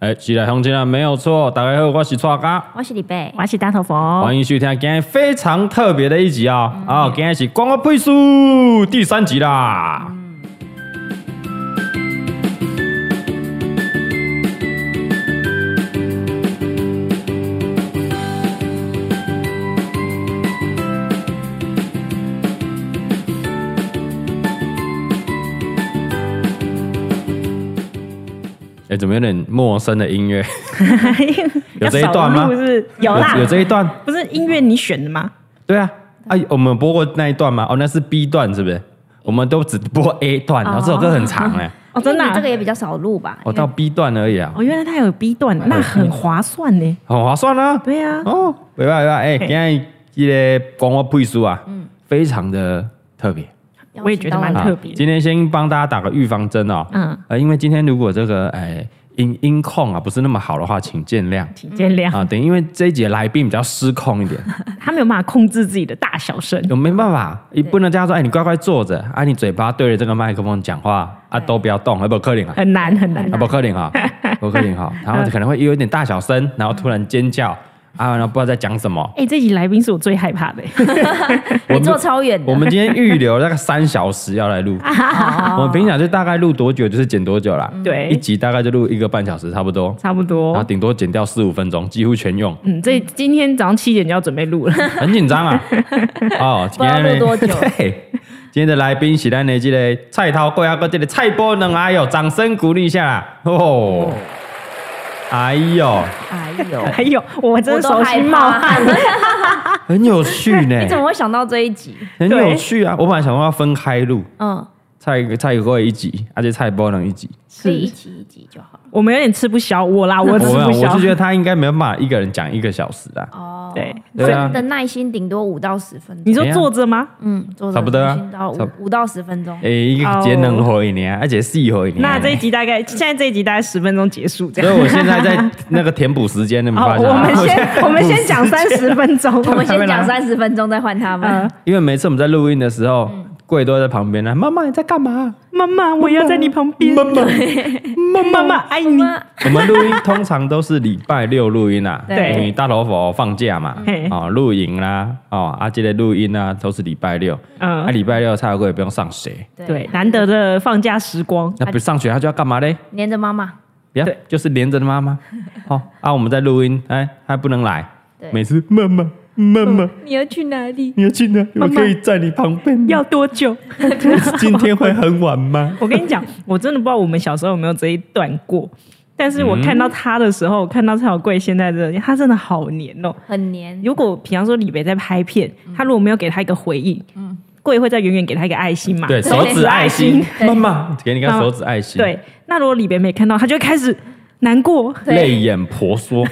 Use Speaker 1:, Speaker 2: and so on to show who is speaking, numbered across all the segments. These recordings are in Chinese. Speaker 1: 哎，喜来通竟然没有错，大家好，我是蔡嘎。
Speaker 2: 我是李哦贝，
Speaker 3: 我是大头佛，
Speaker 1: 欢迎收听今天非常特别的一集啊、啊！今天是《光华配书》第三集啦。哎、怎么有点陌生的音乐？ 有这一段吗
Speaker 3: 要扫入是有啦，
Speaker 1: 有有这一段？
Speaker 3: 不是音乐你选的吗？
Speaker 1: 对啊，啊，我们有播过那一段吗？哦，那是 B 段，是不是？我们都只播 A 段，然后这首歌很长哎、
Speaker 3: 哦，真的啊、
Speaker 2: 你这个也比较少录吧？
Speaker 1: 我、到 B 段而已啊，
Speaker 3: 哦，原来它有 B 段，那很划算呢。
Speaker 1: 很划算啊。
Speaker 3: 对啊，
Speaker 1: 嗯哦，明白明白，哎、今天这个光华配书啊，非常的特别。啊
Speaker 2: 因为
Speaker 3: 我也觉得蛮
Speaker 2: 邀请到
Speaker 3: 嗯特别的
Speaker 1: 今天先帮大家打个预防针哦，嗯
Speaker 3: 嗯，
Speaker 1: 呃，因为今天如果这个哎音音控啊不是那么好的话，请见谅
Speaker 3: 请见 谅，
Speaker 1: 啊。等因为这一节来宾比较失控一点，
Speaker 3: 他没有办法控制自己的大小声。
Speaker 1: 我没办法，你不能这样说，哎，你乖乖坐着，啊，你嘴巴对着这个麦克风讲话啊，都不要动，还不可能啊，
Speaker 3: 很难很难
Speaker 1: 啊，，不可能 啊，不可能哈，然后可能会有一点大小声，然后突然尖叫啊，然后不知道在讲什 么。
Speaker 3: 哎、这集来宾是我最害怕 的、
Speaker 1: 我
Speaker 2: 你
Speaker 1: 们
Speaker 2: 坐超远的，
Speaker 1: 我们今天预留大概三小时要来 录，
Speaker 3: 啊
Speaker 1: 我们平常就大概录多久就是剪多久啦，
Speaker 3: 嗯对
Speaker 1: 一集大概就录一个半小时差不多，
Speaker 3: 差不
Speaker 1: 然后
Speaker 3: 多。
Speaker 1: 顶多剪掉四五分钟，几乎全用，
Speaker 3: 嗯，这今天早上七点就要准备录了，
Speaker 1: 很紧张啊。哦，今天
Speaker 2: 不知道录多久
Speaker 1: 对，今天的来宾是咱的这个菜头粿啊，跟这个菜波能哎呦，掌声鼓励一下啦！哦，哎呦，
Speaker 2: 哎呦，
Speaker 3: 还有我真
Speaker 2: 我都
Speaker 3: 的手
Speaker 2: 害
Speaker 3: 心冒汗。
Speaker 2: 怕了。
Speaker 1: 很有趣
Speaker 2: 你怎
Speaker 1: 呢，
Speaker 2: 么会想到这一集？
Speaker 1: 很
Speaker 3: 对
Speaker 1: 有趣啊！我本来想说要分开录，
Speaker 2: 嗯，
Speaker 1: 菜菜粿一集，而且菜波能一集。
Speaker 2: 是一集一集就好了。
Speaker 3: 我们有点吃不消，我啦，我吃
Speaker 1: 我
Speaker 3: 不
Speaker 1: 我
Speaker 3: 消
Speaker 1: 是。觉得他应该没有办法一个人讲一个小时啊，
Speaker 2: 哦，
Speaker 3: 对
Speaker 1: 对啊
Speaker 2: 真的耐心顶多五到十分钟。
Speaker 3: 你说坐着吗？
Speaker 2: 嗯，坐着
Speaker 1: 差不多哎啊
Speaker 2: 耐心到
Speaker 1: 差
Speaker 2: 五
Speaker 1: 不
Speaker 2: 五到十分钟。
Speaker 1: 诶，一个节能回你啊，而且细回你。
Speaker 3: 那这一集大概现在这一集大概十分钟结束这
Speaker 1: 所以
Speaker 3: 样。
Speaker 1: 我现在在那个填补时间，你们
Speaker 3: 好，
Speaker 1: 发现
Speaker 3: 哦我
Speaker 1: 吗？
Speaker 3: 们
Speaker 1: 我现 在
Speaker 3: 先我们先讲三十分钟，
Speaker 2: 我们
Speaker 3: 还没
Speaker 2: 先
Speaker 3: 来
Speaker 2: 讲三十分钟，再换他们
Speaker 3: 嗯。
Speaker 1: 因为每次我们在录音的时候，贵都在旁边啊呢。妈妈你在干嘛？
Speaker 3: 妈妈，我要在你旁边。妈妈，妈妈爱你。
Speaker 2: 妈
Speaker 1: 我们录音通常都是礼拜六录音啊，
Speaker 2: 对
Speaker 1: 因为大头佛放假嘛
Speaker 3: 嘿，
Speaker 1: 哦，露营啦，哦，啊，这类录音啊，都是礼拜六。啊，
Speaker 3: 嗯，
Speaker 1: 礼拜六蔡贵也不用上学，
Speaker 3: 对，难得的放假时光，
Speaker 1: 那不上学他就要干嘛嘞？
Speaker 2: 黏着妈妈。
Speaker 1: 呀
Speaker 3: 啊对，
Speaker 1: 就是连着的妈 妈。哦，啊，我们在录音，哎，还不能来
Speaker 2: 对，
Speaker 1: 每次妈妈妈妈。
Speaker 3: 嗯
Speaker 2: 你要去哪里？
Speaker 1: 你要去哪？
Speaker 3: 妈妈
Speaker 1: 在你旁边吗。
Speaker 3: 要多久？
Speaker 1: 今天会很晚吗？
Speaker 3: 我跟你讲，我真的不知道我们小时候有没有这一段过。但是我看到他的时
Speaker 2: 嗯
Speaker 3: 候，看到蔡小贵现在的他真的好黏哦。
Speaker 2: 很黏。
Speaker 3: 如果比方说李北在拍片，
Speaker 2: 嗯
Speaker 3: 他如果没有给他一个回应，嗯，贵会在远远给他一个爱心嘛，
Speaker 1: 对
Speaker 2: 对
Speaker 1: 手指爱心，
Speaker 2: 对
Speaker 1: 妈妈给你个
Speaker 3: 妈妈
Speaker 1: 手指爱心，，
Speaker 3: 对。那如果李北没看到，他就会开始难过，
Speaker 2: 对
Speaker 1: 泪眼婆娑，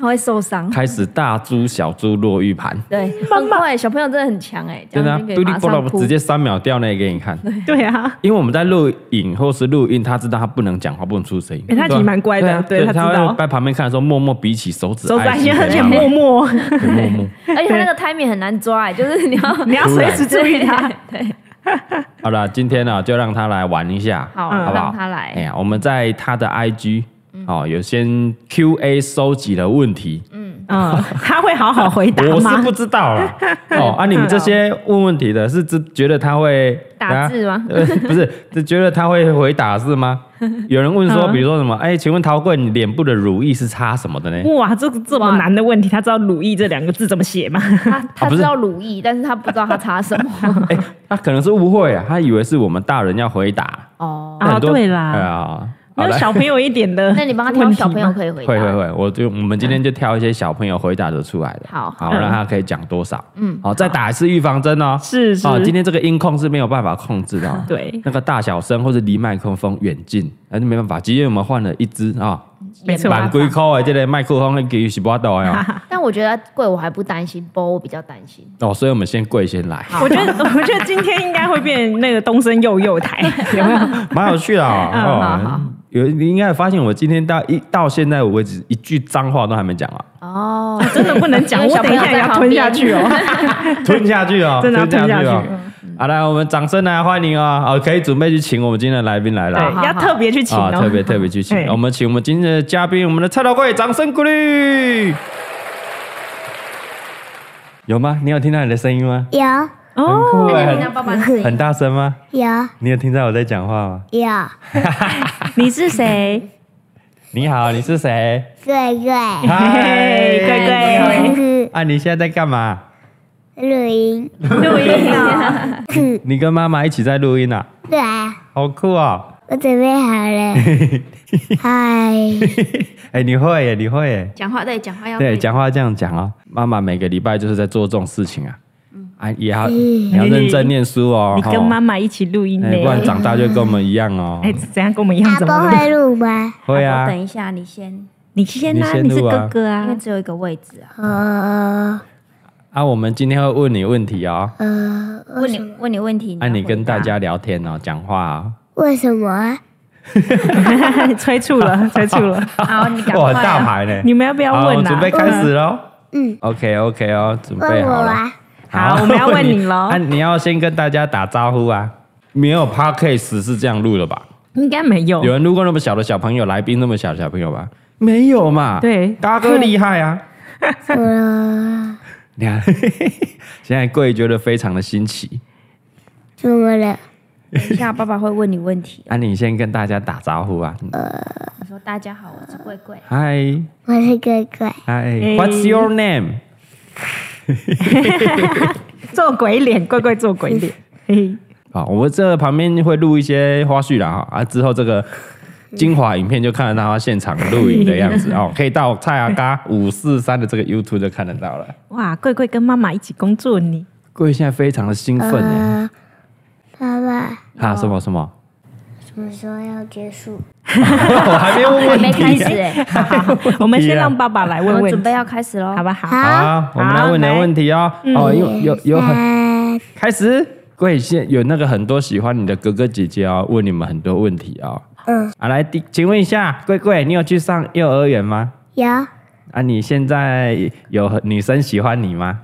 Speaker 2: 他会受伤。
Speaker 1: 开始大猪小猪落玉 盘，
Speaker 2: 对，很快，小朋友真的很强哎，
Speaker 1: 真的啊，
Speaker 2: 讲
Speaker 1: 嘟
Speaker 2: 一句可以
Speaker 1: 哩
Speaker 2: 马
Speaker 1: 咕噜
Speaker 2: 上哭
Speaker 1: 直。接三秒掉那个给你看。
Speaker 3: 对啊，
Speaker 1: 因为我们在录影或是录音，他知道他不能讲话，不能出声音。
Speaker 3: 诶哎他其实
Speaker 1: 对啊
Speaker 3: 蛮乖的
Speaker 1: 对啊
Speaker 3: 对
Speaker 1: 对
Speaker 3: 他知
Speaker 1: 他
Speaker 3: 道
Speaker 1: 会在旁边看的时候，默默比起手指
Speaker 3: 手指爱心，而
Speaker 1: 给
Speaker 3: 且
Speaker 1: 妈妈
Speaker 3: 默默，
Speaker 1: 对默默
Speaker 2: 而且他那个 timing 很难抓哎，就是 你要
Speaker 3: 你要随时注意 他。
Speaker 1: 好了，今天呢、就让他来玩一下，
Speaker 2: 好
Speaker 3: 啊
Speaker 1: 好不好？
Speaker 2: 让他来
Speaker 1: 哎呀，我们在他的 IG，哦，有先 Q&A 收集了问题，
Speaker 3: 嗯，他会好好回答
Speaker 1: 我是
Speaker 3: 吗
Speaker 1: 不？知道 啦。哦啊，你们这些问问题的是知觉得他会
Speaker 2: 打字吗？
Speaker 1: 啊呃不是，是觉得他会回答是 吗？有人问说，
Speaker 3: 嗯
Speaker 1: 比如说什么？哎，请问陶贵，你脸部的乳液是擦什么的呢？
Speaker 3: 哇，这个这么难的问题，他知道“鲁艺”这两个字怎么写吗？
Speaker 2: 他他
Speaker 1: 啊不
Speaker 2: 知
Speaker 1: 是
Speaker 2: 道鲁艺，但是他不知道他查什 么。
Speaker 1: 哎，他可能是误会啊，他以为是我们大人要回答。
Speaker 2: 哦，
Speaker 3: 啊
Speaker 1: 很多
Speaker 3: 对啦
Speaker 1: 哎呀，好
Speaker 3: 那
Speaker 1: 来，
Speaker 3: 小朋友一点的问题吗，
Speaker 2: 那你帮他挑小朋友可以回答。
Speaker 1: 会会会，我就我们今天就挑一些小朋友回答得出来的，
Speaker 2: 好
Speaker 1: 好
Speaker 3: 嗯
Speaker 1: 让他可以讲多少，
Speaker 2: 嗯
Speaker 1: 嗯，好，再打一次预防针哦。
Speaker 3: 是是
Speaker 1: 哦，今天这个音控是没有办法控制的 哦，
Speaker 3: 对，
Speaker 1: 那个大小声或者离麦克风远近，那就没办法。今天我们换了一支啊，
Speaker 3: 没错
Speaker 1: 蛮贵口的这个麦克风那个是不到 呀。
Speaker 2: 但我觉得贵我还不担心，包我比较担心。
Speaker 1: 啊哦，所以我们先跪先 来，
Speaker 3: 我觉得我觉得今天应该会变那个东升幼幼台， 有没有？
Speaker 1: 蛮有趣的哦。
Speaker 3: 嗯
Speaker 2: 好
Speaker 1: 哦
Speaker 2: 好
Speaker 1: 有你应该有发现，我今天到一到现在为止一句脏话都还没讲 啊，
Speaker 2: 哦，
Speaker 3: 真的不能讲，
Speaker 2: 因为
Speaker 3: 我
Speaker 2: 小
Speaker 3: 等
Speaker 2: 朋
Speaker 3: 一
Speaker 2: 友
Speaker 3: 下也
Speaker 2: 在
Speaker 3: 要
Speaker 2: 旁
Speaker 3: 吞
Speaker 2: 边
Speaker 3: 下去哦。
Speaker 1: 吞下去哦，
Speaker 3: 真的要吞下去嗯
Speaker 1: 哦。好来，我们掌声来欢迎啊！哦，可以准备去请我们今天的来宾来了。
Speaker 3: 对，要特别去请
Speaker 1: 啊，
Speaker 3: 哦，
Speaker 1: 特别特别去 请
Speaker 3: 嘿，
Speaker 1: 我们请我们今天的嘉宾，我们的蔡老贵，掌声鼓励。有吗？你有听到你的声音吗？
Speaker 4: 有
Speaker 1: 很
Speaker 3: 哦，
Speaker 1: 酷
Speaker 2: 那
Speaker 1: 哎、
Speaker 2: 你听到爸爸的声音
Speaker 1: 很大声吗？
Speaker 4: 有
Speaker 1: 你有听到我在讲话吗？
Speaker 4: 有，
Speaker 3: 你是谁？
Speaker 1: 你好，你是 谁？
Speaker 4: 对对，
Speaker 1: 嗨，
Speaker 3: 嘿贵贵
Speaker 1: 啊，你现在在干嘛？
Speaker 4: 录音，
Speaker 3: 录音啊，
Speaker 1: 你跟妈妈一起在录音啊？
Speaker 4: 对啊，
Speaker 1: 好酷哦！
Speaker 4: 我准备 好了。嗨，
Speaker 1: 哎、你会耶，你会耶。
Speaker 2: 讲话对，讲话要
Speaker 1: 对，
Speaker 2: 会
Speaker 1: 讲话这样讲哦。妈妈每个礼拜就是在做这种事情啊。
Speaker 2: 嗯
Speaker 1: 啊，也要你要认真念书哦。
Speaker 3: 你跟
Speaker 1: 吼
Speaker 3: 妈妈一起录音呢
Speaker 1: 哎，不？然长大就跟我们一样哦。
Speaker 3: 哎，怎样跟我们一样？
Speaker 4: 阿
Speaker 3: 怎
Speaker 4: 波
Speaker 3: 么
Speaker 4: 会
Speaker 3: 录？
Speaker 4: 录吗？
Speaker 1: 会啊
Speaker 5: 好，等一下，你先，
Speaker 3: 你先 啊，
Speaker 1: 你先
Speaker 3: 你是
Speaker 1: 录啊
Speaker 3: 哥哥
Speaker 5: 因为
Speaker 3: 啊，
Speaker 5: 只有一个位置啊。
Speaker 4: 呃
Speaker 1: 啊，我们今天会问你问题哦，
Speaker 4: 呃，
Speaker 5: 问你问你问题，
Speaker 3: 哎
Speaker 1: 啊，
Speaker 5: 要
Speaker 1: 你跟
Speaker 5: 回答
Speaker 1: 大家聊天哦，讲话哦。
Speaker 4: 为什么啊？
Speaker 3: 催促了，催促了。
Speaker 5: 好， 你赶
Speaker 1: 哇，
Speaker 5: 快
Speaker 1: 很大
Speaker 5: 啊。
Speaker 1: 牌呢。
Speaker 3: 你们要不要
Speaker 1: 好，我
Speaker 3: 问
Speaker 1: 们
Speaker 3: 啊？
Speaker 1: 准备开始喽。
Speaker 4: 嗯，
Speaker 1: OK OK 哦，准备
Speaker 4: 问我
Speaker 1: 好了。
Speaker 4: 啊？
Speaker 3: 好我们要问你咯
Speaker 1: 啊，你要先跟大家打招呼啊。没有 podcast 是这样录的吧？
Speaker 3: 应该没有
Speaker 1: 有。人录过那么小的小朋友，来宾那么小的小朋友吧？没有嘛？，
Speaker 3: 嗯对，
Speaker 1: 嘎哥厉害啊！
Speaker 4: 我
Speaker 1: 你看， 现在贵觉得非常的新奇。
Speaker 4: 怎么了？
Speaker 5: 等一下，爸爸会问你问题。
Speaker 1: 啊，你先跟大家打招呼啊。
Speaker 5: 你说大家好，我是贵 贵，
Speaker 1: 嗨
Speaker 4: 我是乖 乖，
Speaker 1: 嗨，What's your name？
Speaker 3: 做鬼脸，乖乖做鬼脸。嘿，
Speaker 1: 好，我们这旁边会录一些花絮啦哈啊，之后这个精华影片就看得到他现场录影的样子哦，可以到蔡阿嘎五四三的这个 YouTube 就看得到了。
Speaker 3: 哇，贵贵跟妈妈一起工作呢。
Speaker 1: 各位现在非常的兴奋呢，
Speaker 4: 呃，爸爸，
Speaker 1: 啊什么什么，
Speaker 4: 什么时候要结束？
Speaker 1: 我还没有问
Speaker 5: 还
Speaker 1: 问
Speaker 5: 没开
Speaker 1: 题
Speaker 5: 始哎，
Speaker 3: 我们先让爸爸来
Speaker 5: 我
Speaker 3: 问
Speaker 5: 们
Speaker 3: 问
Speaker 5: 准
Speaker 3: 题，
Speaker 5: 备要开始喽
Speaker 3: 好。吧？好，
Speaker 1: 啊。
Speaker 4: 好，
Speaker 1: 好，
Speaker 4: 嗯
Speaker 1: 我们来问你的问题哦。哦，有有有很
Speaker 4: 三
Speaker 1: 开始，各位现有那个很多喜欢你的哥哥姐姐哦，问你们很多问题哦。
Speaker 4: 嗯，
Speaker 1: 啊，来第，请问一下，贵贵，你有去上幼儿园吗？
Speaker 4: 有
Speaker 1: 啊，你现在有女生喜欢你吗？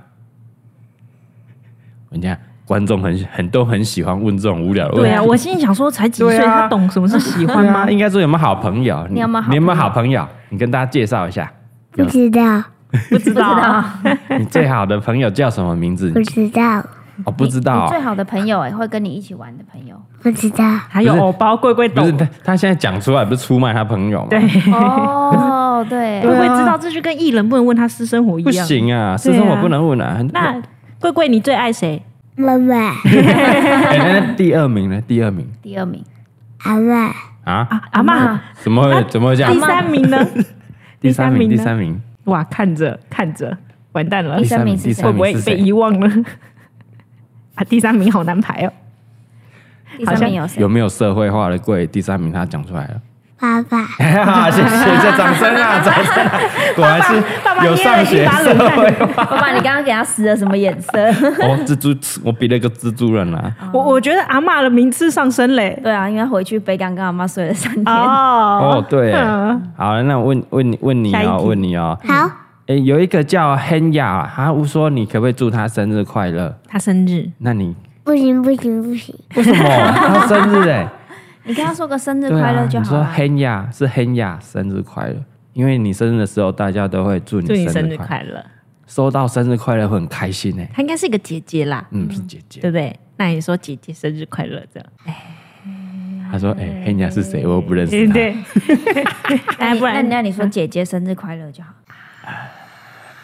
Speaker 1: 人家观众很很都很喜欢问这种无聊的问题。
Speaker 3: 对啊，我心里想说，才几岁，
Speaker 1: 对啊
Speaker 3: 他懂什么是 喜欢
Speaker 1: 对
Speaker 3: 吗
Speaker 1: 啊，？应该说有没有好朋友？
Speaker 5: 你有没有好
Speaker 1: 你有没有
Speaker 5: 朋友
Speaker 1: 好朋友？你跟大家介绍一 下，
Speaker 4: 不知道，
Speaker 3: 不知道啊，
Speaker 1: 你最好的朋友叫什么名字？
Speaker 4: 不知道，
Speaker 1: 哦，不知道
Speaker 5: 你最
Speaker 1: 哦。
Speaker 5: 好的朋友哎，会跟你一起玩的朋友。
Speaker 4: 不知道。
Speaker 3: 还有
Speaker 1: 不是
Speaker 3: 偶包，贵贵
Speaker 1: 不是
Speaker 3: 懂。
Speaker 1: 他，他现在讲出来不是出卖他朋友吗？
Speaker 3: 对，
Speaker 5: 啊哦， 对
Speaker 3: 贵，贵知道，这就跟艺人不能问他私生活一
Speaker 1: 不
Speaker 3: 样。
Speaker 1: 行啊，私
Speaker 3: 对啊
Speaker 1: 生活不能问啊。很
Speaker 3: 那贵贵，你最爱谁？
Speaker 4: 妈妈、
Speaker 1: 哎那那第二名呢？第二名
Speaker 5: 第二名，
Speaker 4: 阿妈、
Speaker 1: 啊？
Speaker 3: 啊阿妈。
Speaker 1: 怎么会怎么会这样
Speaker 3: 第？三名呢？
Speaker 1: 第三名，第
Speaker 3: 第
Speaker 1: 三
Speaker 3: 三
Speaker 1: 名，
Speaker 3: 哇，看着看着，完蛋了
Speaker 5: 第
Speaker 1: 第，
Speaker 5: 三
Speaker 1: 三名，
Speaker 5: 名是
Speaker 1: 第
Speaker 5: 谁
Speaker 3: 会
Speaker 1: 三
Speaker 3: 不
Speaker 1: 名
Speaker 3: 会
Speaker 1: 是
Speaker 3: 被
Speaker 1: 谁？
Speaker 3: 遗忘了？ 啊，第三名好难排哦。
Speaker 5: 第三名有谁
Speaker 1: 有？没有社会化的贵？第三名他讲出来了，
Speaker 4: 爸爸、
Speaker 1: 好，谢谢，这掌声 啊，掌声啊！果然
Speaker 3: 爸爸
Speaker 1: 是
Speaker 3: 捏
Speaker 1: 有
Speaker 3: 了
Speaker 1: 上学
Speaker 3: 一把
Speaker 1: 社
Speaker 3: 冷汗
Speaker 1: 会化。
Speaker 5: 爸爸，你刚刚给他使了什么眼色？
Speaker 1: 哦，蜘蛛，我比了个蜘蛛人啊啦。
Speaker 3: 我我觉得阿嬷的名次上升嘞。
Speaker 5: 对啊，因为回去北港跟阿妈睡了三天。
Speaker 3: 哦
Speaker 1: 哦，对，
Speaker 3: 嗯
Speaker 1: 好，那我问问你，问你
Speaker 3: 下一
Speaker 1: 哦，
Speaker 3: 题
Speaker 1: 问你哦，
Speaker 4: 好，
Speaker 1: 哎，有一个叫 Henya，他说你可不可以祝他生日快乐？
Speaker 3: 他生日，
Speaker 1: 那你
Speaker 4: 不行不行不行，
Speaker 1: 为什 么他生日哎？
Speaker 5: 你跟他说个生日
Speaker 1: 对
Speaker 5: 快乐就
Speaker 1: 啊、你
Speaker 5: 好
Speaker 1: 说
Speaker 5: 了。
Speaker 1: 黑亚是黑亚生日快乐，因为你生日的时候大家都会祝你
Speaker 3: 祝你
Speaker 1: 生
Speaker 3: 生
Speaker 1: 日
Speaker 3: 日
Speaker 1: 快乐，
Speaker 3: 快乐。
Speaker 1: 收到生日快乐会很开心哎、
Speaker 3: 她应该是一个姐姐啦，
Speaker 1: 嗯，是姐姐。
Speaker 3: 对不对？那你说姐姐生日快乐这样，
Speaker 1: 他说：“哎、黑亚是谁？我又不认识
Speaker 3: 对
Speaker 1: 他。
Speaker 3: 对。哎，不
Speaker 5: 那
Speaker 3: 然
Speaker 5: 那你说姐姐生日快乐就好。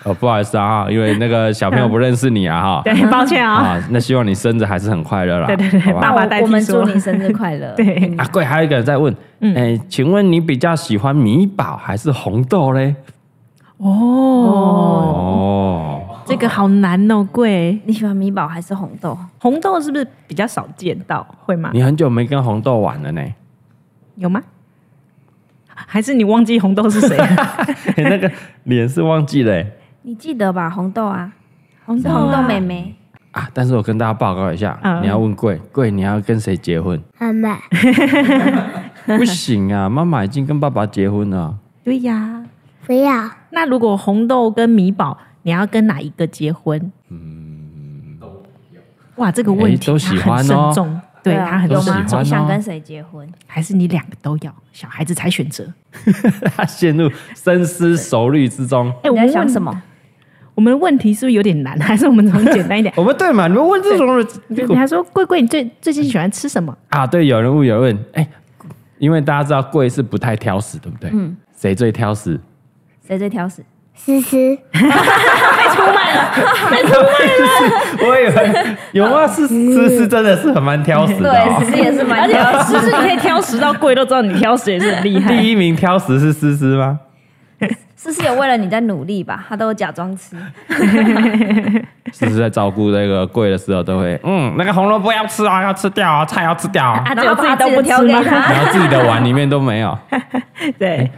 Speaker 1: 哦，不好意思啊，因为那个小朋友不认识你啊哈。
Speaker 3: 对，抱歉啊，
Speaker 1: 啊，那希望你生日还是很快乐啦。
Speaker 3: 对对对
Speaker 1: 好吧
Speaker 3: 爸爸
Speaker 5: 那我
Speaker 3: 代替
Speaker 5: 我们祝
Speaker 3: 说
Speaker 5: 你生日快乐。
Speaker 3: 对
Speaker 5: 嗯
Speaker 1: 啊，贵，还有一个人在问，哎、
Speaker 3: 嗯
Speaker 1: 请问你比较喜欢米堡还是红豆嘞？
Speaker 3: 哦，
Speaker 1: 哦，
Speaker 3: 这个好难哦，贵
Speaker 5: 你喜欢米宝还是红豆？
Speaker 3: 红豆是不是比较少见到？会吗？
Speaker 1: 你很久没跟红豆玩 了呢。
Speaker 3: 有吗？还是你忘记红豆是谁？啊
Speaker 1: 那个脸是忘记了、哎
Speaker 5: 你记得吧？红豆啊，
Speaker 3: 红
Speaker 5: 是红豆妹妹。
Speaker 1: 啊！但是我跟大家报告一下，
Speaker 3: 嗯
Speaker 1: 你要问贵贵，你要跟谁结婚？
Speaker 4: 妈妈、
Speaker 1: 不行啊，妈妈已经跟爸爸结婚了。
Speaker 3: 对呀。
Speaker 4: 不要
Speaker 3: 那如嗯果红豆跟米宝，你要跟哪一个结婚？哇，这个问
Speaker 1: 哎
Speaker 3: 题
Speaker 1: 都
Speaker 3: 他
Speaker 1: 喜
Speaker 3: 很
Speaker 1: 欢哦
Speaker 3: 慎重，对
Speaker 5: 啊
Speaker 3: 他很
Speaker 5: 有
Speaker 1: 喜
Speaker 5: 吗？
Speaker 1: 欢
Speaker 3: 慎重，
Speaker 1: 哦
Speaker 5: 总想跟谁结婚？
Speaker 3: 还是你两个都要，小孩子才选择。
Speaker 1: 他陷入深思熟虑之中。？
Speaker 5: 你
Speaker 3: 哎，我
Speaker 5: 在
Speaker 3: 们
Speaker 5: 想
Speaker 3: 问
Speaker 5: 什么？
Speaker 3: 我们的问题是不是有点难？ 还是我们从简单一点
Speaker 1: 我们对嘛？你们问这种
Speaker 3: 你还说贵贵，你最最近喜欢吃什么？
Speaker 1: 啊？对，有人问，有人问，哎、因为大家知道贵是不太挑食，对不对？嗯。谁最挑食？
Speaker 5: 谁最挑食？
Speaker 4: 思思，
Speaker 1: 我以 为有啊，是
Speaker 3: 嗯
Speaker 1: 是是，真的是很蛮挑食的、哦。
Speaker 5: 其实也是蛮挑食。
Speaker 3: 是不 是你可以挑食到贵都知道你挑食也是很厉害？
Speaker 1: 第一名挑食是思思吗？
Speaker 5: 思思有为了你在努力吧？他都有假装吃。
Speaker 1: 思思在照顾那个贵的时候，都会嗯，那个红萝卜要吃啊，要吃掉啊，菜要吃掉 啊，
Speaker 3: 啊
Speaker 5: 然后把
Speaker 3: 结果自己都不吃吗
Speaker 5: 挑给他
Speaker 1: 然后自己的碗里面都没有。
Speaker 3: 对，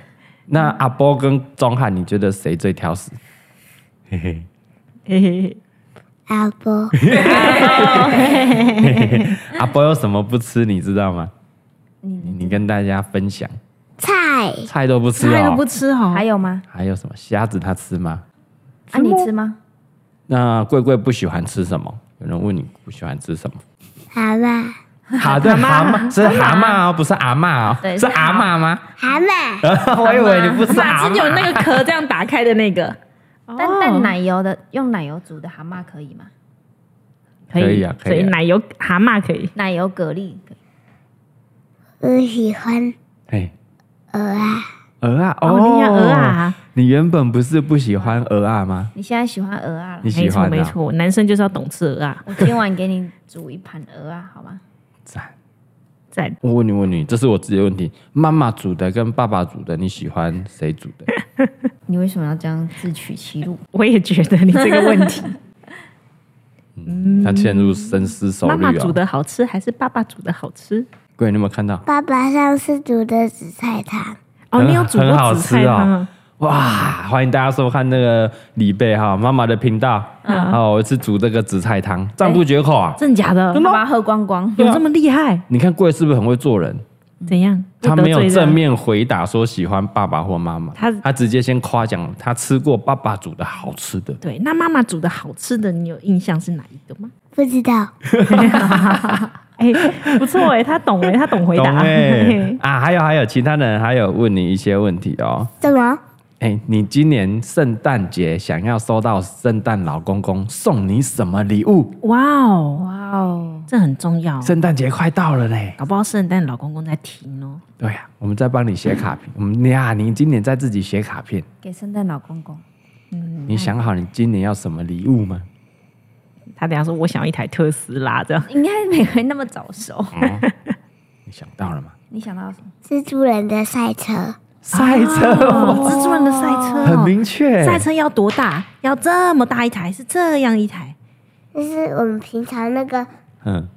Speaker 1: 那阿波跟钟汉，你觉得谁最挑食？嘿嘿，
Speaker 3: 嘿嘿嘿
Speaker 4: 阿波，
Speaker 1: 阿波有什么不吃，你知道吗？
Speaker 5: 嗯
Speaker 1: 你你跟大家分享，
Speaker 4: 菜
Speaker 1: 菜都不吃
Speaker 3: 菜 都
Speaker 1: 哦
Speaker 3: 不。吃哦，
Speaker 5: 还有吗？
Speaker 1: 还有什么虾子他吃吗？
Speaker 5: 啊，你吃吗？
Speaker 1: 那贵贵不喜欢吃什么？有人问你不喜欢吃什 么？
Speaker 4: 蛤蟆，
Speaker 1: 好的，蛤蟆是蛤蟆哦，不是阿嬷哦，
Speaker 2: 对
Speaker 1: 是阿嬷吗？
Speaker 4: 蛤蟆，
Speaker 1: 我以为你不是阿
Speaker 3: 哪只有那
Speaker 1: 嬷。
Speaker 3: 个壳这样打开的那个？哦
Speaker 2: 但但奶油的用奶油煮的蛤蟆可以吗？
Speaker 3: 可
Speaker 1: 可以啊可以啊
Speaker 3: 所以奶油蛤蟆可以。
Speaker 2: 奶油蛤蜊可以
Speaker 4: 我喜欢
Speaker 1: 哎，
Speaker 4: 鹅啊，
Speaker 1: 鹅啊，
Speaker 3: 哦你要鹅啊，
Speaker 1: 你原本不是不喜欢鹅啊吗？
Speaker 2: 你现在喜欢鹅啊了
Speaker 1: 你？
Speaker 3: 没
Speaker 1: 喜
Speaker 3: 错
Speaker 1: 欢
Speaker 3: 没
Speaker 1: 啊？
Speaker 3: 错，男生就是要懂吃鹅啊。
Speaker 2: 我今晚给你煮一盘鹅啊，好吗？
Speaker 1: 赞！
Speaker 3: 在
Speaker 1: 我问你问你，这是我自己的问题。妈妈煮的跟爸爸煮的，你喜欢谁煮的？
Speaker 2: 你为什么要这样自取其辱？
Speaker 3: 我也觉得你这个问 题，
Speaker 1: 他陷入深思熟虑
Speaker 3: 妈嗯妈
Speaker 1: 哦
Speaker 3: 煮。的好吃还是爸爸煮的好吃？
Speaker 1: 各位，你有没有看到？
Speaker 4: 爸爸上次煮的紫菜汤，
Speaker 3: 哦，
Speaker 1: 很
Speaker 3: 你有煮
Speaker 1: 很好
Speaker 3: 过紫
Speaker 1: 吃
Speaker 3: 菜
Speaker 1: 哦
Speaker 3: 汤啊？
Speaker 1: 哇！欢迎大家收看那个李贝哈妈妈的频道。
Speaker 3: 嗯
Speaker 1: 哦，我是煮这个紫菜汤，赞不绝口啊！
Speaker 3: 真的假的？
Speaker 2: 把它喝光光。
Speaker 3: 有这么厉害？
Speaker 1: 你看贵是不是很会做人？
Speaker 3: 怎样？
Speaker 1: 他
Speaker 3: 会得
Speaker 1: 没有
Speaker 3: 罪
Speaker 1: 正
Speaker 3: 人，
Speaker 1: 面回答说喜欢爸爸或妈妈，
Speaker 3: 他
Speaker 1: 他直接先夸奖他吃过爸爸煮的好吃的。
Speaker 3: 对，那妈妈煮的好吃的，你有印象是哪一个吗？
Speaker 4: 不知道
Speaker 3: 哎，不错哎，他懂哎，他懂回
Speaker 1: 懂
Speaker 3: 答。
Speaker 1: 哎
Speaker 3: 嘿
Speaker 1: 啊，还有还有，其他人还有问你一些问题哦。
Speaker 4: 怎么
Speaker 1: 哎、你今年圣诞节想要收到圣诞老公公送你什么礼物？
Speaker 3: 哇哦，
Speaker 2: 哇哦，
Speaker 3: 这很重要哦。
Speaker 1: 圣诞节快到了嘞！
Speaker 3: 搞不好圣诞老公公在听哦。
Speaker 1: 对呀、我们在帮你写卡片。我们呀，你今年在自己写卡片，
Speaker 5: 给圣诞老公公，
Speaker 1: 你想好你今年要什么礼物吗？
Speaker 3: 他等一下说：“我想要一台特斯拉。”这样
Speaker 5: 应该没人那么早熟。
Speaker 1: 哦 你想到了吗？
Speaker 5: 你想到什 么？
Speaker 4: 蜘蛛人的赛车，
Speaker 1: 赛车，
Speaker 3: 哦，蜘蛛人的赛车
Speaker 1: 很
Speaker 3: 哦，
Speaker 1: 明确。
Speaker 3: 赛车要多大？要这么大一台？是这样一台？
Speaker 4: 就是我们平常那个
Speaker 1: 嗯，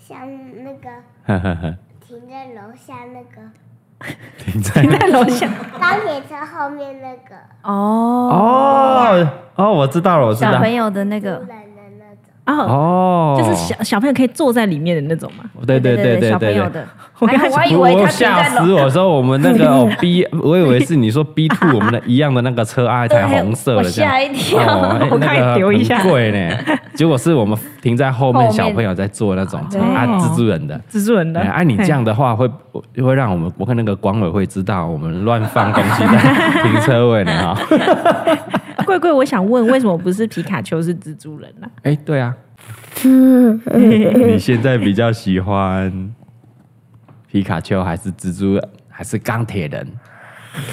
Speaker 4: 像那个
Speaker 1: 呵呵呵，
Speaker 4: 停在楼下那个
Speaker 1: 停在
Speaker 3: 在楼下。
Speaker 4: 钢铁车后面那个
Speaker 5: 哦，
Speaker 1: 哦哦，我知道了，我知
Speaker 5: 小
Speaker 1: 道
Speaker 5: 朋。友的那
Speaker 4: 蜘蛛
Speaker 5: 个
Speaker 4: 人的那
Speaker 3: 哦，
Speaker 4: 种，
Speaker 1: 哦，
Speaker 3: 就是小小朋友可以坐在里面的那种嘛。
Speaker 1: 对对对对
Speaker 5: 小朋
Speaker 1: 对
Speaker 5: 友
Speaker 1: 对。
Speaker 5: 的。
Speaker 3: 我
Speaker 5: 哎呀
Speaker 3: 刚
Speaker 5: 我还以为
Speaker 1: 我
Speaker 5: 他停
Speaker 1: 吓
Speaker 5: 在
Speaker 1: 死
Speaker 5: 楼，
Speaker 1: 我！说我们那个哦 B，我以为是你说 B two 我们的一样的那个车啊，一台红色
Speaker 5: 我
Speaker 1: 的这样
Speaker 5: 吓。一跳。
Speaker 1: 哦哎
Speaker 3: 我快
Speaker 1: 那个
Speaker 3: 丢一下
Speaker 1: 很贵呢。结果是我们停在后面，
Speaker 5: 后面
Speaker 1: 小朋友在坐那种
Speaker 5: 对
Speaker 1: 啊，蜘蛛人的。
Speaker 3: 蜘蛛人的，
Speaker 1: 哎，啊你这样的话会会让我们，我看那个管委会知道我们乱放东西在停车位呢哈。
Speaker 3: 嘿贵贵，我想问，为什么不是皮卡丘是蜘蛛人呢、
Speaker 1: 哎，对 啊，你现在比较喜欢皮卡丘还是蜘蛛人还是钢铁人？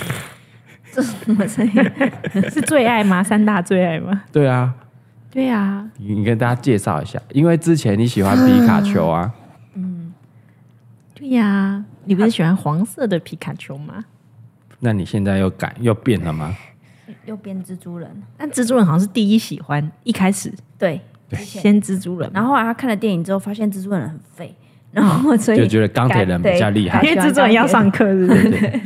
Speaker 3: 是最爱吗？三大最爱吗？
Speaker 1: 对啊，
Speaker 3: 对啊，
Speaker 1: 你你跟大家介绍一下，因为之前你喜欢皮卡丘啊，
Speaker 5: 嗯
Speaker 3: 对呀、你不是喜欢黄色的皮卡丘吗？
Speaker 1: 那你现在又改又变了吗？
Speaker 5: 又变蜘蛛人，
Speaker 3: 但蜘蛛人好像是第一喜欢，一开始
Speaker 5: 对。
Speaker 3: 先蜘蛛人嘛，
Speaker 5: 然后后来他看了电影之后，发现蜘蛛人很 废，然后所以
Speaker 1: 就觉得钢铁人比较厉害
Speaker 5: 对
Speaker 3: 因为蜘蛛人要上课，是不是？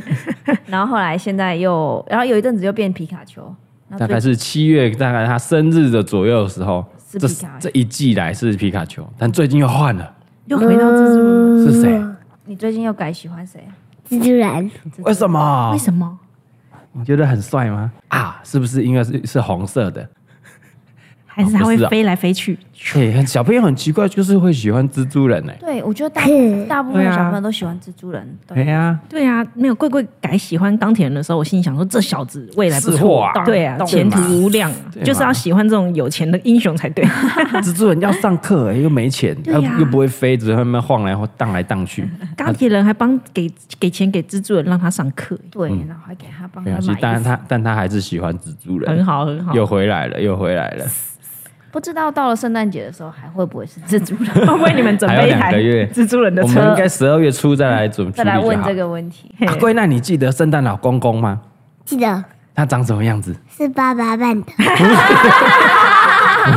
Speaker 5: 然后后来现在又，然后有一阵子又变皮卡丘，然
Speaker 1: 大
Speaker 5: 后
Speaker 1: 概
Speaker 5: 最
Speaker 1: 是七月，大概他生日的左右的时候，
Speaker 5: 是
Speaker 1: 这
Speaker 5: 皮卡
Speaker 1: 这一季来是皮卡丘，但最近又换了，
Speaker 3: 又回到
Speaker 1: 嗯
Speaker 3: 蜘蛛人，
Speaker 5: 嗯
Speaker 1: 是谁？
Speaker 5: 你最近又改喜欢谁啊？
Speaker 4: 蜘蛛人，
Speaker 1: 为什么
Speaker 3: 为？什么？
Speaker 1: 你觉得很帅吗？啊，是不是因为是是红色的？
Speaker 3: 还是
Speaker 1: 哦
Speaker 3: 它
Speaker 1: 不
Speaker 3: 会
Speaker 1: 是啊
Speaker 3: 飞来飞去？
Speaker 1: 嘿，很小朋友很奇怪，就是会喜欢蜘蛛人哎、
Speaker 5: 对，我觉得大
Speaker 4: 嗯
Speaker 5: 大部分
Speaker 3: 对
Speaker 5: 的
Speaker 3: 啊
Speaker 5: 小朋友都喜欢蜘蛛人，
Speaker 1: 哎
Speaker 5: 对，
Speaker 1: 呀、
Speaker 3: 对啊，没有贵贵改喜欢钢铁人的时候，我心里想说这小子未来不
Speaker 1: 是货
Speaker 3: 错
Speaker 1: 啊
Speaker 3: 对啊，
Speaker 1: 懂
Speaker 3: 前途
Speaker 1: 嘛
Speaker 3: 无量啊，
Speaker 1: 对嘛
Speaker 3: 就是要喜欢这种有钱的英雄才 对。
Speaker 1: 蜘蛛人要上课、哎又没钱，
Speaker 3: 对
Speaker 1: 又
Speaker 3: 呀
Speaker 1: 又不会飞，只会慢慢晃来晃荡来荡去。
Speaker 3: 钢铁人还帮给给钱给蜘蛛人让他上课，
Speaker 2: 对，然后还给他帮
Speaker 1: 没
Speaker 2: 他
Speaker 1: 关系，
Speaker 2: 买
Speaker 1: 啊但
Speaker 2: 衣
Speaker 1: 是
Speaker 2: 服。
Speaker 1: 他但他还是喜欢蜘蛛人
Speaker 3: 很，好很好。
Speaker 1: 又回来了，又回来了，
Speaker 2: 不知道到了圣诞节的时候还会不会是蜘蛛 人？
Speaker 3: 会为你们准备一
Speaker 1: 还有两
Speaker 3: 台
Speaker 1: 个月
Speaker 3: 蜘蛛人的
Speaker 1: 我
Speaker 3: 车
Speaker 1: 们应该十二月初再来准
Speaker 5: 再来
Speaker 1: 处理就
Speaker 5: 问
Speaker 1: 好
Speaker 5: 这个问题。
Speaker 1: 阿贵，那你记得圣诞老公公吗？
Speaker 4: 记得
Speaker 1: 他长什么样子？
Speaker 4: 是爸爸扮的，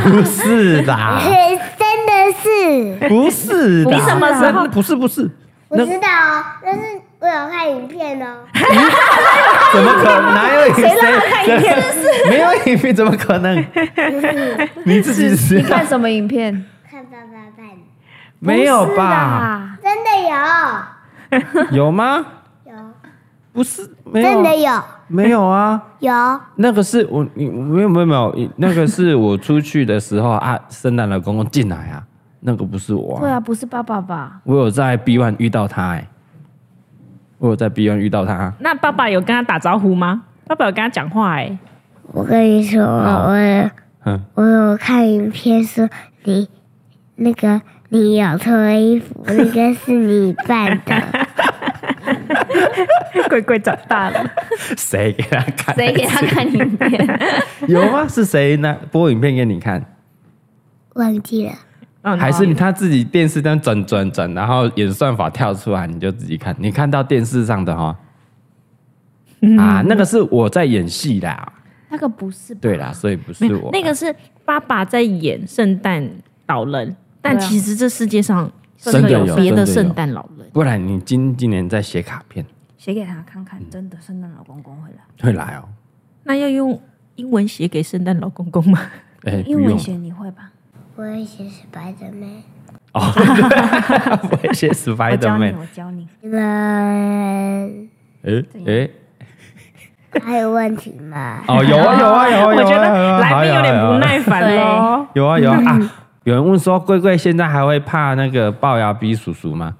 Speaker 1: 不是啦，
Speaker 4: 哎真的 是，
Speaker 1: 不是啦，
Speaker 5: 你什么时候
Speaker 1: 不是不是，
Speaker 4: 我知道哦，但是我有看影片哦。
Speaker 1: 怎么可能？哪有影片？没有影片怎么可能？你自己是啊
Speaker 5: 看什么影片？
Speaker 4: 看爸爸扮的，
Speaker 1: 没有
Speaker 5: 不是
Speaker 1: 吧？
Speaker 5: 啦？
Speaker 4: 真的
Speaker 1: 有吗？
Speaker 4: 有，有，
Speaker 1: 不是，没
Speaker 4: 真的
Speaker 1: 有，
Speaker 4: 有，
Speaker 1: 没有啊。
Speaker 4: 有，
Speaker 1: 那个是我，你没有没有没有，那个是我出去的时候 啊，圣诞老公公进来啊，那个不是我
Speaker 2: 对啊，不是爸爸吧？
Speaker 1: 我有在 B One 遇到他哎、我有在 B One 遇到他，
Speaker 3: 那爸爸有跟他打招呼 吗？爸爸有跟他讲话哎、
Speaker 4: 我跟你说，
Speaker 1: 好
Speaker 4: 我
Speaker 1: 嗯，
Speaker 4: 我有看影片说你那个你有脱衣服，那个是你扮的，
Speaker 3: 贵贵长大 了，
Speaker 1: 谁给他看？
Speaker 5: 谁给他看影片？
Speaker 1: 有吗？是谁呢？播影片给你看，
Speaker 4: 忘记了。
Speaker 3: 嗯
Speaker 1: 还是你他自己电视这样转转转，然后演算法跳出来，你就自己看，你看到电视上的哈、啊，那个是我在演戏啦，
Speaker 2: 那个不是吧
Speaker 1: 对啦，所以不是我啦啊
Speaker 3: 那个是爸爸在演圣诞老人，但
Speaker 2: 对啊
Speaker 3: 其实这世界上
Speaker 1: 真的有
Speaker 3: 别
Speaker 1: 真
Speaker 3: 的
Speaker 1: 的有
Speaker 3: 圣诞老人。
Speaker 1: 不然你今今年在写卡片
Speaker 5: 写给他看
Speaker 1: 嗯
Speaker 5: 看，真的圣诞老公公会来。
Speaker 1: 会来哦，
Speaker 3: 那要用英文写给圣诞老公公 吗？
Speaker 1: 哎、不
Speaker 5: 英文
Speaker 1: 用
Speaker 5: 写你会吧？
Speaker 4: 我以前是白的妹，
Speaker 1: 哦，不会写
Speaker 5: 我教你，
Speaker 1: Spiderman，
Speaker 5: 我 教你。
Speaker 4: 你们
Speaker 1: 哎哎。
Speaker 4: 还有问题吗？
Speaker 1: 哦，有啊有啊有啊有啊！
Speaker 3: 我觉
Speaker 1: 有啊
Speaker 3: 得来宾有点不。耐烦喽。
Speaker 1: 有啊有啊有啊有啊！啊有人问说，贵贵现在还会怕那个龅牙逼叔叔吗？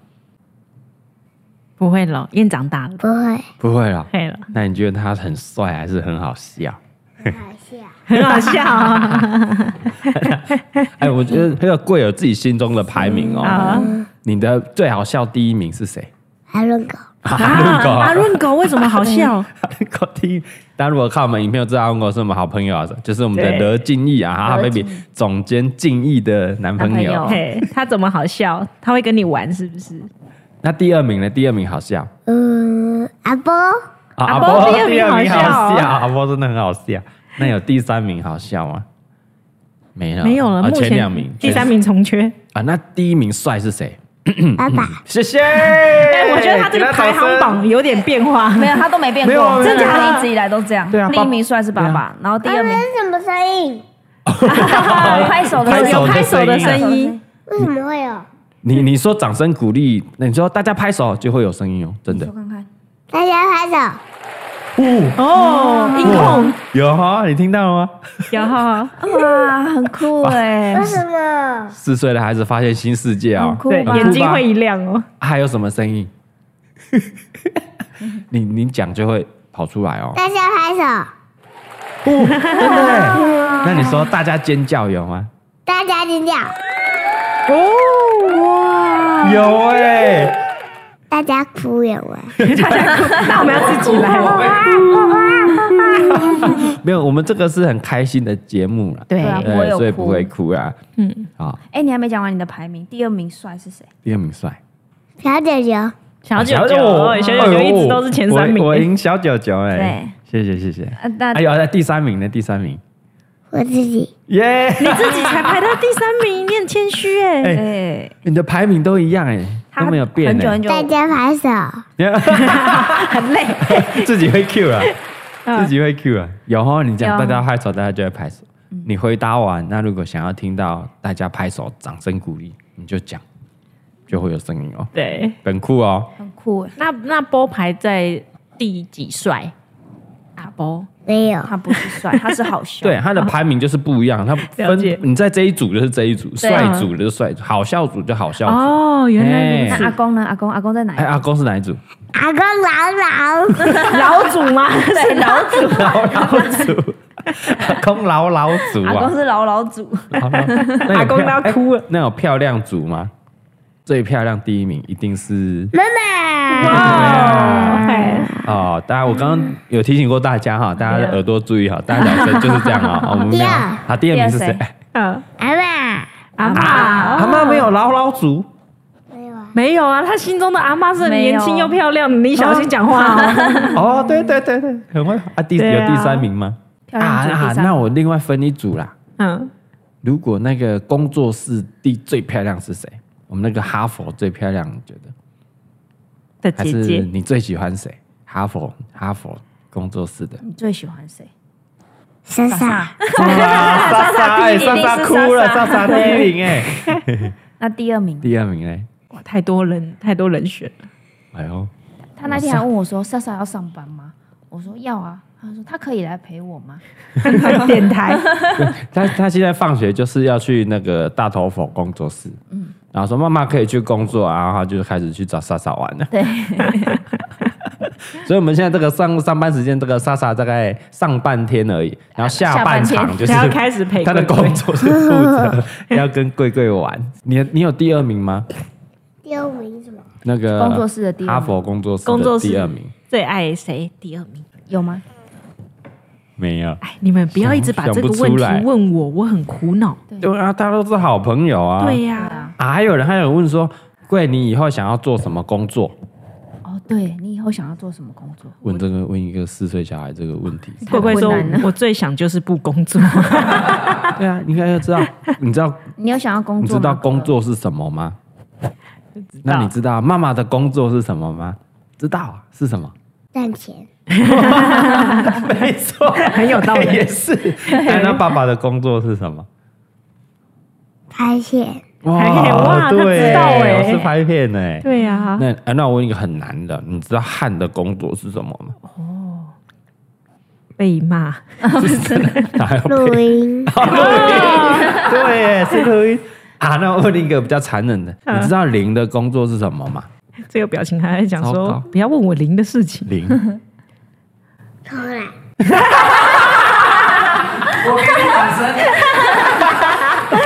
Speaker 3: 不会了，燕长大了，
Speaker 4: 不会，
Speaker 1: 不会啦。
Speaker 3: 会了，
Speaker 1: 那你觉得他很帅还是很好笑？
Speaker 4: 很好笑。
Speaker 3: 很好 笑啊！
Speaker 1: 哎，我觉得很有贵有自己心中的排名哦。你的最好笑第一名是谁？
Speaker 4: 还论狗，
Speaker 1: 阿润狗，
Speaker 3: 阿润狗为什么好笑？
Speaker 1: 阿润狗第一。大家如果看我们影片，就知道阿润狗是我们好朋友啊，就是我们的
Speaker 3: 对
Speaker 1: 德敬义啊，哈哈
Speaker 5: 德
Speaker 1: baby
Speaker 5: 敬
Speaker 1: 总监敬义的男朋
Speaker 5: 男
Speaker 1: 友
Speaker 5: 朋。友
Speaker 3: 嘿，他怎么好笑？他会跟你玩是不是？
Speaker 1: 那第二名呢？第二名好笑。
Speaker 4: 嗯，阿波，
Speaker 1: 啊，
Speaker 3: 阿
Speaker 1: 阿
Speaker 3: 波
Speaker 1: 波
Speaker 3: 第二名好
Speaker 1: 名
Speaker 3: 笑哦
Speaker 1: 笑，阿波真的很好笑。那有第三名好笑吗？没有，
Speaker 3: 没有了，
Speaker 1: 啊
Speaker 3: 目
Speaker 1: 前
Speaker 3: 哦前
Speaker 1: 两名，
Speaker 3: 第三名重缺。
Speaker 1: 啊，那第一名帅是谁？
Speaker 4: 爸爸，
Speaker 1: 谢谢。哎
Speaker 3: 哎，我觉得他这个排行榜有点变化。
Speaker 5: 没有，他都没变
Speaker 1: 没有啊
Speaker 5: 过，
Speaker 1: 没有
Speaker 5: 真
Speaker 1: 啊
Speaker 5: 的，他一直以来都这样。
Speaker 1: 对啊
Speaker 5: 第一名帅是爸爸，然后第
Speaker 4: 他
Speaker 5: 二
Speaker 4: 们
Speaker 5: 名
Speaker 4: 啊是什么声音？
Speaker 5: 拍手的声音
Speaker 1: 有拍手的
Speaker 3: 有
Speaker 1: 声
Speaker 3: 拍
Speaker 1: 音。
Speaker 3: 手的声音，
Speaker 4: 为什么会有？
Speaker 1: 你你说掌声鼓励，那你说大家拍手就会有声音哦，真的
Speaker 5: 我。看看，
Speaker 4: 大家拍手，
Speaker 1: 哦，
Speaker 3: 哦，音控
Speaker 1: 有哈，你听到了吗？
Speaker 3: 有哦哈，
Speaker 5: 哇，很酷哎
Speaker 4: 为，什么？
Speaker 1: 四岁的孩子发现新世界
Speaker 5: 很
Speaker 1: 哦。
Speaker 5: 酷
Speaker 3: 对，
Speaker 5: 吧？
Speaker 3: 眼睛会一亮哦。
Speaker 1: 还有什么声音？ 你你讲就会跑出来哦。
Speaker 4: 大家拍手，
Speaker 1: 哦 真的耶？那你说大家尖叫有 吗？
Speaker 4: 大家尖叫，
Speaker 1: 有哎、
Speaker 3: 欸
Speaker 4: 大家哭也玩。
Speaker 3: 那我们要自己来了。
Speaker 1: 没有，我们这个是很开心的节目啦，
Speaker 3: 对
Speaker 5: 对啊不会有
Speaker 1: 所以
Speaker 5: 哭
Speaker 1: 不会哭啦。嗯，好，
Speaker 5: 哎，你还没讲完你的排名，第二名帅是谁？
Speaker 1: 第二名帅，
Speaker 4: 小姐姐，
Speaker 3: 小九九，哦小九
Speaker 1: 哎
Speaker 3: 九
Speaker 1: 呦
Speaker 3: 一直都是前三
Speaker 1: 我我
Speaker 3: 名。啊
Speaker 1: 赢小九九哎，谢谢谢谢。
Speaker 5: 呃，那
Speaker 1: 还有在第三名呢，第三名，
Speaker 4: 我自己，
Speaker 1: 耶、
Speaker 3: 你自己才排到第三名，你很谦虚哎。
Speaker 1: 哎
Speaker 5: 哎，
Speaker 1: 你的排名都一样哎、
Speaker 5: 他
Speaker 1: 都没有变
Speaker 5: 很久
Speaker 1: 哎、
Speaker 5: 很久
Speaker 4: 大家拍手，
Speaker 5: 很累，
Speaker 1: 自己会 Q 了，
Speaker 3: 嗯
Speaker 1: 自己会 Q 了。有哦，你讲
Speaker 5: 有
Speaker 1: 大家拍手，大家就会拍手。
Speaker 3: 嗯
Speaker 1: 你回答完，那如果想要听到大家拍手、掌声鼓励，你就讲，就会有声音哦，
Speaker 3: 对，
Speaker 1: 很酷哦。
Speaker 5: 很酷哎。
Speaker 3: 那那波排在第几帅？
Speaker 5: 阿波，
Speaker 4: 没有，
Speaker 5: 他不是帅，他是好笑。
Speaker 1: 对，，他啊的排名就是不一样，他
Speaker 3: 了解
Speaker 1: 分你在这一组就是这一组，
Speaker 5: 对啊
Speaker 1: 帅组就是帅组，好笑组就好笑组。
Speaker 3: 哦，原来如
Speaker 1: 哎
Speaker 5: 那
Speaker 3: 此
Speaker 5: 阿，公呢？阿公阿公在哪
Speaker 1: 哎，
Speaker 5: 一
Speaker 1: 阿公是哪一 组？
Speaker 4: 阿公姥姥，
Speaker 3: 老祖吗？
Speaker 5: 对，老祖，啊
Speaker 1: 老老组，阿公老老组
Speaker 5: 阿公
Speaker 1: 啊。
Speaker 5: 是老老祖，
Speaker 1: 好老那有
Speaker 3: 阿公都
Speaker 1: 漂
Speaker 3: 要
Speaker 1: 哎
Speaker 3: 哭了。
Speaker 1: 那有漂亮组吗？最漂亮第一名一定是
Speaker 4: 妈妈，
Speaker 3: 哇哎
Speaker 1: 哦，当然我刚刚有提醒过大家哈，大家的耳朵注意好，大家掌声就是这样啊。我们没有
Speaker 4: 第二
Speaker 1: 好，第二名是
Speaker 5: 第二
Speaker 1: 谁
Speaker 5: 谁？
Speaker 1: 哎
Speaker 3: 啊，
Speaker 4: 阿妈，
Speaker 3: 阿妈
Speaker 1: 阿妈没有老老组，
Speaker 4: 没有啊，
Speaker 3: 没有啊，他心中的阿妈是
Speaker 5: 没有
Speaker 3: 年轻又漂亮的，你小心讲话哦。
Speaker 1: 哦，对对对对，很会啊。第
Speaker 3: 对
Speaker 1: 有
Speaker 3: 啊
Speaker 1: 第三名吗？啊
Speaker 5: 漂亮组第三
Speaker 1: 那我另外分一组啦。
Speaker 3: 嗯，
Speaker 1: 如果那个工作室第最漂亮是谁？我们那个哈佛最漂亮，你觉得？
Speaker 3: 的
Speaker 1: 还
Speaker 3: 姐
Speaker 1: 是
Speaker 3: 姐，
Speaker 1: 你最喜欢谁？哈佛哈佛工作室的。
Speaker 5: 你最喜欢谁？
Speaker 4: 莎莎，
Speaker 1: 哇，莎哎莎
Speaker 5: 第一名一定是莎莎
Speaker 1: 莎第一名哎。
Speaker 5: 那第二名，
Speaker 1: 第二名嘞？
Speaker 3: 哇，太多人，太多人选了。
Speaker 1: 哎呦，
Speaker 2: 他那天还问我说：“莎莎要上班吗？”我说：“要啊。”他说：“他可以来陪我吗
Speaker 3: 电 台，
Speaker 1: 他他现在放学就是要去那个大头佛工作室，嗯，然后说妈妈可以去工作啊，然后他就开始去找莎莎玩 了。
Speaker 5: 对，
Speaker 1: 所以我们现在这个上上班时间，这个莎莎大概上半天而已，然后下半
Speaker 5: 下半
Speaker 1: 场就
Speaker 5: 天
Speaker 1: 是
Speaker 3: 他要开始陪
Speaker 1: 他的
Speaker 3: 贵贵
Speaker 1: 工作是负责 要跟贵贵玩。你你有第二名吗？
Speaker 4: 第二名是什么？
Speaker 1: 那个
Speaker 5: 工作室的第二名
Speaker 1: 呃哈佛工作室
Speaker 3: 工作
Speaker 1: 的
Speaker 3: 室
Speaker 1: 第二名
Speaker 3: 最爱谁？第二名。
Speaker 5: 有吗？
Speaker 1: 没有。
Speaker 3: 哎，你们不要一直把
Speaker 1: 想
Speaker 3: 这个
Speaker 1: 想不
Speaker 3: 问
Speaker 1: 出
Speaker 3: 题
Speaker 1: 来
Speaker 3: 问我，我很苦恼。
Speaker 1: 对啊，大家都是好朋友啊。
Speaker 3: 对呀、
Speaker 1: 啊，还有人还有问说，贵你以后想要做什么工作？
Speaker 5: 哦，对你以后想要做什么工作？
Speaker 1: 问这个问一个四岁小孩这个问题，
Speaker 3: 贵贵说
Speaker 5: 太困难：“
Speaker 3: 我最想就是不工作。
Speaker 1: 对啊，应该要知道，你知道
Speaker 2: 你有想要工
Speaker 1: 你
Speaker 2: 作
Speaker 1: 知
Speaker 2: 吗？”
Speaker 1: 道工作是什么吗？那你知道妈妈的工作是什么吗？知道啊是什么？
Speaker 4: 赚钱，
Speaker 1: 没错，
Speaker 3: 很有道理
Speaker 1: 也是。哎那爸爸的工作是什么？哦
Speaker 4: 拍片，
Speaker 3: 拍片哇
Speaker 1: 对，
Speaker 3: 他知道哎
Speaker 1: 我是拍片哎”。
Speaker 3: 对呀、啊，
Speaker 1: 那哎那我问一个很难的，你知道汉的工作是什么 吗？
Speaker 3: 被骂。
Speaker 1: 哪有
Speaker 4: 录音，
Speaker 1: 对耶，是啊录音 啊。那我问你一个比较残忍的，你知道零的工作是什么 吗？
Speaker 3: 这个表情还在讲
Speaker 1: 糟
Speaker 3: 说
Speaker 1: 糕：“
Speaker 3: 不要问我零的 事情。
Speaker 1: 零，
Speaker 4: 偷懒，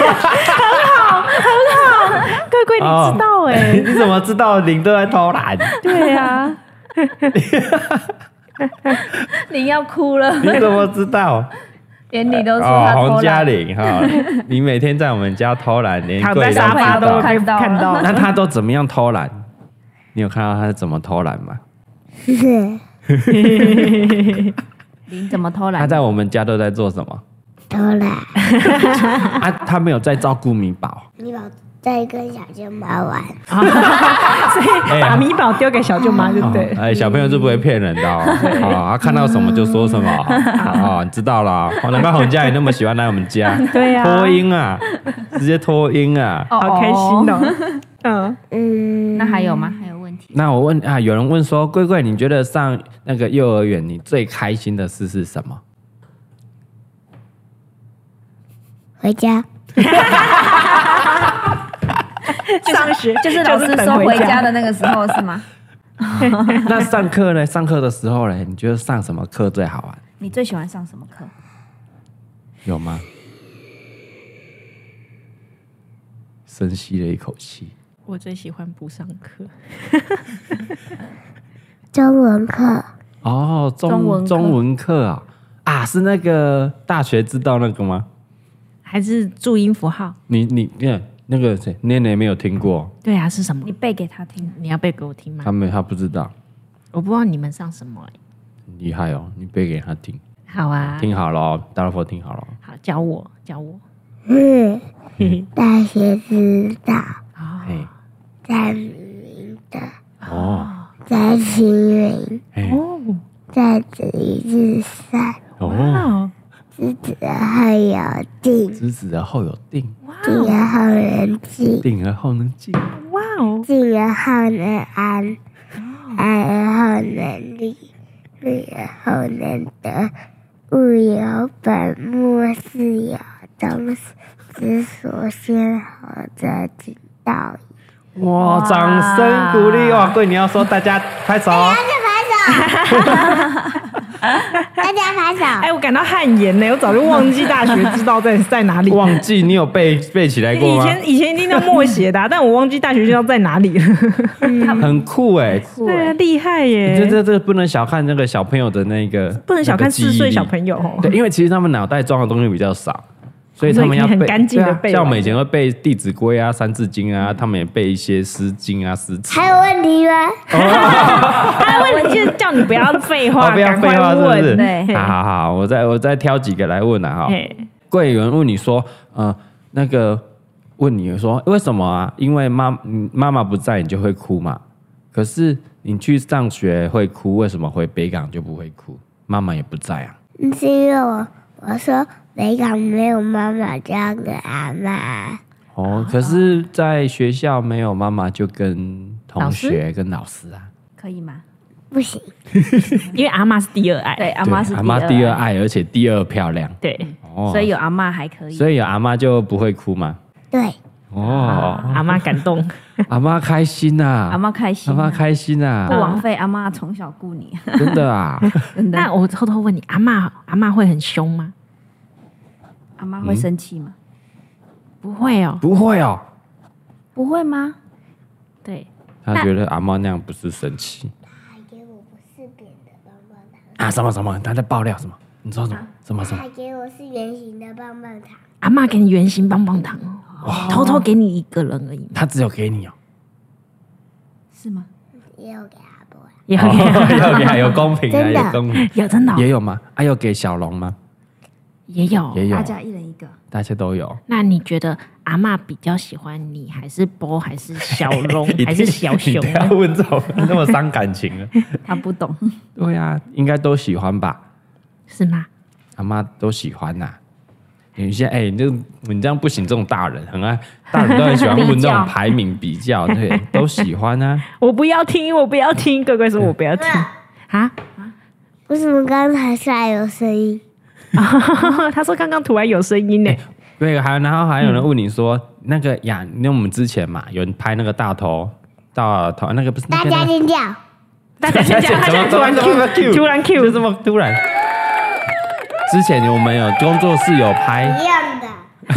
Speaker 3: 贵贵，你
Speaker 1: 哦
Speaker 3: 知道哎、
Speaker 1: 你怎么知道零都在偷懒？
Speaker 3: 对呀、
Speaker 5: 啊你要哭了，
Speaker 1: 你怎么知道？
Speaker 5: 连你都说他偷
Speaker 1: 洪哦嘉
Speaker 5: 懒。
Speaker 1: 玲 哈，你每天在我们家偷懒，连
Speaker 3: 躺
Speaker 1: 贵
Speaker 3: 在
Speaker 1: 人
Speaker 3: 沙发
Speaker 1: 知
Speaker 3: 都
Speaker 1: 道
Speaker 3: 可以
Speaker 5: 到
Speaker 3: 哦看到。
Speaker 1: 那他都怎么样偷懒？你有看到他是怎么偷懒吗？
Speaker 4: 是
Speaker 5: 你怎么偷
Speaker 1: 他
Speaker 5: 懒？
Speaker 1: 在我们家都在做什么？
Speaker 4: 偷懒。
Speaker 1: 啊，他没有在照顾米宝，
Speaker 4: 你把在跟小金毛玩，
Speaker 1: 哎
Speaker 3: 把米宝丢给小舅妈就对 了。
Speaker 1: 哎，小朋友是不会骗人的哦，啊，他看到什么就说什么，啊，你知道啦，哦难怪洪嘉玲那么喜欢来我们家，
Speaker 3: 对呀、
Speaker 1: 脱音啊，直接脱音啊。
Speaker 5: 哦
Speaker 3: 好开心。
Speaker 5: 哦
Speaker 3: 哦。 嗯，
Speaker 4: 嗯，
Speaker 2: 那还有吗？还有问题？
Speaker 1: 那我问啊，有人问说，贵贵，你觉得上那个幼儿园你最开心的事是什么？
Speaker 4: 回家，
Speaker 3: 上学
Speaker 5: 就是老师
Speaker 3: 等
Speaker 5: 说回
Speaker 3: 回
Speaker 5: 家的那个时候是吗？
Speaker 1: 那上课呢？上课的时候呢？你觉得上什么课最好玩？
Speaker 5: 你最喜欢上什么课？
Speaker 1: 有吗？深吸了一口气，
Speaker 3: 我最喜欢不上课，
Speaker 4: 中文课，
Speaker 1: 哦，中
Speaker 5: 中文课
Speaker 1: 中文课啊啊，是那个大学知道那个吗？
Speaker 3: 还是注音符号？
Speaker 1: 你你你看那个谁，念念没有听过，
Speaker 3: 对啊，是什么
Speaker 5: 你？背给他听。
Speaker 3: 你要背给我听吗
Speaker 1: 他？没他不知道，
Speaker 3: 我不知道你们上什么、欸。
Speaker 1: 厉害哦！你背给他听，
Speaker 3: 好啊，
Speaker 1: 听好了哦，大老婆听好了哦。
Speaker 3: 好教我教我。
Speaker 4: 嗯，大学知道，
Speaker 3: 啊，
Speaker 1: 哎
Speaker 4: 在明的，
Speaker 1: 哦
Speaker 4: 在青云，
Speaker 1: 哎
Speaker 3: 哦，
Speaker 4: 在紫日山，
Speaker 1: 哦，
Speaker 3: 哦，
Speaker 4: 知子后有定，
Speaker 1: 知子而后有定，
Speaker 4: 定而后能静，
Speaker 1: 定而后能静。
Speaker 3: 哇哦，
Speaker 4: 静而后能安，安而后能立，日后能得物有本末，事有终始，知所先后，则近道矣。
Speaker 1: 哇，掌声鼓励哇！对，你要说大家拍手哦，
Speaker 3: 哎
Speaker 4: 大家拍
Speaker 3: 哎、
Speaker 4: 手，
Speaker 3: 我感到汗颜呢，我早就忘记大学知道在在哪里。
Speaker 1: 忘记你有背背起来过
Speaker 3: 以
Speaker 1: 吗？
Speaker 3: 前以前一定要默写的啊、但我忘记大学知道在哪
Speaker 1: 啊
Speaker 3: 里了。
Speaker 1: 很酷哎，
Speaker 3: 对啊，厉害耶！
Speaker 1: 这这这不能小看那个小朋友的那个，
Speaker 3: 不能小看
Speaker 1: 那个记忆
Speaker 3: 四
Speaker 1: 力
Speaker 3: 岁小朋友哦。
Speaker 1: 对，因为其实他们脑袋装的东西比较少，所以他们要
Speaker 3: 所以可以很
Speaker 1: 背
Speaker 3: 干净地
Speaker 1: 对啊
Speaker 3: 背完
Speaker 1: 像我们以前会背《弟子规》啊、《三字经》啊，他们也背一些《诗经》啊、诗词。
Speaker 4: 还有问题吗？
Speaker 3: 他问题就是叫你不要废话，
Speaker 1: 哦不要
Speaker 3: 赶
Speaker 1: 废
Speaker 3: 快
Speaker 1: 话，是不
Speaker 3: 问。
Speaker 1: 是？
Speaker 5: 对
Speaker 1: 好好好，我再我再挑几个来问啊哈。
Speaker 3: 嘿
Speaker 1: 柜员问你说，呃，那个问你说为什么啊？因为妈嗯妈妈不在，你就会哭嘛。可是你去上学会哭，为什么回北港就不会哭？妈妈也不在啊。
Speaker 4: 嗯是因为我我说北港没有妈妈这样的阿妈，
Speaker 1: 哦，可是在学校没有妈妈，就跟同学跟老师啊，
Speaker 5: 可以吗？
Speaker 4: 不行。
Speaker 3: 因为阿妈是第二爱，
Speaker 5: 对，阿妈是
Speaker 1: 对阿妈第二，爱，而且第二漂亮
Speaker 3: 对，
Speaker 1: 哦，
Speaker 5: 所以有阿妈还可以。
Speaker 1: 所以有阿妈就不会哭嘛。
Speaker 4: 对，
Speaker 1: 哦，
Speaker 3: 阿妈感动。
Speaker 1: 阿妈开心呐、
Speaker 5: 啊阿妈开
Speaker 1: 阿
Speaker 5: 心啊、
Speaker 1: 妈开心
Speaker 5: 不
Speaker 1: 啊，
Speaker 5: 枉费阿妈从小顾你，
Speaker 1: 真的啊，
Speaker 5: 真的。
Speaker 3: 那我偷偷问你，阿妈阿妈会很凶吗？
Speaker 5: 阿妈会生气吗？
Speaker 3: 不会哦，
Speaker 1: 不会哦。
Speaker 5: 不会吗？
Speaker 3: 对，
Speaker 1: 他觉得阿妈那样不是生气
Speaker 4: 还给我不是扁的棒棒糖，
Speaker 1: 啊？什么什么？他在爆料什么？你说什
Speaker 5: 啊
Speaker 1: 么？什么什么？
Speaker 4: 还给我是圆形的棒棒糖。
Speaker 3: 阿妈给你圆形棒棒糖哦，偷偷给你一个人而已，
Speaker 1: 他只有给你哦，
Speaker 5: 是吗？
Speaker 4: 也有给阿伯啊，
Speaker 1: 哦
Speaker 3: 也会给
Speaker 1: 有给有公平啊，
Speaker 4: 真的
Speaker 1: 有公平，
Speaker 3: 有真的哦
Speaker 1: 也有吗？啊，有给小龙吗？
Speaker 3: 也有。
Speaker 1: 也有
Speaker 5: 哦大，家一人一个，
Speaker 1: 大家都有。
Speaker 3: 那你觉得阿妈比较喜欢你，还是波，还是小龙
Speaker 1: 一定，
Speaker 3: 还是小熊
Speaker 1: 你
Speaker 3: 呢？
Speaker 1: 不要啊问这种那么伤感 情了。
Speaker 5: 他不懂。
Speaker 1: 对啊，应该都喜欢吧？
Speaker 3: 是吗？
Speaker 1: 阿妈都喜欢呐、有些哎，你这你这样不行，这种大人很爱，大人都很喜欢问
Speaker 5: 比
Speaker 1: 这
Speaker 5: 较
Speaker 1: 种排名比较，对，都喜欢啊。
Speaker 3: 我不要听，我不要听，乖乖说我不要听啊！
Speaker 4: 为什么刚才突然有声音？
Speaker 3: 他说刚刚突然有声音呢，
Speaker 1: 对，还有然后还有人问你说、那个呀，那我们之前嘛，有人拍那个大头大头，那个不是那
Speaker 4: 大
Speaker 1: 个那
Speaker 4: 家
Speaker 1: 个
Speaker 4: 尖叫！
Speaker 3: 大家先讲，他现在突然 Q，突然 Q，
Speaker 1: 就这么突然。之前我们有工作室有拍，
Speaker 4: 一样的，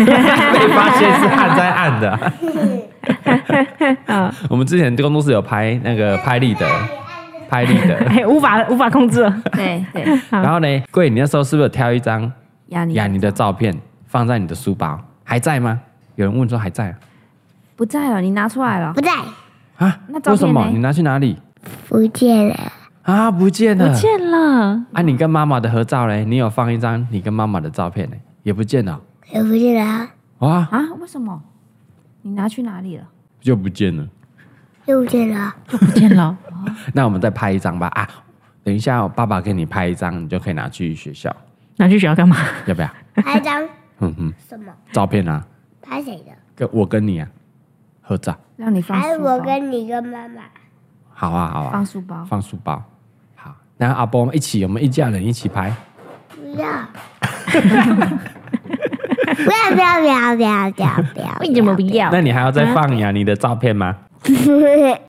Speaker 1: 被发现是按在按的、我们之前工作室有拍那个拍立得，拍立得。
Speaker 3: 哎，无法无法控制了。
Speaker 5: 对对，
Speaker 1: 然后呢，贵，你那时候是不是有挑一张
Speaker 5: 雅尼
Speaker 1: 雅尼的照片放在你的书包？还在吗？有人问说还在啊
Speaker 5: 不在了，你拿出来了
Speaker 4: 不，在，
Speaker 1: 啊？
Speaker 5: 那照片
Speaker 1: 为什么？
Speaker 5: 呢
Speaker 1: 你拿去哪里？
Speaker 4: 不见了。
Speaker 1: 啊，不见了！
Speaker 3: 见了，
Speaker 1: 啊，你跟妈妈的合照嘞？你有放一张你跟妈妈的照片嘞？也不见了，
Speaker 4: 也不见了，
Speaker 1: 哇，
Speaker 5: 啊？为什么？你拿去哪里了？
Speaker 1: 又不见了。
Speaker 4: 又不见了，
Speaker 3: 不见了，
Speaker 1: 那我们再拍一张吧啊！等一下，我爸爸给你拍一张，你就可以拿去学校，
Speaker 3: 拿去学校干嘛？
Speaker 1: 要不要？
Speaker 4: 拍一张
Speaker 1: 嗯哼，
Speaker 4: 什么？
Speaker 1: 照片啊，
Speaker 4: 拍谁的？
Speaker 1: 跟我跟你啊合照，
Speaker 5: 让你放
Speaker 2: 哎
Speaker 4: 还是
Speaker 5: 书
Speaker 4: 我
Speaker 5: 包，
Speaker 4: 跟你跟妈妈？
Speaker 1: 好啊好啊，
Speaker 5: 放书包。
Speaker 1: 放书包，好。然后阿波我们一起，我们一家人一起拍，
Speaker 4: 不 要。不要不要不要不要不要不要！
Speaker 3: 为什么不要？
Speaker 1: 那你还要再放呀你的照片吗？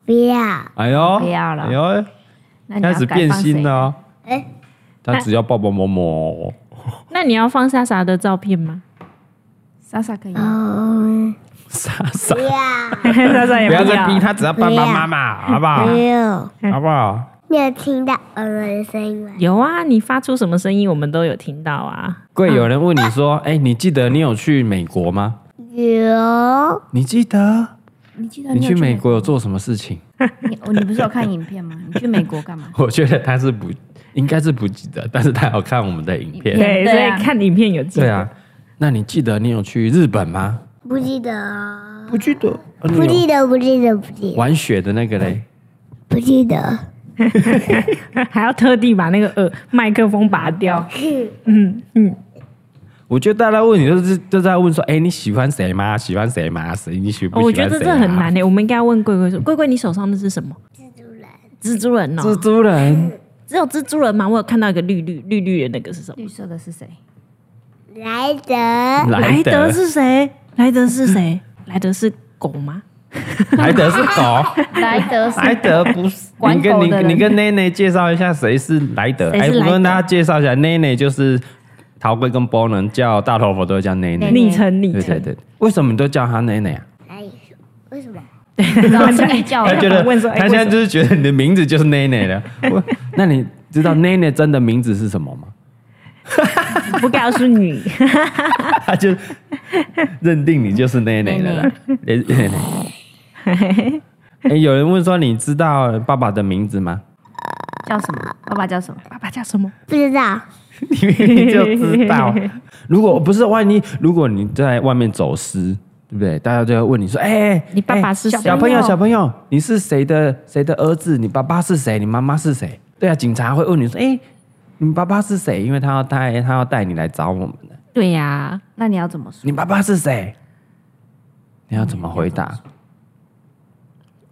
Speaker 4: 不要？
Speaker 1: 哎呦，
Speaker 5: 不要了
Speaker 1: 哎呦，
Speaker 5: 那你
Speaker 1: 开
Speaker 5: 要
Speaker 1: 始
Speaker 5: 改
Speaker 1: 变
Speaker 5: 放谁
Speaker 1: 心了。哦。
Speaker 4: 哎，
Speaker 1: 他只要抱抱摸摸，
Speaker 3: 那你要放莎莎的照片吗？
Speaker 5: 莎莎可以
Speaker 2: 啊
Speaker 5: 吗，
Speaker 4: 哦，
Speaker 1: 傻傻
Speaker 4: 不，要
Speaker 3: 莎莎也
Speaker 1: 不要再逼他，只要爸
Speaker 4: 不
Speaker 1: 爸
Speaker 4: 要
Speaker 1: 妈妈，
Speaker 3: 哎
Speaker 1: 好不好？
Speaker 4: 没有。
Speaker 1: 好不好？
Speaker 4: 你有听到我们的声音吗？
Speaker 3: 有啊，你发出什么声音，我们都有听到啊。
Speaker 1: 贵，有人问你说，
Speaker 3: 嗯
Speaker 1: 哎、你记得你有去美国吗？
Speaker 4: 有，
Speaker 1: 你记得
Speaker 5: 你记得
Speaker 1: 你
Speaker 5: 你有
Speaker 1: 去
Speaker 5: 去
Speaker 1: 美国有做什么事情？
Speaker 5: 你哦你不是有看 影片吗？你去美国干嘛？
Speaker 1: 我觉得他是不应该是不记得，但是他有看我们的影片。
Speaker 3: 对，所
Speaker 5: 对啊
Speaker 3: 以看影片有记
Speaker 1: 对
Speaker 3: 得。
Speaker 1: 啊，那你记得你有去日本吗？
Speaker 4: 不记得哦，
Speaker 1: 不记得，
Speaker 4: 不记
Speaker 1: 得。
Speaker 4: 得，不记得，不记得，
Speaker 1: 玩雪的那个嘞，
Speaker 4: 不记得。
Speaker 3: 还要特地把那个耳麦克风拔掉。
Speaker 1: 我觉得大家问你就是就在问说，哎、你喜欢谁吗？喜欢谁吗？谁你喜不喜欢谁、啊
Speaker 3: 哦我觉得这很难。呢，我们应该要问贵贵说：“贵贵，你手上的是什么
Speaker 4: 蜘蛛人，
Speaker 3: 蜘蛛人哦？
Speaker 1: 蜘蛛人，
Speaker 3: 只有蜘蛛人嘛，我有看到一个绿绿绿绿的那个是什么？
Speaker 5: 绿色的是谁？
Speaker 4: 莱德，
Speaker 1: 莱德
Speaker 3: 是谁？莱德是谁？ 莱德是狗吗？
Speaker 1: 莱德是狗，
Speaker 2: 莱德是
Speaker 1: 莱德 不是。
Speaker 2: 管
Speaker 1: 你跟
Speaker 2: 狗
Speaker 1: 你
Speaker 2: 的人
Speaker 1: 你跟内内介绍一下谁是莱德？
Speaker 3: 谁是
Speaker 1: 哎，
Speaker 3: 莱德
Speaker 1: 我跟大家介绍一下，内内就是陶龟跟波能叫大头佛都会叫内内。
Speaker 3: 昵称昵
Speaker 1: 对对
Speaker 3: 称，
Speaker 1: 对，为什么你都叫他内 内啊？
Speaker 4: 莱为什么？
Speaker 2: 老师 你叫
Speaker 1: 他
Speaker 2: 的
Speaker 1: 觉得
Speaker 3: 问说哎
Speaker 1: 他现在就是觉得你的名字就是内内了。 我那你知道内内真的名字是什么吗？
Speaker 3: 不告诉你，
Speaker 1: 他就认定你就是内内了啦。内内 哎，有人问说你知道爸爸的名字吗？
Speaker 5: 叫什么？爸爸叫什么？
Speaker 3: 爸爸叫什么？
Speaker 4: 不知道，
Speaker 1: 你明明就知 道。如果不是万一，如果你在外面走失，对不对？大家就会问你说：“哎、
Speaker 3: 你爸爸是
Speaker 1: 哎
Speaker 3: 谁
Speaker 1: 小朋友？小朋友，你是谁的谁的儿子？你爸爸是谁？你妈妈是谁？”对啊，警察会问你说：“哎、你爸爸是谁？”因为他要带他要带你来找我们的。
Speaker 3: 对呀、
Speaker 5: 那你要怎么说？
Speaker 1: 你爸爸是谁？你要怎么回答？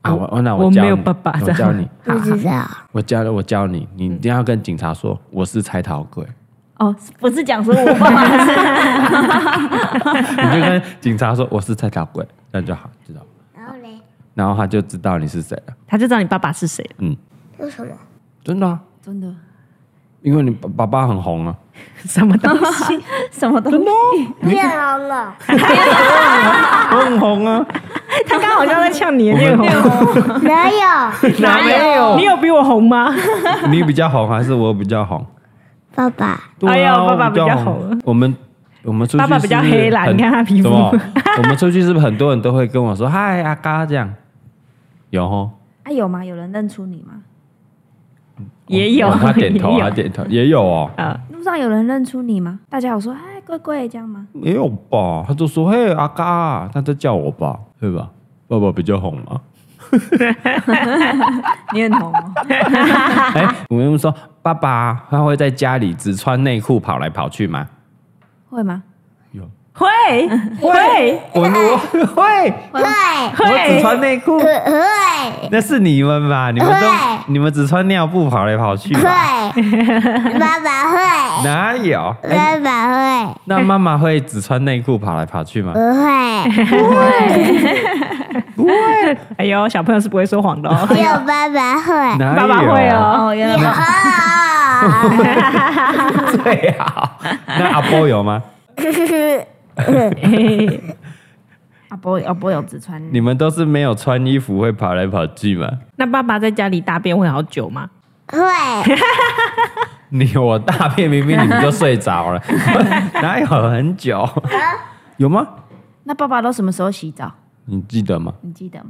Speaker 1: 啊，我我那
Speaker 3: 我
Speaker 1: 教
Speaker 3: 没有
Speaker 1: 你
Speaker 3: 爸爸
Speaker 1: 我教你，
Speaker 4: 不知道，
Speaker 1: 我教我教你，你一定要跟警察说我是拆逃鬼。
Speaker 5: 哦，不是讲说我爸爸是
Speaker 1: 你就跟警察说我是蔡小贵，那就好，知道。
Speaker 4: 然后嘞，
Speaker 1: 然后他就知道你是谁了。
Speaker 3: 他就知道你爸爸是谁了。
Speaker 1: 嗯，
Speaker 4: 为什么？
Speaker 1: 真的、啊，
Speaker 5: 真的
Speaker 1: 因为你爸爸爸很红啊。
Speaker 3: 什么东西？
Speaker 5: 什么东西？
Speaker 4: 变红了，
Speaker 1: 我很 红啊，
Speaker 3: 他刚好像在呛你的脸红，
Speaker 4: 哪有？
Speaker 1: 哪没有？哦
Speaker 3: 你有比我红吗？
Speaker 1: 你比较红还是我比较红？
Speaker 4: 爸爸，
Speaker 1: 对啊
Speaker 3: 哎呀
Speaker 1: 我
Speaker 3: 爸爸比较红
Speaker 1: 我们我们出去
Speaker 3: 爸爸比较黑啦
Speaker 1: 是不是很
Speaker 3: 你看他皮肤
Speaker 1: 什么我们出去是不是很多人都会跟我说嗨阿嘎这样？有哦，
Speaker 5: 啊，有吗？有人认出你吗？
Speaker 3: 也有，
Speaker 1: 哦他点头，啊
Speaker 3: 也
Speaker 1: 他
Speaker 3: 有
Speaker 1: 点头，也有哦，
Speaker 3: 啊，
Speaker 5: 路上有人认出你吗？大家有说哎，贵贵这样吗？
Speaker 1: 也有吧？他就说嘿阿嘎，他就叫我吧，对吧？爸爸比较红嘛。
Speaker 5: 你很红哦。
Speaker 1: 哎、我们说爸爸他会在家里只穿内裤跑来跑去吗？
Speaker 5: 会吗？
Speaker 1: 有，
Speaker 3: 会 会
Speaker 1: 我我会，
Speaker 4: 会
Speaker 1: 我只穿内裤，
Speaker 4: 会
Speaker 1: 那是你们吧？你们
Speaker 4: 会
Speaker 1: 都你们只穿尿布跑来跑去吧，
Speaker 4: 会，爸爸会，呃
Speaker 1: 哪有？哎
Speaker 4: 爸爸会，
Speaker 1: 那妈妈会只穿内裤跑来跑去吗
Speaker 4: 不？会，
Speaker 3: 哎呦，小朋友是不会说谎的哦。
Speaker 4: 只有爸爸会。
Speaker 1: 哪有？
Speaker 3: 爸爸会哦，
Speaker 5: 哦，原来
Speaker 4: 啊！
Speaker 1: 对啊，那阿波有吗？
Speaker 5: 阿波阿波有只穿
Speaker 1: 你们都是没有穿衣服会跑来跑去吗？
Speaker 3: 那爸爸在家里大便会好久吗？
Speaker 4: 会
Speaker 1: 你我大便明明你们就睡着了，哪有很久？有吗？
Speaker 5: 那爸爸都什么时候洗澡？
Speaker 1: 你记得吗？
Speaker 5: 你记得吗？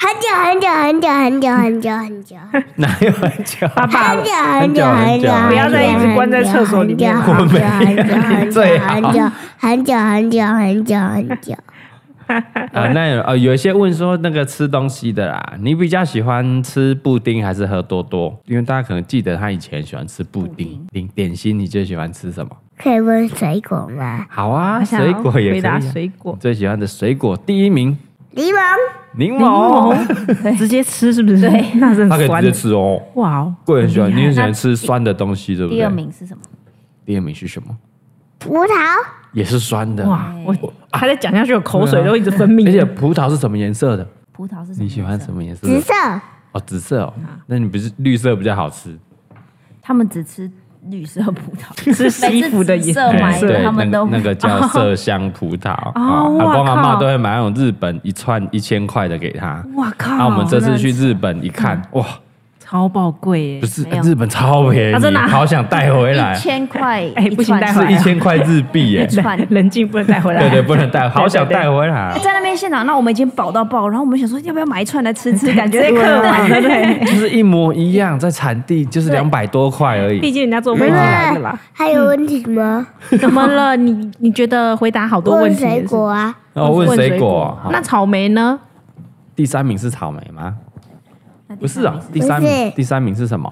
Speaker 4: 很久很久很久很久很久很久很久
Speaker 1: 哪有很久？
Speaker 3: 爸爸
Speaker 4: 很久很久很久，
Speaker 1: 不要再一
Speaker 3: 直关在厕所里面
Speaker 4: 很久很久很久
Speaker 1: 最好
Speaker 4: 很久很久很久很久很久。
Speaker 1: 啊，那有啊、有一些问说那个吃东西的啦，你比较喜欢吃布丁还是喝多多？因为大家可能记得他以前喜欢吃布丁，零点心你最喜欢吃什么？
Speaker 4: 可以问水果吗？
Speaker 1: 好啊，
Speaker 3: 我想
Speaker 1: 水
Speaker 3: 要
Speaker 1: 果也可以、
Speaker 3: 回答
Speaker 1: 啊。
Speaker 3: 水果
Speaker 1: 你最喜欢的水果第一名，
Speaker 4: 柠檬，
Speaker 1: 柠檬，
Speaker 3: 直接吃是不是？哦对，那是
Speaker 1: 他可以直
Speaker 3: 很酸
Speaker 1: 接
Speaker 3: 的。
Speaker 1: 吃哦。
Speaker 3: 哇哦，
Speaker 1: 贵很喜欢，你很喜欢吃酸的东西，对不对？
Speaker 5: 第二，名是什么？
Speaker 1: 第二名是什么？
Speaker 4: 葡萄，
Speaker 1: 也是酸的。
Speaker 3: 哇，我他在讲下去，我口水都一直分泌。
Speaker 1: 而且葡萄是什么颜色的？
Speaker 5: 葡萄是什么？
Speaker 1: 你喜欢什？么颜色的？
Speaker 4: 紫色，
Speaker 1: 哦，紫色哦。那你不是绿色比较好吃？
Speaker 5: 他们只吃绿色葡萄，
Speaker 3: 吃西服的
Speaker 5: 每次紫
Speaker 3: 颜
Speaker 5: 色买
Speaker 1: 哎对
Speaker 5: 的，他们都
Speaker 1: 那个那个叫麝香葡萄啊，
Speaker 3: 哦
Speaker 1: 阿公
Speaker 3: 哇
Speaker 1: 阿妈
Speaker 3: 靠
Speaker 1: 都会买那种日本一串一千块的给他。啊
Speaker 3: 哇靠！
Speaker 1: 那我们这次去日本一看，哇，
Speaker 3: 超宝贵
Speaker 1: 不
Speaker 3: 耶！
Speaker 1: 是
Speaker 5: 没有
Speaker 1: 日本超便
Speaker 3: 啊
Speaker 1: 宜
Speaker 3: 真的，啊
Speaker 1: 好想带回来
Speaker 5: 一，千块，
Speaker 3: 哎不行
Speaker 5: 一串
Speaker 3: 待
Speaker 1: 是
Speaker 3: 会
Speaker 1: 一千块日币 耶。
Speaker 5: 串
Speaker 3: 冷静不能带回来。
Speaker 1: 对对，不能带，好想
Speaker 3: 对对
Speaker 1: 带回来
Speaker 5: 哎
Speaker 1: 啊。
Speaker 5: 在那边现场，那我们已经饱到爆，然后我们想说要不要买一串来吃吃，感觉
Speaker 3: 直接嗑
Speaker 1: 啊
Speaker 3: 完了，对。
Speaker 1: 就是一模一样，在产地就是两百多块而
Speaker 3: 毕
Speaker 1: 已。
Speaker 3: 竟人家做
Speaker 4: 不
Speaker 3: 飞
Speaker 4: 是
Speaker 3: 机来的啦。
Speaker 4: 还有问题吗？
Speaker 3: 怎么了？你你觉得回答好多问
Speaker 4: 问
Speaker 3: 题？
Speaker 4: 水果啊，
Speaker 1: 然后哦问水果，啊好
Speaker 3: 那草莓呢？
Speaker 1: 第三名是草莓吗？不是啊，第三
Speaker 4: 不
Speaker 1: 名
Speaker 4: 是
Speaker 1: 第三名是什么？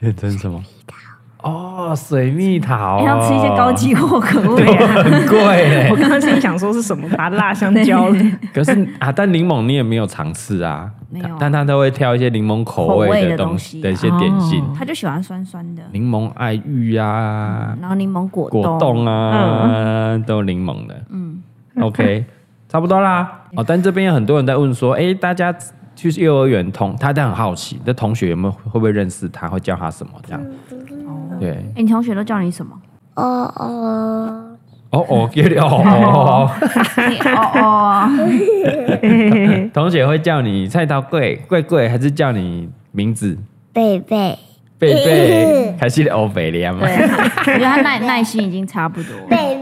Speaker 1: 认真什么？哦，水蜜桃、哦，
Speaker 5: 你哎要吃一些高级货，可不可以
Speaker 1: 对
Speaker 5: 啊？
Speaker 1: 啊，很贵 欸
Speaker 3: 我刚刚心里想说是什么，把它辣香蕉 了。
Speaker 1: 可是啊，但柠檬你也没有尝试啊，
Speaker 5: 没有啊
Speaker 1: 但他都会挑一些柠檬口
Speaker 5: 口味
Speaker 1: 味
Speaker 5: 的
Speaker 1: 东哦
Speaker 5: 东西
Speaker 1: 的一些点心，
Speaker 5: 他就喜欢酸酸的，
Speaker 1: 柠檬爱玉啊，
Speaker 5: 然后柠檬果
Speaker 1: 果冻啊，都柠檬的，嗯，OK，差不多 啦。哦，但这边有很多人在问说，哎，大家去幼儿园同，他但很好奇，这同学有没有会不会认识他，会叫他什么这样？对，
Speaker 5: 哎，你同学都叫你 什么？
Speaker 4: 哦哦，
Speaker 1: 哦哦，有点哦哦哦，
Speaker 2: 哦哦，
Speaker 1: 同学会叫你菜刀贵贵贵，还是叫你名字？
Speaker 4: 贝贝
Speaker 1: 贝
Speaker 3: 嗯
Speaker 1: 贝还是欧贝莲吗？
Speaker 5: 对，我觉得他耐耐心已经 差不多了。
Speaker 4: 贝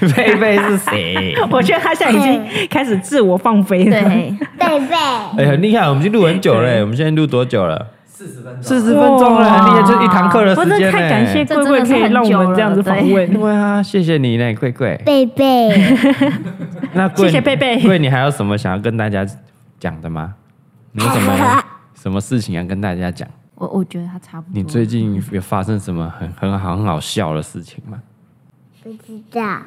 Speaker 4: 贝
Speaker 1: 贝贝是 谁？
Speaker 3: 我觉得他现在已经开始自我放飞了。
Speaker 5: 对，
Speaker 4: 贝贝。
Speaker 1: 哎、很厉害，我们已经录很久了、我们现在录多久了？四十分钟，四十分钟啊了，很厉害，这一堂课的
Speaker 3: 我
Speaker 1: 时
Speaker 3: 真的
Speaker 1: 间、呢。
Speaker 3: 太感谢贵贵可以让我们这样子访问。
Speaker 1: 对啊，谢谢你呢，贵 贵。
Speaker 4: 贝贝，
Speaker 1: 那贵，
Speaker 3: 谢谢贝贝
Speaker 1: 贵，你还有什么想要跟大家讲的吗？你有什 么什么事情要跟大家讲？
Speaker 5: 我我觉得他差不多。
Speaker 1: 你最近有发生什么很很好很好笑的事情吗？
Speaker 4: 不知道，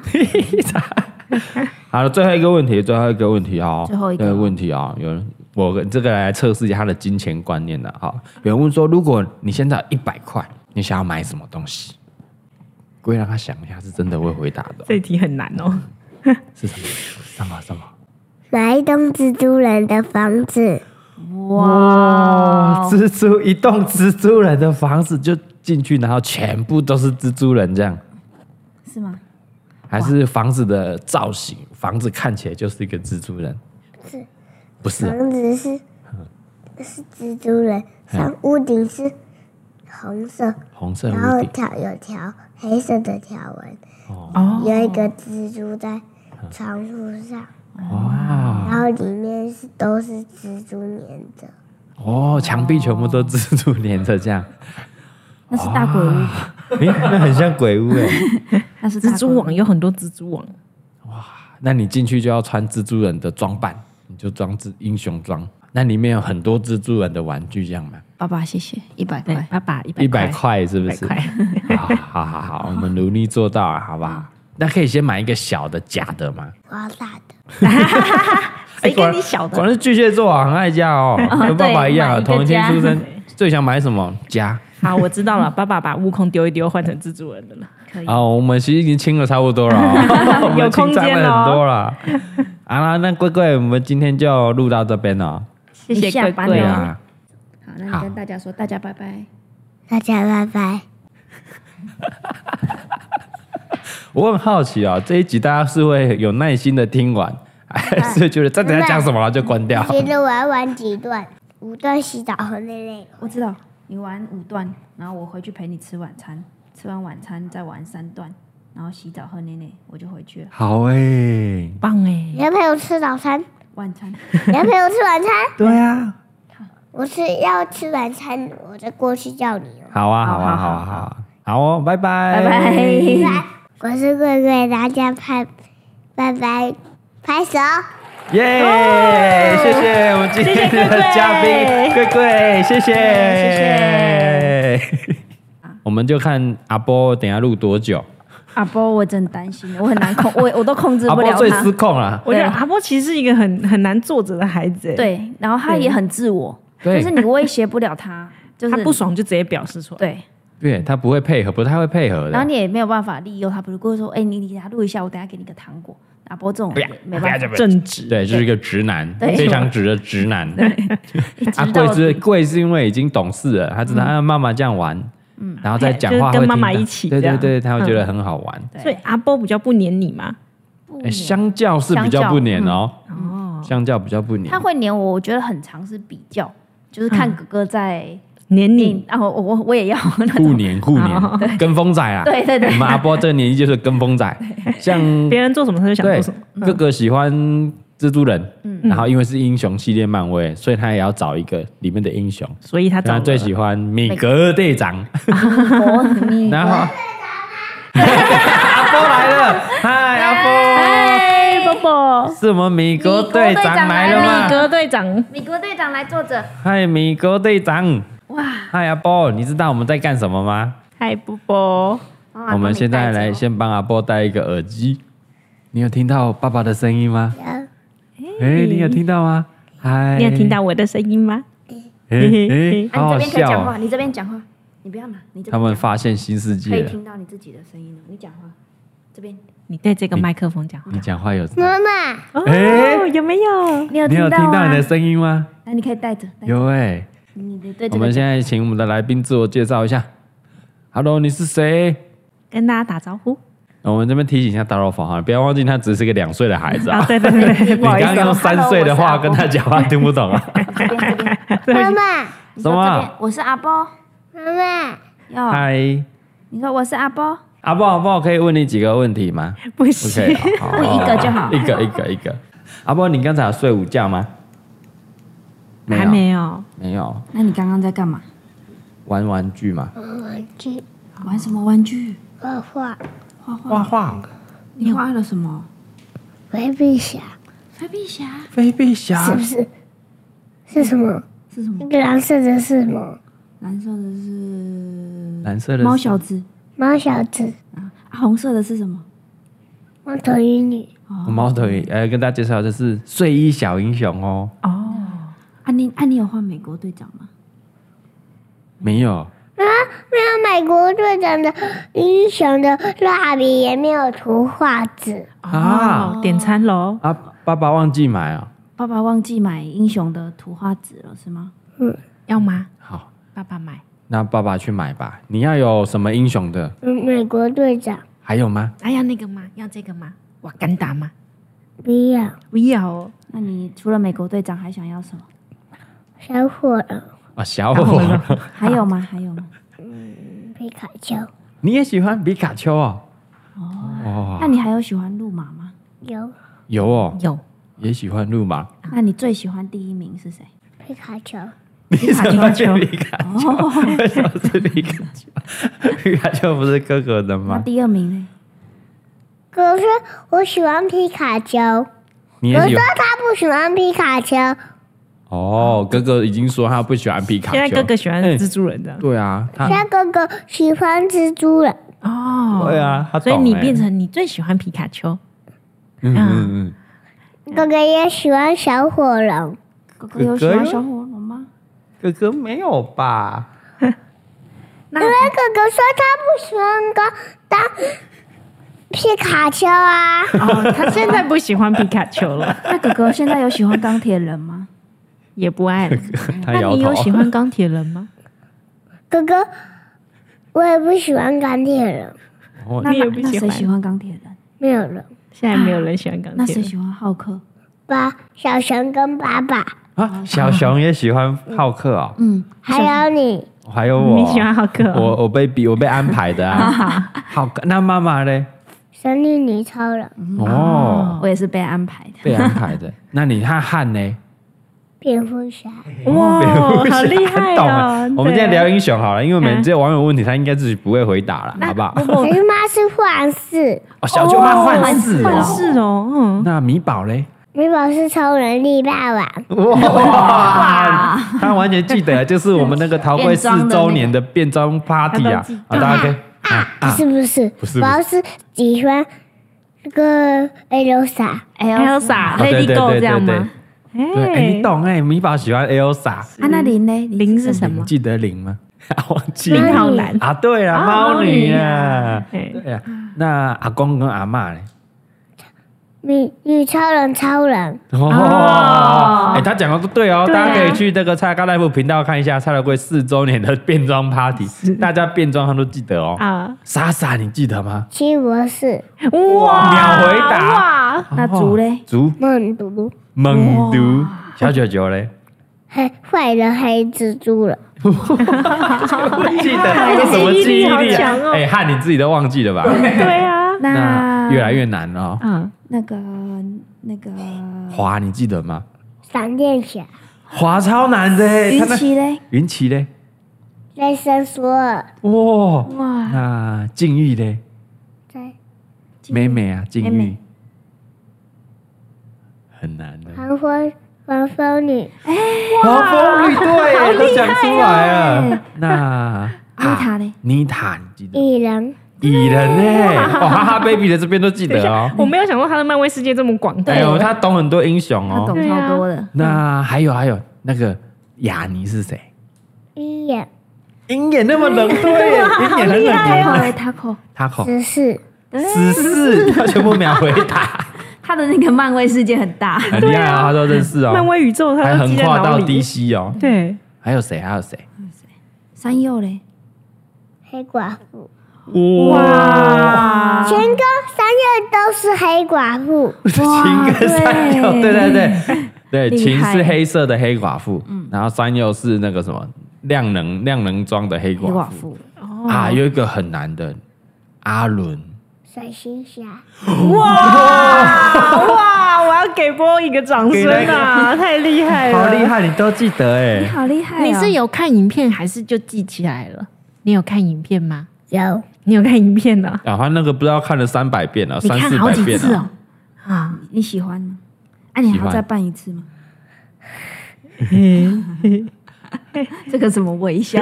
Speaker 1: 好了，最后一个问题，最后一个问题哦，
Speaker 5: 最后一个
Speaker 1: 问题哦，有人我跟这个来测试一下他的金钱观念的哈。有人问说，如果你现在一百块，你想要买什么东西？故意让他想一下，是真的会回答的哦、
Speaker 3: 这一题很难哦，
Speaker 1: 是什么？什么什么？
Speaker 4: 买一栋蜘蛛人的房子，
Speaker 5: 哇
Speaker 1: 哦，，蜘蛛一栋蜘蛛人的房子就进去，然后全部都是蜘蛛人这样，
Speaker 5: 是吗？
Speaker 1: 还是房子的造型，房子看起来就是一个蜘蛛人？
Speaker 4: 是
Speaker 1: 不是啊、
Speaker 4: 房子是是蜘蛛人，上屋顶是红色，
Speaker 1: 红色
Speaker 4: 然后
Speaker 1: 嗯屋顶
Speaker 4: 条有条黑色的条纹，
Speaker 3: 哦
Speaker 4: 有一个蜘蛛在窗户上，
Speaker 1: 哇！
Speaker 4: 然后里面是都是蜘蛛粘着，
Speaker 1: 哦，墙壁全部都蜘蛛连着这样，
Speaker 5: 那
Speaker 1: 啊
Speaker 5: 是大鬼屋，
Speaker 1: 诶，那很像鬼屋哎。
Speaker 5: 那是大鬼屋
Speaker 3: 蜘蛛网。有很多蜘蛛网，
Speaker 1: 那你进去就要穿蜘蛛人的装扮，你就装蜘英雄装。那里面有很多蜘蛛人的玩具，这样吗？
Speaker 5: 爸爸，谢谢一百
Speaker 3: 对
Speaker 5: 块，。
Speaker 3: 哎爸爸一百
Speaker 1: 一百，块是
Speaker 3: 一
Speaker 1: 不
Speaker 3: 百
Speaker 1: 是？
Speaker 3: 块，
Speaker 1: 好好好好，我们努力做到了，好不好？那可以先买一个小的假的吗？
Speaker 4: 我要大的，
Speaker 1: 哎
Speaker 5: 谁跟你小
Speaker 1: 果
Speaker 5: 的？
Speaker 1: 然是巨蟹座啊，很爱家哦，跟爸爸一样啊，
Speaker 5: 对买一个
Speaker 1: 同一天
Speaker 5: 家
Speaker 1: 出生，最想买什么家？
Speaker 3: 好，我知道了。爸爸把悟空丢一丢，换成蜘蛛人的了。
Speaker 5: 可以。
Speaker 1: 啊、我们其实已经清了差不多了哦，我们
Speaker 3: 有空
Speaker 1: 清
Speaker 3: 间
Speaker 1: 占
Speaker 3: 了哦
Speaker 1: 了很多了。好啦，那贵贵，我们今天就录到这边了。
Speaker 5: 谢谢
Speaker 3: 你下班
Speaker 5: 贵贵
Speaker 3: 了
Speaker 5: 啊。
Speaker 1: 啊，
Speaker 2: 好，那
Speaker 1: 好
Speaker 2: 你跟大家说，大家拜拜。
Speaker 4: 大家拜拜。
Speaker 1: 我很好奇啊、这一集大家是会有耐心的听完，还是觉得这等下讲什么了就关掉？
Speaker 4: 嗯觉得我要玩几段，五段洗澡和内内，
Speaker 5: 我知道，你玩五段，然后我回去陪你吃晚餐，吃完晚餐再玩三段，然后洗澡喝奶奶，我就回去了。
Speaker 1: 好哎、
Speaker 3: 棒哎
Speaker 4: 你，要陪我吃 早餐，
Speaker 5: 晚餐，
Speaker 4: 你要陪我吃晚餐，
Speaker 1: 对啊，
Speaker 4: 我吃要吃晚餐，我再过去叫你哦。
Speaker 1: 好啊，好啊，好啊，好啊，好哦，拜拜，
Speaker 5: 拜拜。
Speaker 4: 我是贵贵，大家拍，拜拜，拍手。
Speaker 1: 耶、谢谢我们今天的嘉宾贵贵，谢谢，
Speaker 5: 谢
Speaker 1: 谢。 我们就看阿波等一下录多久，
Speaker 5: 阿波，啊我真担心了，我很难控，我我都控制
Speaker 1: 阿
Speaker 5: 不
Speaker 1: 波
Speaker 5: 了
Speaker 1: 啊最
Speaker 5: 他
Speaker 1: 失。控了。
Speaker 3: 我觉得
Speaker 5: 对
Speaker 3: 阿波其实是一个很很难坐着的孩子。，欸
Speaker 5: 对，然后他也很自我，
Speaker 1: 对
Speaker 5: 就是你威胁不 了他，就是
Speaker 3: 他不爽就直接表示出来。
Speaker 5: 对，
Speaker 1: 对他不会配合，不太会配合的。
Speaker 5: 然后你也没有办法利诱他，比如说，哎，你你他录一下，我等下给你个糖果。阿波这种
Speaker 1: 啊不要
Speaker 5: 也没办法，
Speaker 3: 正直，
Speaker 1: 对，就是一个直男，
Speaker 5: 对
Speaker 1: 非常直的直男。 阿
Speaker 5: 直
Speaker 1: 贵
Speaker 5: 到
Speaker 1: 是贵是因为已经懂事了，他知道啊妈妈这样玩，嗯，然后再讲话
Speaker 3: 就是跟
Speaker 1: 会
Speaker 3: 妈妈
Speaker 1: 听到
Speaker 3: 一起
Speaker 1: 对
Speaker 3: 这
Speaker 1: 对
Speaker 3: 样
Speaker 1: 对，他会觉
Speaker 5: 嗯
Speaker 1: 得很好玩。
Speaker 5: 对
Speaker 3: 所以阿波比较不黏你嘛。
Speaker 5: 不
Speaker 1: 哎
Speaker 5: 黏
Speaker 1: 相较是比较不黏哦，
Speaker 3: 哦，
Speaker 1: 相较比较不黏
Speaker 5: 嗯他。会黏我，我觉得很常是比较，就是
Speaker 1: 嗯
Speaker 5: 看哥哥在
Speaker 3: 黏
Speaker 5: 你
Speaker 3: 你，，
Speaker 5: 然后我我我也要那
Speaker 1: 互
Speaker 5: 种，
Speaker 1: 黏互黏，跟风仔啦。
Speaker 5: 哦 对对对
Speaker 1: 我们阿波这个年纪就是跟风仔，像
Speaker 3: 别人做什么他就想
Speaker 1: 对
Speaker 3: 做什么。嗯
Speaker 1: 哥哥喜欢蜘蛛人，然后因为是英雄系列漫威，所以他也要找一个里面的英雄。
Speaker 3: 所以他找
Speaker 1: 他
Speaker 3: 了
Speaker 1: 最喜欢米格队长，
Speaker 5: 我你
Speaker 1: 然后阿波来了，嗨阿
Speaker 3: 哎，波波
Speaker 1: 波，，是我们米格队长来
Speaker 3: 米
Speaker 1: 了吗？
Speaker 3: 格队长，
Speaker 2: 米国队长来坐着，
Speaker 1: 嗨米格队长，哇，嗨阿波，你知道我们在干什么吗？
Speaker 3: 嗨，波波，
Speaker 5: 然后
Speaker 1: 我
Speaker 5: 阿公
Speaker 1: 们
Speaker 5: 啊没
Speaker 1: 现在
Speaker 5: 带哦
Speaker 1: 来
Speaker 5: 走
Speaker 1: 先帮阿波戴一个耳机。你有听到爸爸的声音吗？
Speaker 4: 然后
Speaker 1: 哎、你有听到吗？嗨，
Speaker 3: 你有听到我的声音吗？
Speaker 1: 哎？哎、
Speaker 5: 啊，
Speaker 1: 好好
Speaker 5: 你这边可以
Speaker 1: 笑
Speaker 5: 讲
Speaker 1: 哦、
Speaker 5: 话，你这边讲话，你不要拿，你这边
Speaker 1: 他们
Speaker 5: 讲话
Speaker 1: 发现新世
Speaker 5: 可
Speaker 1: 界
Speaker 5: 以
Speaker 1: 了。
Speaker 5: 听到你自己的声音了，哦你讲话，这边
Speaker 3: 你对这个麦克风
Speaker 5: 嗯
Speaker 3: 讲话
Speaker 1: 你讲话有？
Speaker 4: 妈妈，
Speaker 3: 哦
Speaker 1: 哎，
Speaker 3: 有没有？
Speaker 5: 你有
Speaker 1: 你有听到
Speaker 5: 啊
Speaker 1: 你的声音吗？
Speaker 5: 那你可以带着，带着
Speaker 1: 有哎、
Speaker 5: 你的对
Speaker 1: 我
Speaker 5: 这
Speaker 1: 们
Speaker 5: 个
Speaker 1: 现在请我们的来宾自我介绍一下。Hello，你是谁？
Speaker 3: 跟大家打招呼
Speaker 1: 我们这边提醒一下打扰法哈，不要忘记他只是个两岁的孩子啊。
Speaker 3: 对对 对，
Speaker 1: 你刚刚 用三岁的话
Speaker 5: Hello，我是阿公
Speaker 1: 跟他讲话听不懂啊？
Speaker 5: 这边这边，
Speaker 4: 妈妈，
Speaker 5: 你
Speaker 1: 什
Speaker 5: 说
Speaker 1: 么
Speaker 5: 这
Speaker 1: 啊
Speaker 5: 边我是阿波，
Speaker 4: 妈妈，
Speaker 5: 哟，
Speaker 1: 嗨，
Speaker 5: 你说我是阿波，
Speaker 1: 阿豹阿豹，可以问你几个问题 吗？不
Speaker 3: 不
Speaker 1: 可以
Speaker 3: 行
Speaker 1: 啊，，好
Speaker 5: 问一个就好
Speaker 1: 一个一个一个。阿豹，你刚才有睡午觉吗？
Speaker 3: 还
Speaker 1: 有
Speaker 3: 没有。
Speaker 1: 没有
Speaker 5: 那你刚刚在干嘛？
Speaker 1: 玩玩具嘛？
Speaker 5: 嗯
Speaker 4: 我去
Speaker 5: 玩什么玩具？
Speaker 4: 画画，
Speaker 5: 画画，
Speaker 1: 画
Speaker 5: 你画了什么？
Speaker 4: 回避侠
Speaker 5: 飞碧侠
Speaker 1: 飞必侠
Speaker 4: 是不是？是什么？
Speaker 5: 是什么？
Speaker 4: 蓝色的是什么？
Speaker 5: 蓝色的是
Speaker 1: 蓝色的
Speaker 5: 猫
Speaker 1: 是
Speaker 5: 小子，
Speaker 4: 猫小子，
Speaker 5: 啊，红色的是什么？哦
Speaker 4: 猫头鹰女，
Speaker 1: 猫头鹰，呃，跟大家介绍这是睡衣小英雄哦。
Speaker 3: 哦，
Speaker 5: 啊你啊你有画美国队长吗？
Speaker 1: 没有，
Speaker 4: 没有美国队长的英雄的蜡笔，也没有图画纸。
Speaker 1: 啊
Speaker 3: 哦，点餐喽！
Speaker 1: 啊，爸爸忘记买哦。
Speaker 5: 爸爸忘记买英雄的图画纸了是吗？
Speaker 3: 要吗？
Speaker 1: 好，
Speaker 3: 爸爸买。
Speaker 1: 那爸爸去买吧。你要有什么英雄的？
Speaker 4: 嗯，美国队长
Speaker 1: 还有吗？
Speaker 3: 啊，要那个吗？要这个吗？瓦干达吗？
Speaker 4: 不要，
Speaker 3: 不要哦。
Speaker 5: 那你除了美国队长还想要什么？
Speaker 4: 小火龙，
Speaker 1: 啊，小火龙，
Speaker 5: 还有吗？还有吗？
Speaker 4: 皮卡丘，
Speaker 1: 你也喜欢皮卡丘哦？哦，
Speaker 5: 那你还有喜欢路马吗？
Speaker 4: 有
Speaker 1: 有哦，
Speaker 3: 有
Speaker 1: 也喜欢路 马。
Speaker 5: 那你最喜欢第一名是谁？
Speaker 4: 皮卡丘，
Speaker 1: 你怎么
Speaker 3: 丘哦
Speaker 1: 是皮卡丘？ 为什么是皮卡丘？ 皮卡丘不是哥哥的
Speaker 5: 那
Speaker 1: 吗？
Speaker 5: 第二名呢？
Speaker 4: 可是我喜欢皮卡丘，
Speaker 1: 你
Speaker 4: 我
Speaker 1: 也喜
Speaker 4: 说
Speaker 1: 欢啊
Speaker 4: 他不喜欢皮卡丘，
Speaker 1: 哦？哥哥已经说他不喜欢皮卡丘。
Speaker 3: 现在哥哥喜欢蜘蛛人这样
Speaker 1: 对啊，他
Speaker 4: 他哥哥喜欢蜘蛛人，
Speaker 3: 哦
Speaker 1: 哎对啊，他懂
Speaker 3: 所以你
Speaker 1: 欸
Speaker 3: 变成你啊最喜欢皮卡丘，
Speaker 1: 嗯嗯嗯。
Speaker 4: 哥哥也喜欢小火龙，
Speaker 5: 哥哥有喜
Speaker 1: 哥
Speaker 5: 欢
Speaker 1: 哥
Speaker 5: 小火龙吗？
Speaker 1: 哥哥没有吧？啊
Speaker 3: 那
Speaker 4: 因为哥哥说他不喜欢哥当皮卡丘啊，
Speaker 3: 哦，他现在不喜欢皮卡丘了，
Speaker 5: 那哥哥现在有喜欢钢铁人吗？
Speaker 3: 也 不爱了。
Speaker 1: 他
Speaker 3: 那
Speaker 1: 摇
Speaker 3: 你有
Speaker 1: 头。
Speaker 3: 喜欢钢铁人 吗？
Speaker 4: 哥哥，我也不喜欢钢铁人，
Speaker 1: 哦
Speaker 5: 那
Speaker 3: 你也
Speaker 5: 那
Speaker 3: 不
Speaker 5: 那
Speaker 3: 喜
Speaker 5: 谁
Speaker 3: 欢
Speaker 5: 喜欢钢铁人？
Speaker 4: 没有人。
Speaker 3: 现在没有人喜欢钢
Speaker 5: 那
Speaker 3: 铁
Speaker 5: 谁
Speaker 3: 人。
Speaker 5: 喜欢浩克？
Speaker 4: 爸，小熊跟爸爸，
Speaker 1: 啊，小熊也喜欢浩克哦，
Speaker 5: 嗯，
Speaker 4: 还有你，
Speaker 1: 还有我。
Speaker 3: 你喜欢浩克哦？
Speaker 1: 我我被比我被安排的 啊。浩克，那妈妈嘞？
Speaker 4: 神力女超人，
Speaker 3: 嗯
Speaker 1: 哦，
Speaker 5: 我也是被安排的。
Speaker 1: 被安排 的。那你看汉呢？
Speaker 4: 蝙蝠侠，
Speaker 3: 哇，好厉害
Speaker 1: 很懂啊
Speaker 3: 哦！
Speaker 1: 我们今天
Speaker 3: 对
Speaker 1: 聊英雄好了，因为我们这些网友问题，他应该自己不会回答
Speaker 3: 嗯
Speaker 1: 了，好不好？
Speaker 4: 可是妈是幻视，
Speaker 1: 哦，小舅妈幻视
Speaker 3: 幻
Speaker 1: 哦。
Speaker 3: 视哦，嗯，
Speaker 1: 那米宝嘞？
Speaker 4: 美宝是超能力霸王，
Speaker 1: 哇！
Speaker 5: 啊
Speaker 1: 他完全记得，就是我们那个陶贵四周年的变装 party 啊，啊，大家可以啊啊，
Speaker 4: 是不是？
Speaker 1: 不是
Speaker 4: 我要是喜欢那个 Elsa，
Speaker 3: Elsa、
Speaker 1: 啊对
Speaker 3: Lady
Speaker 1: 对
Speaker 3: Go
Speaker 1: 对
Speaker 3: 这样
Speaker 1: 对
Speaker 3: 吗？
Speaker 1: 对，哎，你懂哎，米宝喜欢 Elsa，
Speaker 5: 啊，那林呢？林
Speaker 3: 零是什
Speaker 1: 你
Speaker 3: 么？
Speaker 1: 记得零吗？ 忘记
Speaker 3: 零
Speaker 1: 了
Speaker 3: 好难。
Speaker 1: 啊，对啊，猫女啊，
Speaker 3: 哎
Speaker 1: 对啊，那阿公跟阿嬷嘞？
Speaker 4: 女女超人超人，
Speaker 1: 哦，哎，他讲的都对哦，大家可以去这个蔡高大夫频道看一下蔡德贵四周年的变装 party，大家变装他都记得哦。
Speaker 3: 啊，
Speaker 1: 莎莎，你记得吗？
Speaker 4: 七博士，
Speaker 3: 哇，
Speaker 1: 秒回答
Speaker 3: 哇，
Speaker 5: 那竹嘞？
Speaker 1: 哦竹
Speaker 4: 梦毒，
Speaker 1: 猛毒小九九嘞，
Speaker 4: 黑坏人黑蜘蛛人，
Speaker 1: 我记得这什么记忆
Speaker 3: 记忆
Speaker 1: 力
Speaker 3: 力好
Speaker 1: 啊
Speaker 3: 强？哦
Speaker 1: 哎，汉你自己都忘记了吧？
Speaker 3: 对啊，
Speaker 5: 那
Speaker 1: 那越来越难了哦。
Speaker 3: 嗯，
Speaker 5: 那个那个
Speaker 1: 华，你记得吗？
Speaker 4: 闪电侠，
Speaker 1: 华超难的欸，
Speaker 5: 云
Speaker 1: 他那
Speaker 5: 奇嘞？
Speaker 1: 云奇嘞，
Speaker 4: 雷神索尔，
Speaker 1: 哇，
Speaker 5: 哇，
Speaker 1: 那静玉嘞，
Speaker 4: 在
Speaker 1: 美美啊，静
Speaker 5: 美
Speaker 1: 玉
Speaker 5: 美，
Speaker 1: 很难的。
Speaker 4: 黄昏黄蜂女，
Speaker 1: 哦黄蜂女对，都讲出来了。那啊
Speaker 5: 妮塔嘞？
Speaker 1: 妮塔，你记得？
Speaker 4: 一人
Speaker 1: 蚁人呢？哦，哈哈 baby 的这边都记得哦。
Speaker 3: 我没有想过他的漫威世界这么广大
Speaker 1: 哎。呦，他懂很多英雄
Speaker 5: 他
Speaker 1: 哦。
Speaker 5: 懂超多的，
Speaker 1: 那还有还有那个雅尼是谁？
Speaker 4: 一人
Speaker 1: 鹰眼那么冷对 耶，鹰眼很冷
Speaker 5: 他
Speaker 1: 门。
Speaker 5: 嘞 Taco，
Speaker 1: 他口
Speaker 4: 十四
Speaker 1: 十四，他全部秒回答，
Speaker 5: 他的那个漫威世界很大，
Speaker 1: 很厉害啊，他都认识
Speaker 3: 漫
Speaker 1: 哦，
Speaker 3: 威宇宙他
Speaker 1: 还
Speaker 3: 都记
Speaker 1: 横
Speaker 3: 在
Speaker 1: 跨
Speaker 3: 脑
Speaker 1: 到
Speaker 3: 里。
Speaker 1: DC 哦。
Speaker 3: 对，
Speaker 1: 还有谁？还有谁？
Speaker 5: 山佑嘞，
Speaker 4: 黑寡妇，
Speaker 3: 哇，
Speaker 4: 全哥三月都是黑寡妇，
Speaker 1: 秦跟山右，对对 对对，
Speaker 5: 厉
Speaker 1: 秦
Speaker 5: 害嗯
Speaker 1: 是黑色的黑寡妇，然后山右是那个什么亮能亮能装的黑
Speaker 5: 黑
Speaker 1: 寡
Speaker 5: 寡
Speaker 1: 妇
Speaker 5: 妇，
Speaker 1: 啊，有一个很难的阿伦，
Speaker 4: 水行侠，
Speaker 3: 哇！我要给波一个掌声
Speaker 1: 给
Speaker 3: 啊！太厉害了，
Speaker 1: 好厉！害，你都记得
Speaker 5: 你
Speaker 1: 哎，
Speaker 5: 好厉害哦！
Speaker 6: 你是有看影片还是就记起来了？你有看影片吗？
Speaker 4: 有
Speaker 3: 你有看影片呢？
Speaker 1: 啊，他那个不知道看了三百遍了，
Speaker 5: 你
Speaker 1: 三
Speaker 5: 看
Speaker 1: 四
Speaker 5: 好
Speaker 1: 百
Speaker 5: 几
Speaker 1: 遍
Speaker 5: 次
Speaker 1: 了
Speaker 5: 哦，
Speaker 6: 啊，
Speaker 5: 你喜欢吗？哎，你还
Speaker 1: 喜
Speaker 5: 要
Speaker 1: 欢
Speaker 5: 再办一 次吗？这个什么微 笑？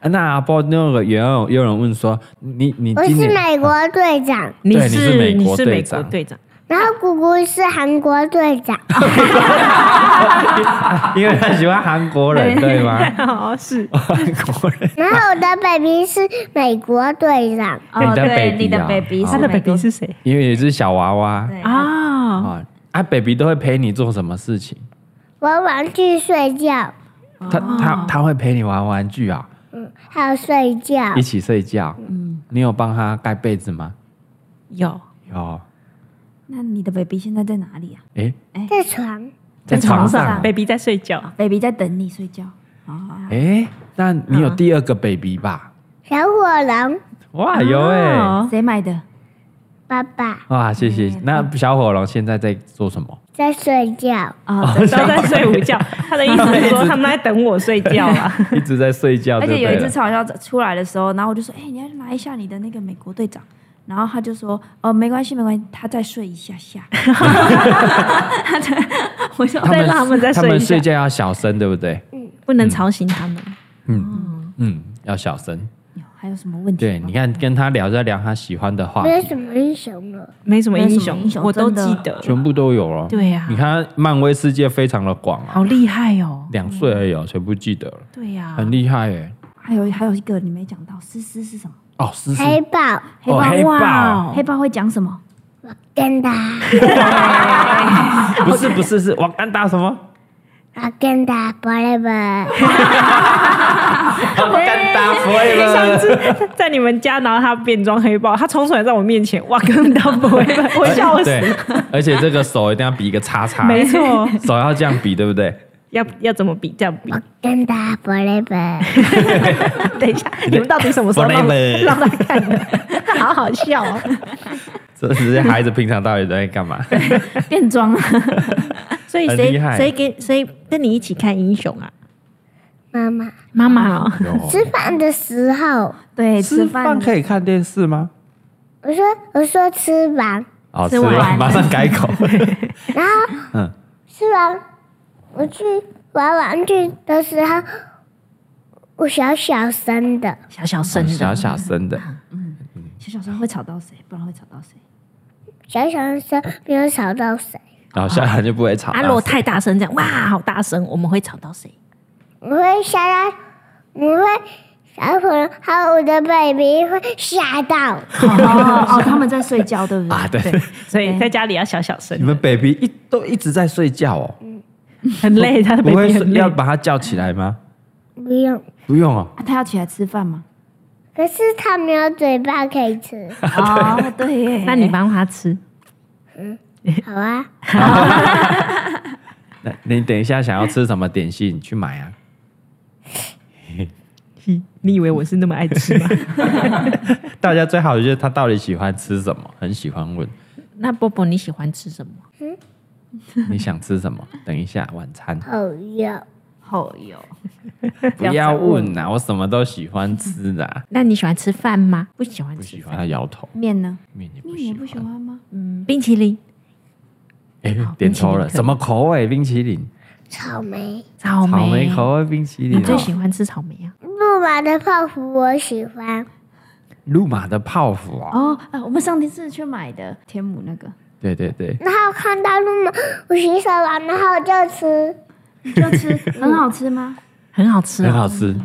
Speaker 1: 啊那阿波那个也有有人问说，你你
Speaker 4: 我
Speaker 1: 今
Speaker 4: 是
Speaker 1: 年
Speaker 4: 美国队长，
Speaker 3: 你
Speaker 1: 对你是美
Speaker 3: 你
Speaker 1: 国
Speaker 3: 是
Speaker 1: 队
Speaker 3: 美国
Speaker 1: 长
Speaker 3: 队长，
Speaker 4: 然后姑姑是韩国队长，
Speaker 1: 因为他喜欢韩国人，对吗？
Speaker 3: 哦，是
Speaker 1: 韩国人，
Speaker 4: 然后我的 baby 是美国队长，
Speaker 1: 你
Speaker 5: 哦，
Speaker 1: 的
Speaker 5: 对，
Speaker 1: baby
Speaker 5: 你的
Speaker 1: 啊
Speaker 5: baby
Speaker 1: 哦
Speaker 5: 是
Speaker 3: 他的
Speaker 5: 美国
Speaker 3: baby 是谁
Speaker 1: 因为也是小娃娃
Speaker 5: 对啊，
Speaker 3: 啊？
Speaker 1: 啊啊，baby 都会陪你做什么事情？
Speaker 4: 玩玩具睡觉，嗯
Speaker 1: 他
Speaker 5: 哦
Speaker 1: 他他会陪你玩玩具啊，
Speaker 4: 还有睡觉
Speaker 1: 一，起睡觉。你有帮他盖被子吗？
Speaker 3: 有
Speaker 1: 有，
Speaker 5: 那你的 baby 现在在哪里啊
Speaker 1: 诶，
Speaker 4: 在床，
Speaker 1: 在床上。
Speaker 3: baby 在睡觉，
Speaker 5: ？baby 在等你睡觉啊，
Speaker 1: 诶，那你有第二个 baby 吧？
Speaker 4: 小火龙
Speaker 1: 哇，有诶，
Speaker 3: 哦
Speaker 5: 谁买的？
Speaker 4: 爸爸
Speaker 1: 哇，谢谢。那小火龙现在在做什么？
Speaker 4: 在睡觉，
Speaker 1: 哦
Speaker 5: 啊，
Speaker 3: 都在睡午觉。他的意思 是说他们在等我睡觉啊。
Speaker 1: 一直在睡觉，
Speaker 5: 而
Speaker 1: 对
Speaker 5: 且
Speaker 1: 不
Speaker 5: 有一
Speaker 1: 对
Speaker 5: 次
Speaker 1: 了？
Speaker 5: 嘲笑出来的时候，然后我就说：“哎、你要拿一下你的那个美国队长。”然后他就说：“哦，没关系，没关系，他再睡一下下。”我说：“
Speaker 3: 再让他们再
Speaker 1: 他
Speaker 3: 睡一
Speaker 1: 们
Speaker 3: 下
Speaker 1: 睡，觉要小声，对不对？
Speaker 3: 不能吵醒他们。
Speaker 1: 嗯嗯，要小声。
Speaker 5: 有还有什么问题吗？
Speaker 1: 对，你看跟他聊在聊他喜欢的话题
Speaker 4: 没有什么英雄了。
Speaker 3: 没什么
Speaker 5: 没
Speaker 3: 英
Speaker 5: 什么
Speaker 3: 雄，
Speaker 5: 英雄
Speaker 3: 我都
Speaker 5: 真的
Speaker 3: 记得。
Speaker 1: 全部都有了。
Speaker 6: 对呀
Speaker 1: 你看漫威世界非常的广啊，
Speaker 6: 好厉害哦！
Speaker 1: 两岁而已哦，全部记得了，
Speaker 6: 对呀，
Speaker 1: 很厉害耶。
Speaker 5: 还有还有一个你没讲到，思思是什么？
Speaker 1: 哦，思思，
Speaker 4: 黑豹
Speaker 1: 哦黑豹
Speaker 5: 黑豹会讲什么？
Speaker 4: 跟他，
Speaker 1: 不是不是是瓦干达什 么？
Speaker 4: 我跟他啊 forever，
Speaker 1: 瓦干达 forever。
Speaker 3: 在你们家，然后他变装黑豹，他冲出来在我面前，哇，根本都不会， 我笑死。
Speaker 1: 对，而且这个手一定要比一个叉叉，
Speaker 3: 没错，
Speaker 1: 手要这样比，对不对？
Speaker 3: 要要怎么比？ 这样比
Speaker 4: 我？跟他啊 forever，
Speaker 3: 等一下，你们到底什么时候让
Speaker 1: Forever
Speaker 3: 让他看 的？好好 笑哦！
Speaker 1: 这这些孩子平常到底都在干 嘛？
Speaker 5: 变装啊！
Speaker 3: 所以
Speaker 1: 很
Speaker 3: 谁
Speaker 1: 厉害
Speaker 3: 谁跟谁跟你一起看英雄啊？
Speaker 4: 妈妈
Speaker 6: 妈妈哦，
Speaker 1: 有
Speaker 4: 吃饭的时候，
Speaker 5: 对，
Speaker 1: 吃
Speaker 5: 吃
Speaker 1: 饭
Speaker 5: 饭
Speaker 1: 可以看电视吗？
Speaker 4: 我说我说吃完，
Speaker 1: 哦，
Speaker 5: 吃
Speaker 1: 吃
Speaker 5: 完
Speaker 1: 完马上改 口。
Speaker 4: 然后
Speaker 1: 嗯，
Speaker 4: 吃完我去玩玩具的时候，我小小声的，
Speaker 6: 小小
Speaker 3: 哦
Speaker 6: 声的，
Speaker 1: 小小声的，
Speaker 5: 小小声会吵到谁？不然会吵到谁？
Speaker 4: 小小声没有吵到谁，
Speaker 1: 然后小孩就不会吵
Speaker 6: 啊，如果
Speaker 1: 到。
Speaker 6: 太大声这样，哇，好大声，我们会吵到谁？
Speaker 4: 我会吓到，我会小朋友还有我的 baby 会吓到。
Speaker 5: 哦 哦，他们在睡觉，对不对？
Speaker 1: 啊，对，
Speaker 3: 所以在家里要小小声
Speaker 1: 你，们 baby 一都一直在睡觉哦，
Speaker 3: 很累，他的
Speaker 1: 不会
Speaker 3: baby
Speaker 1: 睡
Speaker 3: 很累
Speaker 1: 要。 把他叫起来吗？
Speaker 4: 不用，
Speaker 1: 不用哦，
Speaker 5: 啊他要起来吃饭吗？
Speaker 4: 可是它没有嘴巴可以吃。
Speaker 5: 哦， 对耶。
Speaker 6: 那你帮他吃，
Speaker 4: 好啊，
Speaker 1: 那你等一下想要吃什么点心，你去买啊。
Speaker 3: 你以为我是那么爱吃吗？
Speaker 1: 大家最好就是他到底喜欢吃什么，很喜欢问
Speaker 6: 那波波你喜欢吃什么？
Speaker 1: 你想吃什么。等一下晚餐
Speaker 4: 好哟，
Speaker 5: 好哟，
Speaker 1: 不要问啊，我什么都喜欢吃的、啊，
Speaker 6: 那你喜欢吃饭吗？不喜 欢
Speaker 1: 不
Speaker 6: 吃
Speaker 1: 喜
Speaker 6: 饭。
Speaker 1: 欢他摇头，
Speaker 5: 面呢？
Speaker 1: 面也不
Speaker 5: 面也不
Speaker 1: 喜
Speaker 5: 喜
Speaker 1: 欢。
Speaker 5: 欢吗？
Speaker 6: 嗯，冰淇淋、
Speaker 1: 哎、
Speaker 6: 好
Speaker 1: 点
Speaker 6: 冰淇淋
Speaker 1: 错了，
Speaker 6: 可以
Speaker 1: 什么口味冰淇淋？
Speaker 4: 草莓
Speaker 6: 草莓
Speaker 3: 哦
Speaker 1: 草莓口味冰淇淋、
Speaker 6: 你最
Speaker 1: 哦。
Speaker 6: 喜欢吃草莓啊？
Speaker 4: 不马的泡芙我喜欢，
Speaker 1: 路马的泡芙啊，
Speaker 5: 哦，啊，我们上一次去买的天母那个，
Speaker 1: 对对对，
Speaker 4: 然后看到路马，我洗手了，然后我就吃。
Speaker 5: 你就 吃，很好吃吗？
Speaker 6: 很好吃
Speaker 1: 很
Speaker 6: 啊。
Speaker 1: 好吃。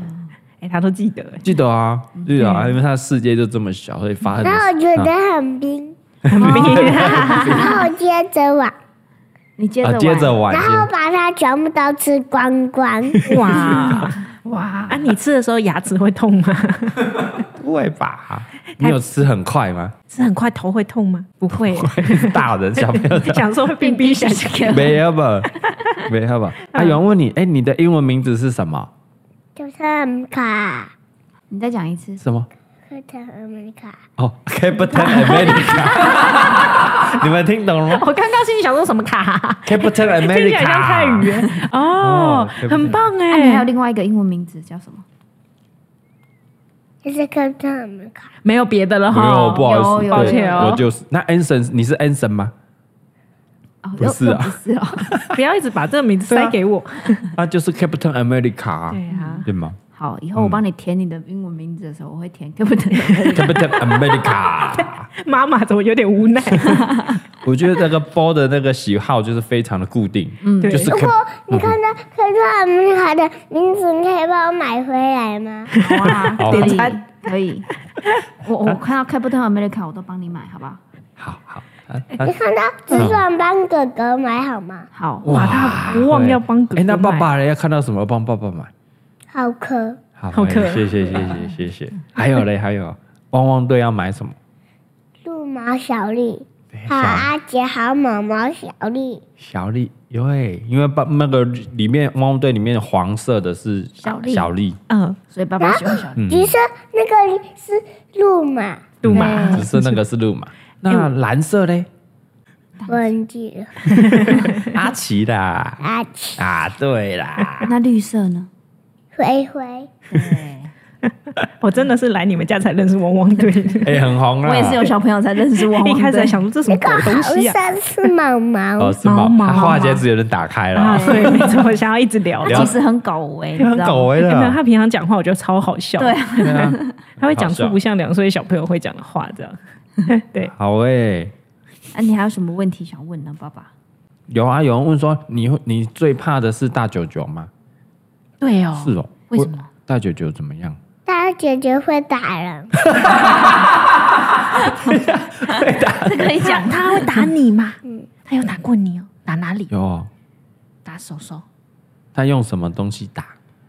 Speaker 3: 哎，他都记得，
Speaker 1: 记得啊，记得啊，因为它的世界就这么小，所以发生
Speaker 4: 然后我
Speaker 1: 的
Speaker 4: 觉得很冰，
Speaker 3: 很厉害。
Speaker 4: 然后我接着玩，
Speaker 5: 你接着
Speaker 1: 啊，
Speaker 5: 玩
Speaker 1: 接着玩，
Speaker 4: 然后把它全部都吃光光。
Speaker 3: 哇哇！啊，你吃的时候牙齿会痛吗？
Speaker 1: 不会吧？你有吃很快吗？
Speaker 3: 吃很快头会痛吗？不会，
Speaker 1: 大人小朋 友
Speaker 3: 想说会冰冰下去。
Speaker 1: 没有吧？没有吧？啊，有人问你，哎，你的英文名字是什么？
Speaker 4: 就是很卡，
Speaker 5: 你再讲一次，
Speaker 1: 什么？
Speaker 4: 就是很卡。
Speaker 1: 哦，Captain America，你们听懂了吗
Speaker 6: 我刚刚心里想说什么卡、
Speaker 1: ？Captain
Speaker 3: 听起来像泰语
Speaker 1: America，
Speaker 3: 耶哦
Speaker 1: 哦，对不对
Speaker 3: 很棒
Speaker 5: 那啊你还有
Speaker 3: 哎！
Speaker 5: 另外一个英文名字叫什么？
Speaker 4: 就是看到很卡，
Speaker 6: 没有别的了
Speaker 1: 没
Speaker 6: 哈。
Speaker 1: 有，不好意思，
Speaker 5: 有有
Speaker 1: 对
Speaker 3: 抱歉哦
Speaker 1: 我就是那 Anson，你是 Anson 吗？
Speaker 5: 哦，
Speaker 1: 不
Speaker 5: 又
Speaker 1: 是啊
Speaker 5: 又不是哦，
Speaker 3: 不要一直把这个名字塞给我。
Speaker 1: 啊，就是 Captain America，啊
Speaker 3: 对啊，
Speaker 1: 对吗
Speaker 5: 好，以后我帮你填你的英文名字的时候，我会填，对不 对？
Speaker 1: ？Captain America。
Speaker 3: 妈妈怎么有点无奈？
Speaker 1: 我觉得那个波的那个喜好就是非常的固定，
Speaker 5: 嗯
Speaker 3: 对
Speaker 1: 就是
Speaker 4: 如
Speaker 1: 看
Speaker 4: 果你看到看到很卡的名字，你可以帮我买回来吗？
Speaker 5: 好啊，
Speaker 1: 好
Speaker 5: 可
Speaker 1: 点
Speaker 5: 以
Speaker 3: 餐
Speaker 5: 可以。我我看到 Captain America，我都帮你买，好不好？
Speaker 1: 好好，啊
Speaker 4: 你看到只想帮哥哥买好吗？
Speaker 5: 好，
Speaker 1: 哇，
Speaker 3: 他不忘要帮哥哥
Speaker 1: 哎，那爸
Speaker 3: 买
Speaker 1: 爸呢要看到什么帮爸爸买？
Speaker 4: 好渴，
Speaker 1: 好哎
Speaker 3: 好可爱
Speaker 1: 谢谢谢谢谢谢。还有嘞，还有汪汪队要买什么？
Speaker 4: 路毛小丽，好
Speaker 1: 小
Speaker 4: 阿杰，好毛毛小丽，
Speaker 1: 小丽，因为因为爸那个里面汪汪队里面黄色的是
Speaker 5: 小丽
Speaker 1: 小丽，
Speaker 3: 嗯，
Speaker 5: 所以爸爸喜欢小
Speaker 1: 嗯
Speaker 4: 其实那个是路马，
Speaker 3: 杜马
Speaker 1: 只是那个是路马。那蓝色嘞，
Speaker 4: 忘记了
Speaker 1: 阿奇啦，
Speaker 4: 阿奇
Speaker 1: 啊对啦，
Speaker 5: 那绿色呢？
Speaker 4: 灰灰，
Speaker 3: 我真的是来你们家才认识汪汪队，
Speaker 1: 哎很红啦，
Speaker 5: 我也是有小朋友才认识汪
Speaker 3: 一
Speaker 5: 汪
Speaker 3: 开始还
Speaker 5: 队。
Speaker 3: 想说这什
Speaker 4: 那
Speaker 3: 么
Speaker 4: 个
Speaker 3: 鬼东
Speaker 4: 好
Speaker 3: 西啊？
Speaker 4: 像是毛毛
Speaker 1: 哦，是吗？
Speaker 3: 毛毛
Speaker 1: 他话匣
Speaker 3: 毛
Speaker 1: 子有点打开
Speaker 3: 啊，
Speaker 1: 了，
Speaker 3: 对，没错，我想要一直聊
Speaker 5: 他
Speaker 1: 聊啊
Speaker 5: 其实很搞维，你
Speaker 1: 很
Speaker 5: 知道
Speaker 1: 搞
Speaker 5: 吗？
Speaker 1: 哎
Speaker 3: 没有，他
Speaker 1: 的，
Speaker 3: 平常讲话我觉得超好笑，
Speaker 5: 对，
Speaker 1: 对啊
Speaker 3: 他会讲出不像两岁小朋友会讲的话，这样。对，
Speaker 1: 好哎。
Speaker 5: 那你还有什么问题想问呢，爸爸？
Speaker 1: 有啊，有人问说你会你最怕的是大九九吗？
Speaker 6: 对哦，
Speaker 1: 是哦，
Speaker 6: 为什么？
Speaker 1: 大九九怎么样？
Speaker 4: 大姐姐会打人，
Speaker 5: 这可以讲，
Speaker 6: 他会打你吗？嗯，他有打过你哦，打哪里？
Speaker 1: 有、哦，
Speaker 6: 打手手。
Speaker 1: 他用什么东西打？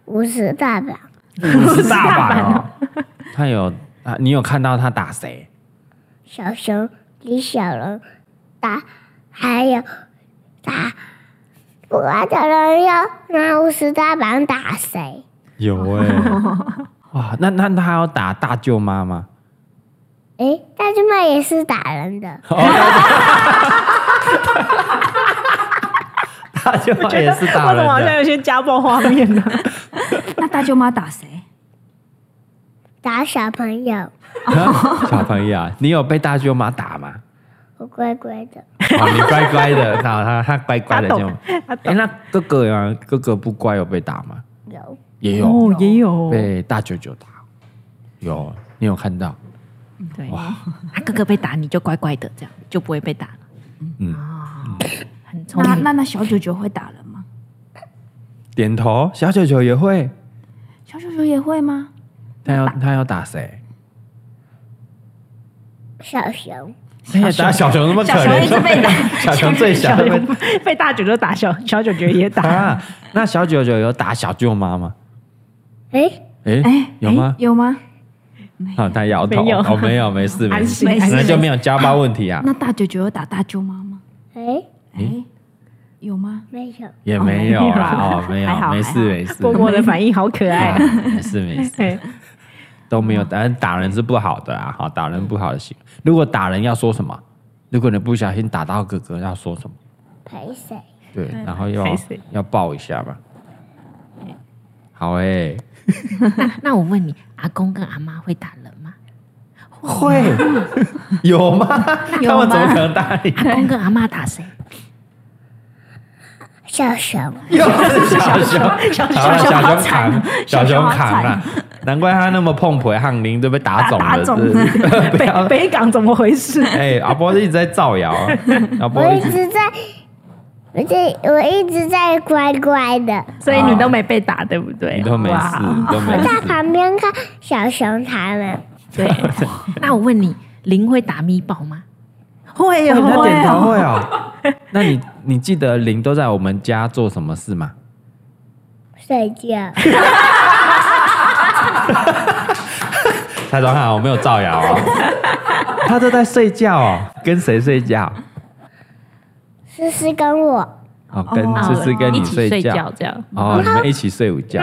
Speaker 4: 五十大板，
Speaker 1: 不是大阪哦。他有啊，你有看到他打谁？
Speaker 4: 小熊李小龙打，还有打。不爱的人要拿五十大板打谁？
Speaker 1: 有哎、哇，那那他要打大舅妈吗？
Speaker 4: 诶，大舅妈也是打人的，
Speaker 1: 哦 大舅妈也是打
Speaker 3: 我怎
Speaker 1: 人
Speaker 3: 么好像
Speaker 1: 的。
Speaker 3: 有些家暴画面呢？
Speaker 5: 那大舅妈打谁？
Speaker 4: 打小朋友，
Speaker 1: 小朋友啊，你有被大舅妈打吗？
Speaker 4: 我乖乖的。
Speaker 1: 哦，你乖乖的，打他，他乖乖的
Speaker 3: 他
Speaker 1: 这
Speaker 3: 懂
Speaker 1: 样。哎、那哥哥呀，哥哥不乖有被打吗？
Speaker 4: 有
Speaker 1: 也有，
Speaker 3: 哦，也有，
Speaker 1: 被大舅舅打，有，你有看到？
Speaker 6: 对，他哥哥被打，你就乖乖的，这样就不会被打了。
Speaker 1: 嗯
Speaker 6: 哦，很聪
Speaker 5: 那
Speaker 6: 明。
Speaker 5: 那那小九九会打人吗？
Speaker 1: 点头，小九九也会，
Speaker 5: 小九九也会吗？
Speaker 1: 他要他要打谁？
Speaker 4: 小熊，
Speaker 1: 他要打小熊那么可
Speaker 5: 小熊一直
Speaker 1: 怜，
Speaker 5: 被打，
Speaker 1: 小熊最小
Speaker 3: 小九被大九九打，小小九九也打，
Speaker 1: 啊。那小九九有打小舅妈吗？
Speaker 4: 诶，
Speaker 1: 诶，
Speaker 5: 哎，
Speaker 1: 有吗
Speaker 5: 哎？有吗？
Speaker 1: 啊，他摇头，
Speaker 3: 没有
Speaker 1: 哦，没有，没 事，
Speaker 3: 安
Speaker 1: 事
Speaker 3: 心，安心
Speaker 1: 那就没有家暴问题 啊，
Speaker 5: 那大九九有打大舅妈吗？
Speaker 4: 诶，
Speaker 5: 哎，有吗？
Speaker 4: 没有，
Speaker 1: 也没有啦，
Speaker 5: 哦
Speaker 1: 哦，没
Speaker 5: 还
Speaker 1: 有，
Speaker 5: 好
Speaker 1: 没事，没事，
Speaker 3: 波波的反应好可爱
Speaker 1: 啊
Speaker 3: 啊。
Speaker 1: 没事没事，
Speaker 3: 哎，
Speaker 1: 都没有，但打人是不好的啦，好，打人不好的行为。如果打人要说什么？如果你不小心打到哥哥，要说什么？
Speaker 4: 陪谁？
Speaker 1: 对，然后要
Speaker 3: 谁谁
Speaker 1: 要抱一下吧。嗯好哎、
Speaker 6: 那我问你，阿公跟阿妈会打人吗？
Speaker 1: 会 有 吗？他们怎么可能答应？
Speaker 6: 阿公跟阿妈打谁？
Speaker 4: 小熊，
Speaker 1: 又是小熊，小熊
Speaker 5: 小熊好
Speaker 1: 啊熊
Speaker 5: 惨
Speaker 1: 扛，小熊
Speaker 5: 小熊好
Speaker 1: 扛啊！难怪他那么碰腿，翰林都被打 肿
Speaker 7: 打
Speaker 1: 了，是
Speaker 7: 肿
Speaker 1: 不是 不要
Speaker 7: 北北港怎么回事？
Speaker 1: 哎，阿波一直在造谣，啊阿波
Speaker 4: 我
Speaker 1: 一
Speaker 4: 一
Speaker 1: 直
Speaker 4: 直在，我在我一直在乖乖的。
Speaker 7: 所以你都没被打，对不对？
Speaker 1: 啊你都没事，
Speaker 7: 哇
Speaker 1: 你都没
Speaker 4: 我在
Speaker 1: 事。
Speaker 4: 旁边看小熊他们，
Speaker 3: 对，那我问你，林会打咪宝吗？
Speaker 7: 会
Speaker 1: 你在
Speaker 7: 哦，
Speaker 1: 点头会哦。那你你记得林都在我们家做什么事吗？
Speaker 4: 睡觉。
Speaker 1: 蔡庄汉，我没有造谣哦。他都在睡觉哦，跟谁睡觉？
Speaker 4: 思思跟我，
Speaker 1: 哦，跟思思跟
Speaker 3: 一
Speaker 1: 你
Speaker 3: 起睡
Speaker 1: 觉
Speaker 3: 觉这样。
Speaker 1: 哦，你们一起睡午觉。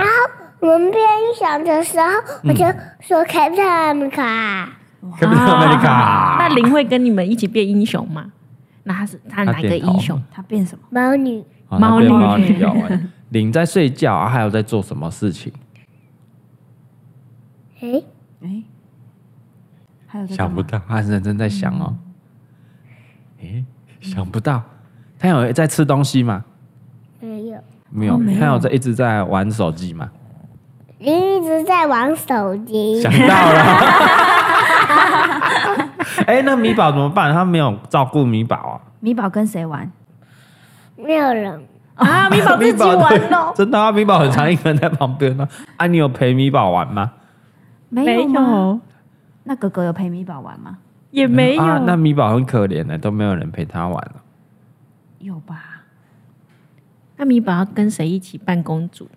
Speaker 4: 我们变异小的时候，我就说 Captain America，
Speaker 1: 跟 America，
Speaker 3: 那林会跟你们一起变英雄吗？那他是他哪
Speaker 1: 他
Speaker 3: 个
Speaker 1: 点头
Speaker 3: 英雄？
Speaker 5: 他变什么？
Speaker 4: 猫女
Speaker 1: 哦那边
Speaker 3: 猫
Speaker 1: 猫
Speaker 3: 女
Speaker 1: 女有 哎。林在睡觉，啊还有在做什么事情？
Speaker 4: 诶，
Speaker 5: 哎，还有在干
Speaker 1: 想不
Speaker 5: 嘛嗯
Speaker 1: 到，他认真在想哦。诶，想不到，他有在吃东西吗？
Speaker 4: 没有，
Speaker 1: 哦没有，他有在一直在玩手机 吗？
Speaker 4: 你一直在玩手机
Speaker 1: 想，到了。 哎，那米宝怎么办？他没有照顾米宝啊。
Speaker 5: 米宝跟谁玩？
Speaker 4: 没有人，
Speaker 1: 啊，米宝自己玩喽， 真的啊，米宝很常一个人在旁边呢、啊。你有陪米宝玩吗？
Speaker 5: 没
Speaker 1: 啊
Speaker 7: 没
Speaker 5: 有吗？
Speaker 7: 有，
Speaker 5: 那哥哥有陪米宝玩吗？
Speaker 7: 也没有。
Speaker 1: 啊，那米宝很可怜的、都没有人陪他玩了、
Speaker 5: 有吧？
Speaker 3: 那米宝要跟谁一起扮公主？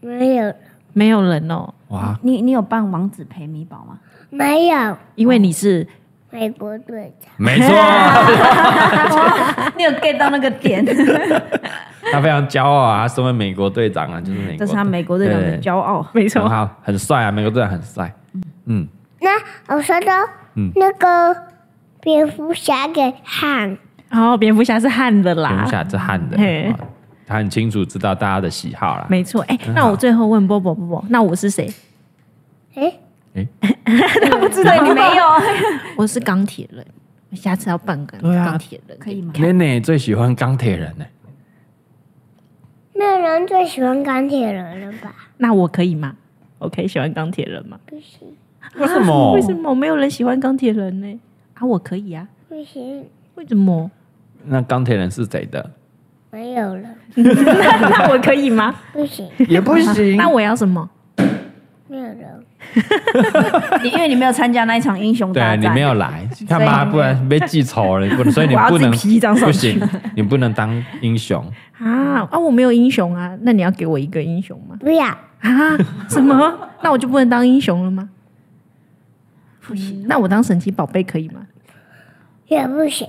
Speaker 4: 没有，
Speaker 3: 没有人哦，
Speaker 1: 哇，
Speaker 5: 你你有扮王子陪米宝吗？
Speaker 4: 没有，
Speaker 3: 因为你是
Speaker 4: 美国队长，
Speaker 1: 没错，
Speaker 5: 你有 get 到那个 点？
Speaker 1: 他非常骄傲啊，他身为美国队长啊，就是美国，
Speaker 5: 这是他美国队长的 骄傲。
Speaker 7: 没
Speaker 1: 很
Speaker 7: 错，
Speaker 1: 好，很帅啊，美国队长很帅。嗯，
Speaker 4: 那我说的
Speaker 1: 嗯
Speaker 4: 那个蝙蝠侠给汉，
Speaker 3: 哦，蝙蝠侠是汉的
Speaker 1: 蝙
Speaker 3: 啦
Speaker 1: 蝠，侠是汉人、
Speaker 7: 嘿
Speaker 1: 啊他很清楚知道大家的喜好啦。
Speaker 3: 没错。哎，
Speaker 1: 嗯
Speaker 3: 那我最后问波波波波，那我是谁？
Speaker 4: 诶，
Speaker 7: 不知道你没有。
Speaker 3: 我是钢铁人，我下次要扮钢
Speaker 1: 对啊
Speaker 3: 钢铁人。
Speaker 5: 可以吗？
Speaker 1: 奶奶最喜欢钢铁人呢、
Speaker 4: 没有人最喜欢钢铁人了吧？
Speaker 3: 那我可以吗？我可以喜欢钢铁人吗？
Speaker 4: 不行，
Speaker 1: 为什么？
Speaker 3: 啊为什么没有人喜欢钢铁人呢？啊，我可以啊。
Speaker 4: 不行，
Speaker 3: 为什么？
Speaker 1: 那钢铁人是谁的？
Speaker 4: 没有了，
Speaker 3: 那我可以吗？
Speaker 4: 不行，
Speaker 1: 也不行
Speaker 3: 那我要什么？
Speaker 4: 没有 人，
Speaker 5: 你因为你没有参加那一场英雄
Speaker 1: 对
Speaker 5: 大
Speaker 1: 啊，
Speaker 5: 战，
Speaker 1: 你没有来，看吧，不然被记仇了，你不能，所以你
Speaker 7: 我要
Speaker 1: 不
Speaker 7: 自己
Speaker 1: 能
Speaker 7: 披一张上
Speaker 1: 不行，你不能当英雄。
Speaker 3: 啊啊！我没有英雄啊，那你要给我一个英雄吗？
Speaker 4: 不要，
Speaker 3: 啊？什么？那我就不能当英雄了吗？
Speaker 5: 不行，
Speaker 3: 那我当神奇宝贝可以吗？
Speaker 4: 也不行，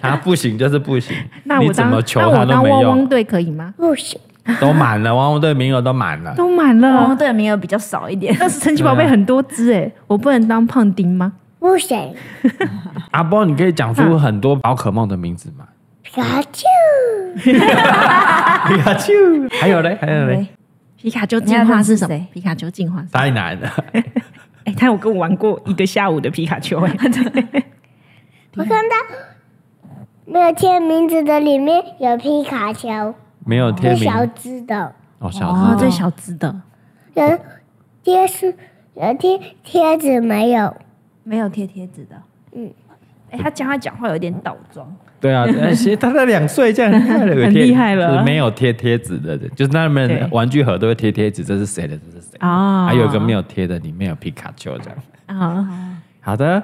Speaker 1: 他不行就是不行，
Speaker 3: 那
Speaker 1: 你
Speaker 3: 我
Speaker 1: 怎
Speaker 3: 当
Speaker 1: 么求
Speaker 3: 那
Speaker 1: 他
Speaker 3: 我
Speaker 1: 都
Speaker 3: 当
Speaker 1: 没
Speaker 3: 汪
Speaker 1: 用
Speaker 3: 汪，队可以吗？
Speaker 4: 不行，
Speaker 1: 都满了，汪汪队名额都满了。
Speaker 3: 都满
Speaker 5: 汪
Speaker 3: 了
Speaker 5: 汪，队的哦名额比较少一 点。
Speaker 3: 但是哦神奇宝贝很多只哎，我不能当胖丁吗？
Speaker 4: 不行，
Speaker 1: 阿波，你可以讲出很多宝可梦的名字吗？
Speaker 4: 皮卡丘，
Speaker 1: 皮卡丘，还有嘞，还有嘞，
Speaker 3: 皮卡丘进化是什
Speaker 5: 你要认识谁
Speaker 3: 么？皮卡丘进化是
Speaker 1: 太难了。
Speaker 7: 哎，他有跟我玩过一个下午的皮卡 丘，哎，
Speaker 3: 哦
Speaker 4: 我看到没有贴名字的里面有皮卡丘，
Speaker 1: 没有贴
Speaker 4: 最
Speaker 1: 名
Speaker 4: 哦小只的，
Speaker 1: 哦，小
Speaker 3: 哦，
Speaker 1: 子，
Speaker 3: 最小只的
Speaker 4: 有贴是有贴贴纸没有？
Speaker 5: 没有贴贴纸的。
Speaker 4: 嗯
Speaker 5: 嗯，哎、他讲他讲话有点倒装，
Speaker 1: 对啊，但是他才两岁，这样很厉害了，有
Speaker 7: 很
Speaker 1: 贴
Speaker 7: 厉害了
Speaker 1: 就是没有贴贴纸的人，就是那
Speaker 7: 对
Speaker 1: 边玩具盒都会贴贴纸，这是谁的，这是谁的，
Speaker 3: 哦
Speaker 1: 还有一个没有贴的，里面有皮卡丘这样。
Speaker 3: 啊。
Speaker 1: 好的，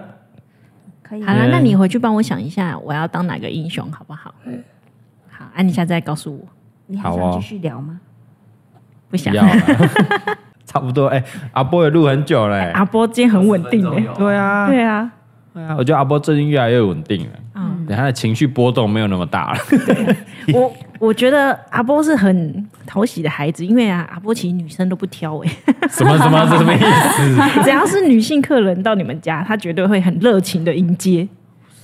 Speaker 5: 可以
Speaker 3: 嗯好
Speaker 1: 嗯
Speaker 3: 了，那你回去帮我想一下，我要当哪个英雄，好不好？好，啊，你下次再告诉我。
Speaker 5: 你还
Speaker 1: 好哦
Speaker 5: 想继续聊吗？
Speaker 3: 不想
Speaker 1: 要 了， 差不多。哎、阿波也录很久嘞、
Speaker 3: 啊
Speaker 7: 阿波今天很稳定哎，
Speaker 1: 对啊，
Speaker 7: 对啊，
Speaker 1: 对啊，我觉得阿波最近越来越稳定了，
Speaker 3: 嗯
Speaker 1: 嗯，他的情绪波动没有那么大了。嗯
Speaker 3: 我我觉得阿波是很讨喜的孩子，因为啊，阿波其实女生都不挑哎、
Speaker 1: 什么什么什么意思？
Speaker 3: 只要是女性客人到你们家，他绝对会很热情的迎接。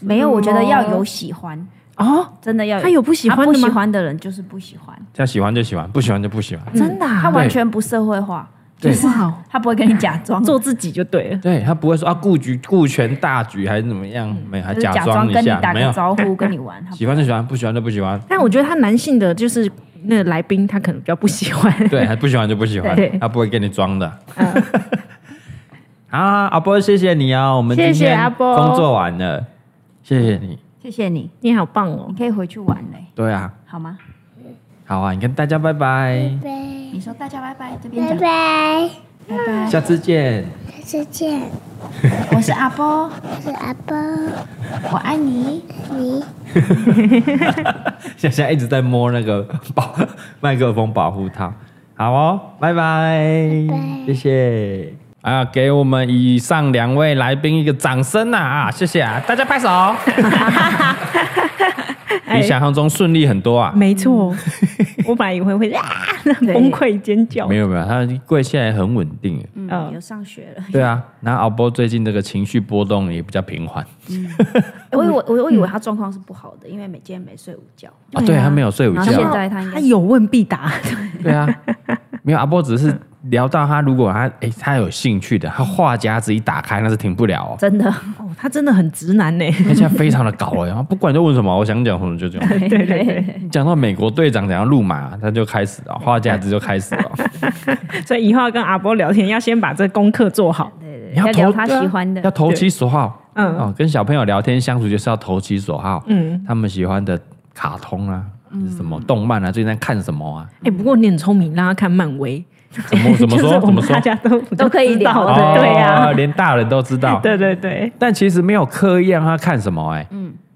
Speaker 5: 没有，我觉得要有喜欢，
Speaker 3: 哦，
Speaker 5: 啊真的要
Speaker 3: 他有不喜欢的
Speaker 5: 他
Speaker 3: 吗
Speaker 5: 不喜欢的人就是不喜欢，
Speaker 1: 要喜欢就喜欢，不喜欢就不喜欢。
Speaker 3: 真的、
Speaker 5: 他
Speaker 3: 啊，
Speaker 5: 完全不社会化，
Speaker 1: 对
Speaker 5: 就是
Speaker 3: 哇
Speaker 5: 他不会跟你假 装，
Speaker 3: 做自己就对了。
Speaker 1: 对他不会说啊，顾局顾全大局还是怎么样？没有，还
Speaker 5: 就是假
Speaker 1: 装
Speaker 5: 装
Speaker 1: 一
Speaker 5: 跟你
Speaker 1: 下，
Speaker 5: 打
Speaker 1: 没
Speaker 5: 个
Speaker 1: 有。
Speaker 5: 啊招呼，跟你玩。他不
Speaker 1: 喜欢就喜欢，不喜欢就不喜欢。
Speaker 3: 但我觉得他男性的就是
Speaker 6: 那个来宾他可能比较不喜欢。
Speaker 1: 对，还不喜欢就不喜欢
Speaker 6: 对，
Speaker 1: 他不会跟你装的。 啊，阿波，谢谢你啊！我们今
Speaker 2: 谢谢
Speaker 1: 天
Speaker 2: 阿波
Speaker 1: 工作完了，谢谢你。
Speaker 5: 谢谢你，
Speaker 6: 你好棒哦
Speaker 5: 你！可以回去玩嘞，
Speaker 1: 对啊，
Speaker 5: 好吗？
Speaker 1: 好啊，你跟大家拜拜，
Speaker 4: 拜
Speaker 5: 你说大家拜拜，这边
Speaker 4: 拜
Speaker 5: 讲
Speaker 4: 拜，
Speaker 5: 拜拜。
Speaker 1: 下次见。
Speaker 4: 下次见，
Speaker 5: 我是阿波，
Speaker 4: 我是阿波，
Speaker 5: 我爱你。
Speaker 4: 你
Speaker 1: 现在一直在摸那个保 麦克风保护套。好哦，拜拜，谢谢。啊，给我们以上两位来宾一个掌声呐、啊！谢谢啊，大家拍手。比想象中顺利很多啊。
Speaker 3: 哎没错，
Speaker 5: 嗯
Speaker 3: 我本来以为会 啊崩溃尖叫
Speaker 1: 没，有没有，他跪下来很稳定。
Speaker 5: 嗯，有上学了。
Speaker 1: 对啊，然后敖波最近这个情绪波动也比较平缓
Speaker 5: 哎我以为我我以为他状况是不好的，因为每天没睡午觉，
Speaker 1: 啊。对，他没有睡午
Speaker 5: 然后
Speaker 1: 觉。
Speaker 5: 现在他应
Speaker 3: 他
Speaker 5: 该
Speaker 3: 有问必答，
Speaker 1: 对啊， 没有阿波只是聊到他，如果他哎、他有兴趣的，他话匣子一打开那是停不 了、哦，
Speaker 5: 真的
Speaker 6: 哦，他真的很直男 呢。
Speaker 1: 而且他非常的搞哎、然后不管就问什么，我想讲什么就讲。
Speaker 3: 对对对，
Speaker 1: 讲到美国队长讲要入马，他就开始了，哦话匣子就开始哦了。
Speaker 3: 所以以后要跟阿波聊天，要先把这功课做好。
Speaker 1: 你要
Speaker 5: 要
Speaker 1: 投
Speaker 5: 聊他喜欢
Speaker 1: 要
Speaker 5: 的，
Speaker 1: 投其所好，
Speaker 3: 嗯
Speaker 1: 哦，跟小朋友聊天相处就是要投其所好，
Speaker 3: 嗯，
Speaker 1: 他们喜欢的卡通啊，什么动漫啊，最近在看什么啊？
Speaker 6: 哎，不过你很聪明，让他看漫威，
Speaker 1: 怎么怎么
Speaker 3: 就是
Speaker 1: 说？
Speaker 3: 我
Speaker 1: 怎么
Speaker 3: 们
Speaker 1: 说
Speaker 3: 大？家都
Speaker 5: 都可以
Speaker 3: 知道
Speaker 5: 聊
Speaker 3: 的，
Speaker 1: 哦
Speaker 3: 对呀，
Speaker 1: 连大人都知道。
Speaker 3: 对对对，
Speaker 1: 但其实没有刻意让他看什么、哎，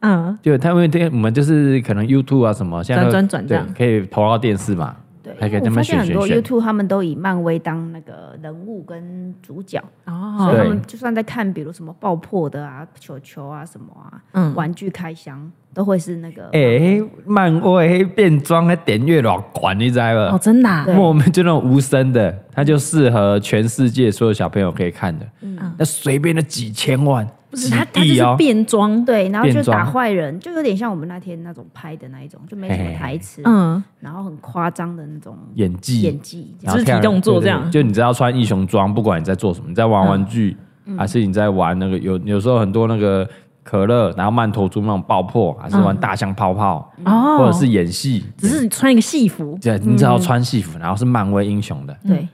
Speaker 3: 嗯，
Speaker 1: 就他们天我们就是可能 YouTube 啊什么，现在都
Speaker 6: 转转转这
Speaker 1: 对
Speaker 6: 样，
Speaker 1: 可以投到电视嘛，
Speaker 5: 对，
Speaker 1: 还可以
Speaker 5: 因
Speaker 1: 在那
Speaker 5: 为
Speaker 1: 边
Speaker 5: 我发现
Speaker 1: 选
Speaker 5: 很
Speaker 1: 选
Speaker 5: 多
Speaker 1: 选。
Speaker 5: YouTube 他们都以漫威当那个人物跟主角，所以
Speaker 6: 哦，
Speaker 5: 他
Speaker 1: 对
Speaker 5: 们就算在看，比如什么爆破的啊、球球啊什么啊，
Speaker 6: 嗯
Speaker 5: 玩具开箱都会是那个
Speaker 1: 哎、漫威变装还点阅老管，你知道
Speaker 6: 哦，
Speaker 1: 吗？
Speaker 6: 真的啊，
Speaker 5: 对
Speaker 1: 我们就那种无声的，它就适合全世界所有小朋友可以看的。那随便的几千万，
Speaker 6: 嗯不是
Speaker 1: 几
Speaker 6: 他，他就
Speaker 1: 亿
Speaker 6: 是
Speaker 1: 哦，
Speaker 6: 变装，
Speaker 5: 对，然后就
Speaker 1: 变装
Speaker 5: 打坏人，就有点像我们那天那种拍的那一种，就没什么台词，
Speaker 6: 嗯，
Speaker 5: 然后很夸张的那种
Speaker 1: 演技，哦
Speaker 5: 演技，
Speaker 1: 然
Speaker 5: 这样
Speaker 1: 后
Speaker 6: 肢体
Speaker 1: 跳人
Speaker 6: 动作这样
Speaker 1: 对对对就你知道穿义雄装，不管你在做什么，你在玩玩具，
Speaker 6: 嗯
Speaker 1: 还是你在玩那个有有时候很多那个可乐，然后慢投出那种爆破，还是玩大象泡泡，
Speaker 6: 哦，
Speaker 1: 或者是演戏，
Speaker 6: 只是穿一个戏服，
Speaker 1: 对，你只要穿戏服，然后是漫威英雄的，
Speaker 5: 对，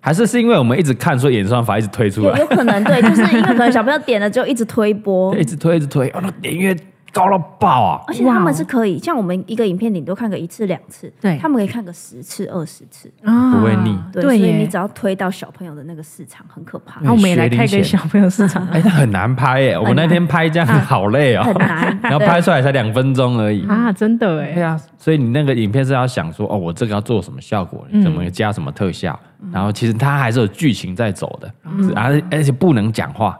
Speaker 1: 还是是因为我们一直看，所以演算法一直推出
Speaker 5: 有
Speaker 1: 来
Speaker 5: 有，可能 对，就是因为可能小朋友点了就一直推播
Speaker 1: 对，一直推一直推，哦，那点阅高到爆啊！
Speaker 5: 而且他们是可以，像我们一个影片顶多看个一次两次，
Speaker 6: 对
Speaker 5: 他们可以看个十次二十次，
Speaker 6: 啊
Speaker 1: 不会腻
Speaker 5: 对，
Speaker 6: 对
Speaker 5: 所以你
Speaker 6: 耶
Speaker 5: 只。要推到小朋友的那个市场，很可怕
Speaker 1: 嗯
Speaker 6: 然，后我们也来开
Speaker 1: 学龄
Speaker 6: 个
Speaker 1: 前
Speaker 6: 小朋友 市场，
Speaker 1: 哎，那很难拍耶，我们那天拍这样好累哦
Speaker 5: 很，难，
Speaker 1: 然后拍出来才两分钟 而已。
Speaker 5: 嗯
Speaker 6: 啊，真的
Speaker 1: 对
Speaker 6: 哎，
Speaker 1: 啊，所以你那个影片是要想说，哦，我这个要做什么效果，
Speaker 6: 嗯
Speaker 1: 怎么加什么特效，然后其实它还是有剧情在走的，
Speaker 6: 嗯
Speaker 1: 而、而且不能讲话，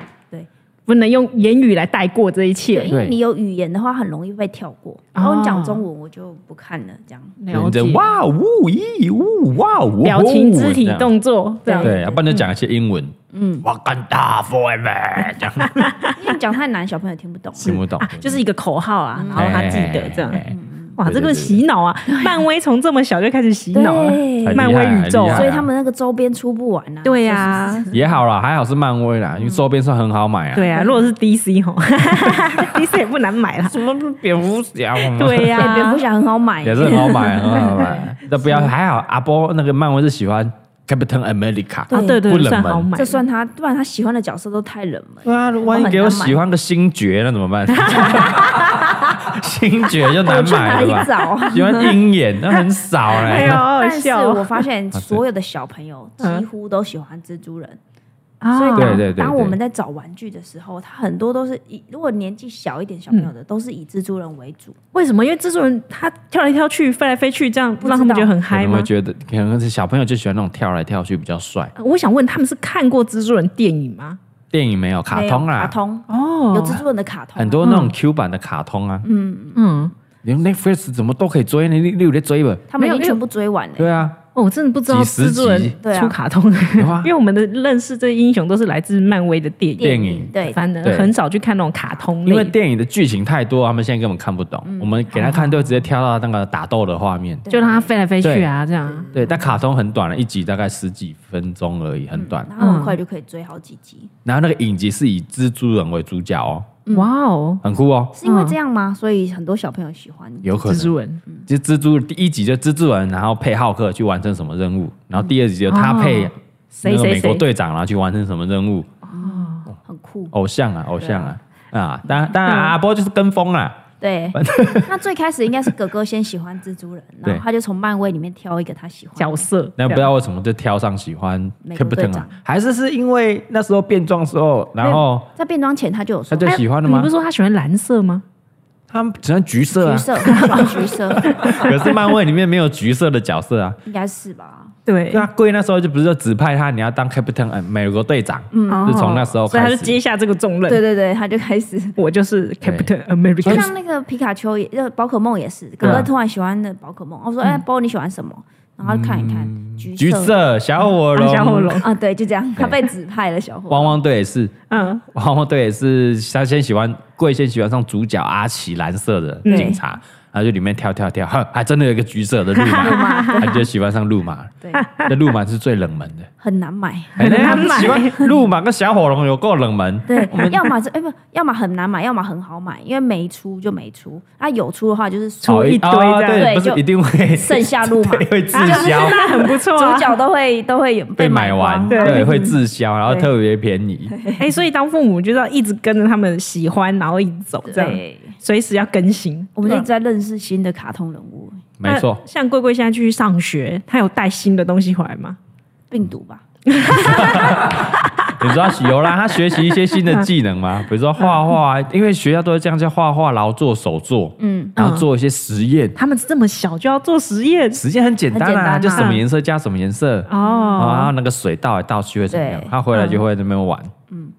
Speaker 6: 不能用言语来带过这一
Speaker 5: 对，
Speaker 6: 切。
Speaker 5: 因为你有语言的话，很容易被跳过。
Speaker 1: 哦
Speaker 5: 然后你讲中文，我就不看了，这样。
Speaker 6: 了
Speaker 1: 你
Speaker 6: 解
Speaker 1: 就，哇呜咦呜哇呜，
Speaker 6: 表情、肢体
Speaker 1: 哦这样，
Speaker 6: 动作这样。
Speaker 1: 对，要啊不然就讲一些英文，嗯，我跟他 forever 这样
Speaker 5: 因为你讲太难，小朋友听不 懂。
Speaker 1: 听不懂，
Speaker 6: 就是一个口号啊，
Speaker 1: 嗯
Speaker 6: 然后他记得这样。嗯
Speaker 1: 哎哎哎
Speaker 6: 哇，
Speaker 1: 对
Speaker 6: 这
Speaker 1: 对
Speaker 6: 个
Speaker 1: 对
Speaker 6: 洗脑啊！漫威从这么小就开始洗脑
Speaker 1: 啊
Speaker 6: 啊了，
Speaker 5: 对
Speaker 1: 很厉害
Speaker 6: 漫威宇宙
Speaker 1: 很厉害啊
Speaker 5: 所以他们那个周边出不完啊。
Speaker 6: 对呀，
Speaker 1: 也好啦，还好是漫威啦，因为周边算很好买啊，
Speaker 6: 嗯对啊。如果是 DC 吼 ，DC 也不难买 啦。
Speaker 1: 什么蝙蝠侠，
Speaker 6: 对
Speaker 5: 就是，对，蝙
Speaker 6: 呀
Speaker 5: 蝠，侠很好买，
Speaker 1: 啊也是很好买，很好 买，那不要还好，阿波那个漫威是喜欢 Captain America，
Speaker 6: 啊对对
Speaker 1: 不
Speaker 6: 对，
Speaker 1: 冷
Speaker 6: 算
Speaker 1: 门
Speaker 6: 好买
Speaker 5: 这。算他，不然他喜欢的角色都太冷门。
Speaker 1: 对啊，万一给我喜欢个星爵，那怎么办？星爵就难
Speaker 5: 去哪
Speaker 1: 买
Speaker 5: 里
Speaker 1: 了吧？
Speaker 5: 找啊？
Speaker 1: 喜欢鹰眼，那很少
Speaker 6: 哎
Speaker 1: 嘞
Speaker 6: 呦，。好好
Speaker 5: 但是
Speaker 6: 笑
Speaker 5: 我
Speaker 6: 哦
Speaker 5: 发
Speaker 1: 啊
Speaker 5: 现所有的小朋友几乎都喜欢蜘蛛人，所以
Speaker 6: 啊！
Speaker 1: 对对对
Speaker 5: 当我们在找玩具的时候，他很多都是以如果年纪小一点小朋友的，都是以蜘蛛人为主。
Speaker 6: 为什么？因为制作人他跳来跳去、飞来飞去，这样
Speaker 5: 知道
Speaker 6: 让他们觉得很
Speaker 1: 可
Speaker 6: 嗨
Speaker 1: 能会
Speaker 6: 吗？
Speaker 1: 觉得，可能是小朋友就喜欢那种跳来跳去比较帅。
Speaker 6: 我想问，他们是看过蜘蛛人电影吗？
Speaker 1: 电影没有卡通
Speaker 5: 没有卡
Speaker 1: 啦，
Speaker 5: 通啊
Speaker 6: 哦
Speaker 5: 有蜘蛛人的卡通，
Speaker 1: 很多那种 Q 版的卡通啊，
Speaker 6: 嗯，
Speaker 1: 连 Netflix 怎么都可以追，你你你有在追吧？
Speaker 5: 他们已
Speaker 6: 没有因
Speaker 5: 经
Speaker 6: 为
Speaker 5: 全部追完了。
Speaker 1: 对啊，
Speaker 6: 哦，我真的不知道
Speaker 1: 几十
Speaker 6: 蜘蛛人
Speaker 1: 集
Speaker 5: 对啊
Speaker 6: 出卡通，
Speaker 1: 有啊
Speaker 6: 因为我们的认识这些英雄都是来自漫威的电影，
Speaker 1: 电影。
Speaker 5: 对，
Speaker 6: 反而
Speaker 1: 对
Speaker 6: 很少去看那种卡通类
Speaker 1: 因为电影的剧情太多，他们现在根本看不懂。我们给他看，都直接跳到那个打斗的画面。
Speaker 6: 就让它飞来飞去啊，这样啊。
Speaker 1: 对，但卡通很短了，一集大概十几分钟而已，很短。
Speaker 5: 然后很快就可以追好几集。
Speaker 1: 然后那个影集是以蜘蛛人为主角哦，
Speaker 5: 嗯
Speaker 3: 哇哦，
Speaker 1: 很酷哦。
Speaker 5: 是因为这样吗？所以很多小朋友喜欢你。
Speaker 1: 有可
Speaker 3: 蜘蛛
Speaker 1: 能，
Speaker 3: 人
Speaker 1: 就蜘蛛第一集就蜘蛛人，然后配浩克去完成什么任务，然后第二集就他配那
Speaker 6: 谁
Speaker 1: 个
Speaker 6: 谁
Speaker 1: 美国
Speaker 6: 谁
Speaker 1: 队长，然后去完成什么任务，
Speaker 5: 很酷。
Speaker 1: 偶像啊，偶像啊啊！当然当然，阿波就是跟风啊啦，
Speaker 5: 对，那最开始应该是哥哥先喜欢蜘蛛人，然
Speaker 1: 对
Speaker 5: 后他就从漫威里面挑一个他喜欢的
Speaker 3: 角色，
Speaker 1: 那不知道为什么就挑上喜欢
Speaker 5: 美国队
Speaker 1: Captain 啊
Speaker 5: 长，
Speaker 1: 还是是因为那时候变装时候，然后
Speaker 5: 在变装前他就有
Speaker 1: 他
Speaker 5: 说哎
Speaker 1: 就喜欢了
Speaker 3: 哎你
Speaker 1: 吗
Speaker 3: 不是？说他喜欢蓝色吗？
Speaker 1: 他们只能橘色啊
Speaker 5: 橘，色，他喜欢橘色，
Speaker 1: 可是漫威里面没有橘色的角色啊。
Speaker 5: 应该是吧？
Speaker 3: 对
Speaker 1: 对啊，贵那时候就不是就指派他你要当 Captain 呃美国队长，是从那时候
Speaker 3: 所以
Speaker 1: 开
Speaker 3: 他就
Speaker 1: 始。
Speaker 3: 接下这个重任。
Speaker 5: 哦对对对，他就开始，
Speaker 3: 我就是
Speaker 1: 对
Speaker 3: Captain
Speaker 5: 就
Speaker 3: America，
Speaker 5: 像那个皮卡丘也，就宝可梦也是，哥哥突然喜欢的宝可梦，我说哎，波你喜欢什么？然后他看一看橘
Speaker 1: 橘色小火龙，
Speaker 3: 小火龙，
Speaker 5: 啊，对，就这样，
Speaker 1: 对
Speaker 5: 他被指派了小伙。
Speaker 1: 汪汪队也是，
Speaker 3: 嗯，
Speaker 1: 汪汪队也是，他先喜欢贵，先喜欢上主角阿奇蓝色的警察，然后就里面跳跳跳， 哼还真的有一个橘色的路 马，他就喜欢上路马了。
Speaker 5: 对，
Speaker 1: 那路马是最冷门 的，
Speaker 5: 很难买，
Speaker 1: 很难买。喜欢路马跟小火龙有够冷门，
Speaker 5: 对，要么是哎不，要么很难买，要么很好买，因为没出就没出，啊有出的话就是
Speaker 1: 哦
Speaker 5: 出一
Speaker 1: 哦
Speaker 3: 堆这样
Speaker 1: 对，
Speaker 5: 对
Speaker 1: 不是
Speaker 5: 就
Speaker 1: 一定会
Speaker 5: 剩下路 嘛，
Speaker 1: 会滞 销，
Speaker 3: 那很不错啊
Speaker 5: 主。角都会都会有
Speaker 1: 被买
Speaker 5: 买
Speaker 1: 完，
Speaker 5: 光嗯
Speaker 3: 对
Speaker 1: 对，会滞销，然后特别便宜。
Speaker 3: 哎，所以当父母就要一直跟着他们喜欢，然后一直走，这样
Speaker 5: 对，
Speaker 3: 随时要更新。
Speaker 5: 我们就一直在认识新的卡通人物，
Speaker 1: 没错，
Speaker 3: 那像贵贵现在去上学，他有带新的东西回来吗？
Speaker 5: 病毒吧，
Speaker 1: 你知道有让他学习一些新的技能 吗？比如说画画，因为学校都是这样叫画画、劳作、手作，嗯，然后做一些实验。
Speaker 3: 他们这么小就要做实验
Speaker 1: 实验很简单
Speaker 5: 很简单
Speaker 1: 啊，
Speaker 5: 啊
Speaker 1: 就什么颜色加什么颜色，啊然
Speaker 3: 哦，
Speaker 1: 后那个水倒来倒去会怎么样？
Speaker 5: 对
Speaker 1: 他回来就会在那边玩，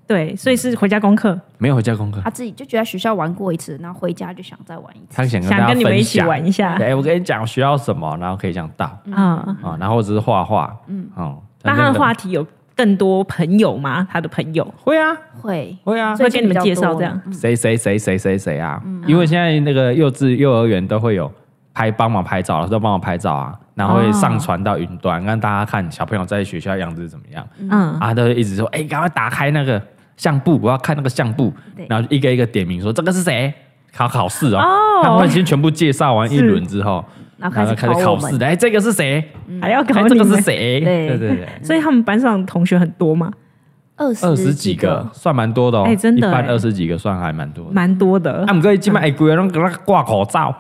Speaker 3: 对，所以是回家功课，
Speaker 1: 没有回家功课
Speaker 3: 啊
Speaker 5: 他，自己就觉得学校玩过一次，然后回家就想再玩一次。
Speaker 1: 他想跟大
Speaker 3: 想
Speaker 1: 家
Speaker 3: 跟你们
Speaker 1: 分
Speaker 3: 一起
Speaker 1: 享。
Speaker 3: 玩一下
Speaker 1: 哎，我跟你讲，我学到什么，然后可以这样倒
Speaker 3: 啊。
Speaker 1: 啊，然后或者是画画，嗯，哦，
Speaker 3: 那他的话题有更多朋友吗？他的朋友
Speaker 1: 会啊，
Speaker 5: 会，
Speaker 1: 会啊，
Speaker 3: 会跟你们介绍这样
Speaker 1: 谁谁谁谁谁谁啊，因为现在那个幼稚幼儿园都会有拍帮忙拍照，老师都帮忙拍照啊，然后会上传到云端，让大家看小朋友在学校样子怎么样、
Speaker 3: 嗯，
Speaker 1: 啊，都会一直说，哎、赶快打开那个相簿，我要看那个相簿
Speaker 5: 对，
Speaker 1: 然后一个一个点名说这个是谁。考考试哦，他们会先全部介绍完一轮之后，
Speaker 5: 然后开始
Speaker 1: 开始
Speaker 5: 考
Speaker 1: 考
Speaker 5: 我们
Speaker 1: 试的。哎，这个是谁？
Speaker 3: 还要搞
Speaker 1: 哎，
Speaker 3: 嗯你
Speaker 1: 这个是
Speaker 3: 们，
Speaker 1: 谁？
Speaker 5: 对
Speaker 1: 对对对，
Speaker 3: 所以他们班上同学很多吗？
Speaker 5: 二十
Speaker 1: 二十几个，算蛮多的哦。
Speaker 3: 哎真的
Speaker 1: 一般
Speaker 3: 哎
Speaker 1: 二十几个算还蛮多的。
Speaker 3: 蛮多的
Speaker 1: 啊，。毋过伊即摆会规个拢给他挂口 罩，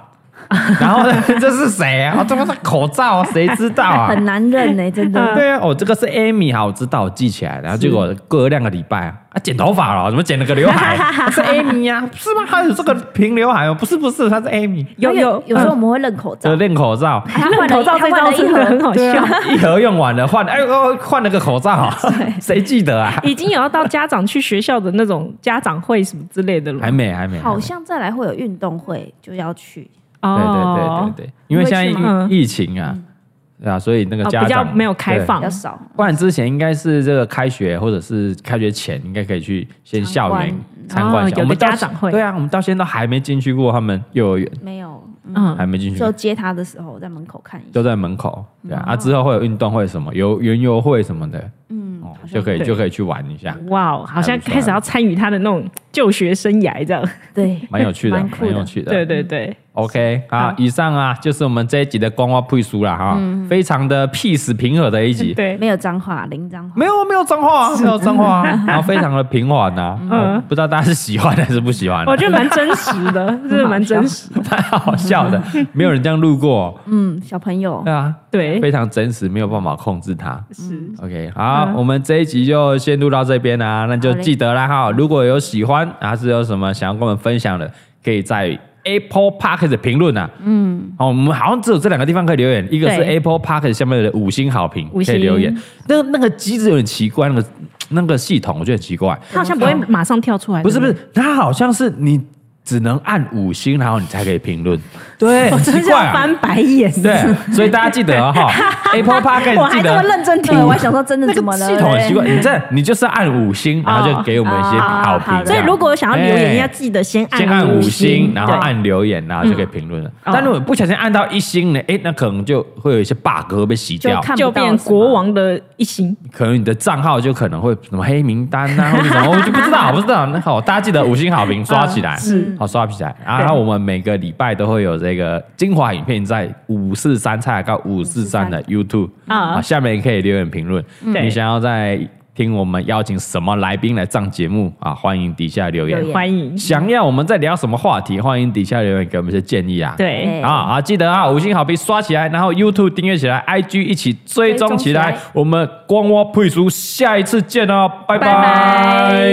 Speaker 1: 然后呢，这是谁啊？哦这个是口罩啊，谁知道啊？
Speaker 5: 很难认呢、真的。
Speaker 1: 对啊，哦，这个是 Amy 好，我知道，我记起来了。然后
Speaker 3: 嗯
Speaker 1: 结果过了两个礼拜啊，啊剪头发了，怎么剪了个刘 海？啊是 Amy 呀、啊？是吗？她有这个平刘海吗？不是，不是，她是 Amy。
Speaker 3: 有有嗯
Speaker 5: 有时候我们会认口罩哎
Speaker 1: 这，练口 罩，
Speaker 5: 他换了
Speaker 3: 口罩
Speaker 5: 他
Speaker 3: 这
Speaker 5: 换
Speaker 3: 招
Speaker 5: 了一
Speaker 3: 真的很
Speaker 5: 盒，啊
Speaker 3: 好笑，
Speaker 1: 一盒用完了，换哎呦，换了个口罩，谁记得啊？
Speaker 3: 已经有要到家长去学校的那种家长会什么之类的了。
Speaker 1: 还没，还没，还
Speaker 5: 好
Speaker 1: 没
Speaker 5: 像再来会有运动会就要去，
Speaker 1: 对对对
Speaker 3: 哦，
Speaker 1: 对对，因为现在
Speaker 3: 你会去吗嗯
Speaker 1: 疫疫情啊，对啊，所以那个
Speaker 3: 哦
Speaker 1: 家
Speaker 3: 比较
Speaker 1: 长
Speaker 3: 没有开
Speaker 1: 对
Speaker 3: 放
Speaker 5: 比较少。
Speaker 1: 不然之前应该是这个开学或者是开学前，应该可以去先校园
Speaker 3: 参
Speaker 1: 参
Speaker 3: 观
Speaker 1: 观一下。
Speaker 3: 哦有个
Speaker 1: 我们到
Speaker 3: 家长会
Speaker 1: 对啊，我们到现在都还没进去过他们幼儿园，
Speaker 5: 没有，
Speaker 1: 还
Speaker 3: 嗯，
Speaker 1: 没进去
Speaker 5: 就，接他的时候在门口看一下
Speaker 1: 就。在门口。
Speaker 3: 嗯
Speaker 1: 对啊，啊之后会有运动会什么，有园游会什么的，
Speaker 5: 嗯，
Speaker 1: 哦
Speaker 5: 好，像
Speaker 1: 就可以
Speaker 3: 对
Speaker 1: 就可以去玩一下，
Speaker 3: 哇哦，好
Speaker 1: 还
Speaker 3: 像
Speaker 1: 不错
Speaker 3: 开始要参与他的那种就学生涯这样。
Speaker 5: 对，
Speaker 1: 蛮有趣的，
Speaker 5: 蛮酷
Speaker 1: 蛮
Speaker 5: 的
Speaker 1: 有趣的。
Speaker 3: 对对对，
Speaker 1: OK，好
Speaker 3: 好，嗯
Speaker 1: 以上啊就是我们这一集的光花配书啦哈，非常的 peace 平和的一 集。
Speaker 3: 对，
Speaker 5: 没有脏话，零脏话
Speaker 1: 没。有没有脏话啊，没有脏话
Speaker 3: 嗯
Speaker 1: 啊，然后非常的平缓呐，哦不知道大家是喜欢还是不喜欢啊。
Speaker 3: 我觉得蛮真实的，真的 蛮真实。
Speaker 1: 太好笑 的，没有人这样路过，
Speaker 5: 嗯，小朋友
Speaker 1: 对，啊，
Speaker 3: 对，
Speaker 1: 非常真实，没有办法控制它。
Speaker 3: 是
Speaker 1: OK，好，我们这一集就先录到这边啦、那就
Speaker 5: 好嘞
Speaker 1: 记得啦哈，如果有喜欢还是有什么想要跟我们分享的，可以在 Apple Park 的评论啊，嗯，哦，我们好像只有这两个地方可以留言，一个是
Speaker 3: 对
Speaker 1: Apple Park 下面的五星好评
Speaker 3: 五
Speaker 1: 可
Speaker 3: 星
Speaker 1: 以留言，那那个机制有点奇怪，那个那个系统我觉得很奇怪，
Speaker 3: 他好像不会马上跳出来，
Speaker 1: 不是不
Speaker 3: 对
Speaker 1: 是，它好像是你只能按五星，然后你才可以评论。对，很奇
Speaker 3: 真是
Speaker 1: 怪
Speaker 3: 要
Speaker 1: 啊。
Speaker 3: 翻白眼。
Speaker 1: 对，所以大家记得哦哈，Apple Podcast 记得。
Speaker 5: 认真听，我还想说真的怎么了？
Speaker 1: 系统嗯很奇怪，你这你就是按五星，然后就给我们一些啊好评
Speaker 5: 哦好。哎
Speaker 1: 这
Speaker 6: 所以
Speaker 1: 样
Speaker 6: 如果想要留
Speaker 1: 哎
Speaker 6: 言，要记得先按
Speaker 1: 先按五
Speaker 6: 五
Speaker 5: 嗯
Speaker 1: 星，然后
Speaker 6: 对
Speaker 1: 按留言，然后就可以评论了。但如果不小心按到一星呢，哎，那可能就会有一些 bug 会被洗掉
Speaker 5: 就，看不
Speaker 3: 就
Speaker 5: 到
Speaker 3: 变国王的一星，
Speaker 1: 可能你的账号就可能会什么黑名单 啊，或者什么，我就不知道，不知道。那好，大家记得五星好评刷起来，嗯是好刷起来。然后我们每个礼拜都会有这个精华影片在五四三菜高五四三的 YouTube
Speaker 3: 啊
Speaker 1: 啊，下面也可以留言评论。
Speaker 3: 对
Speaker 1: 你想要在听我们邀请什么来宾来上节目啊？欢迎底下留言。
Speaker 3: 欢迎。
Speaker 1: 想要我们在聊什么话题，欢迎底下留言给我们一些建议啊。
Speaker 3: 对，
Speaker 1: 啊啊！记得啊，五星好评刷起来，然后 YouTube 订阅起来，IG 一起追踪起来。
Speaker 5: 追踪起
Speaker 1: 我们光窝配书，下一次见哦，拜
Speaker 5: 拜拜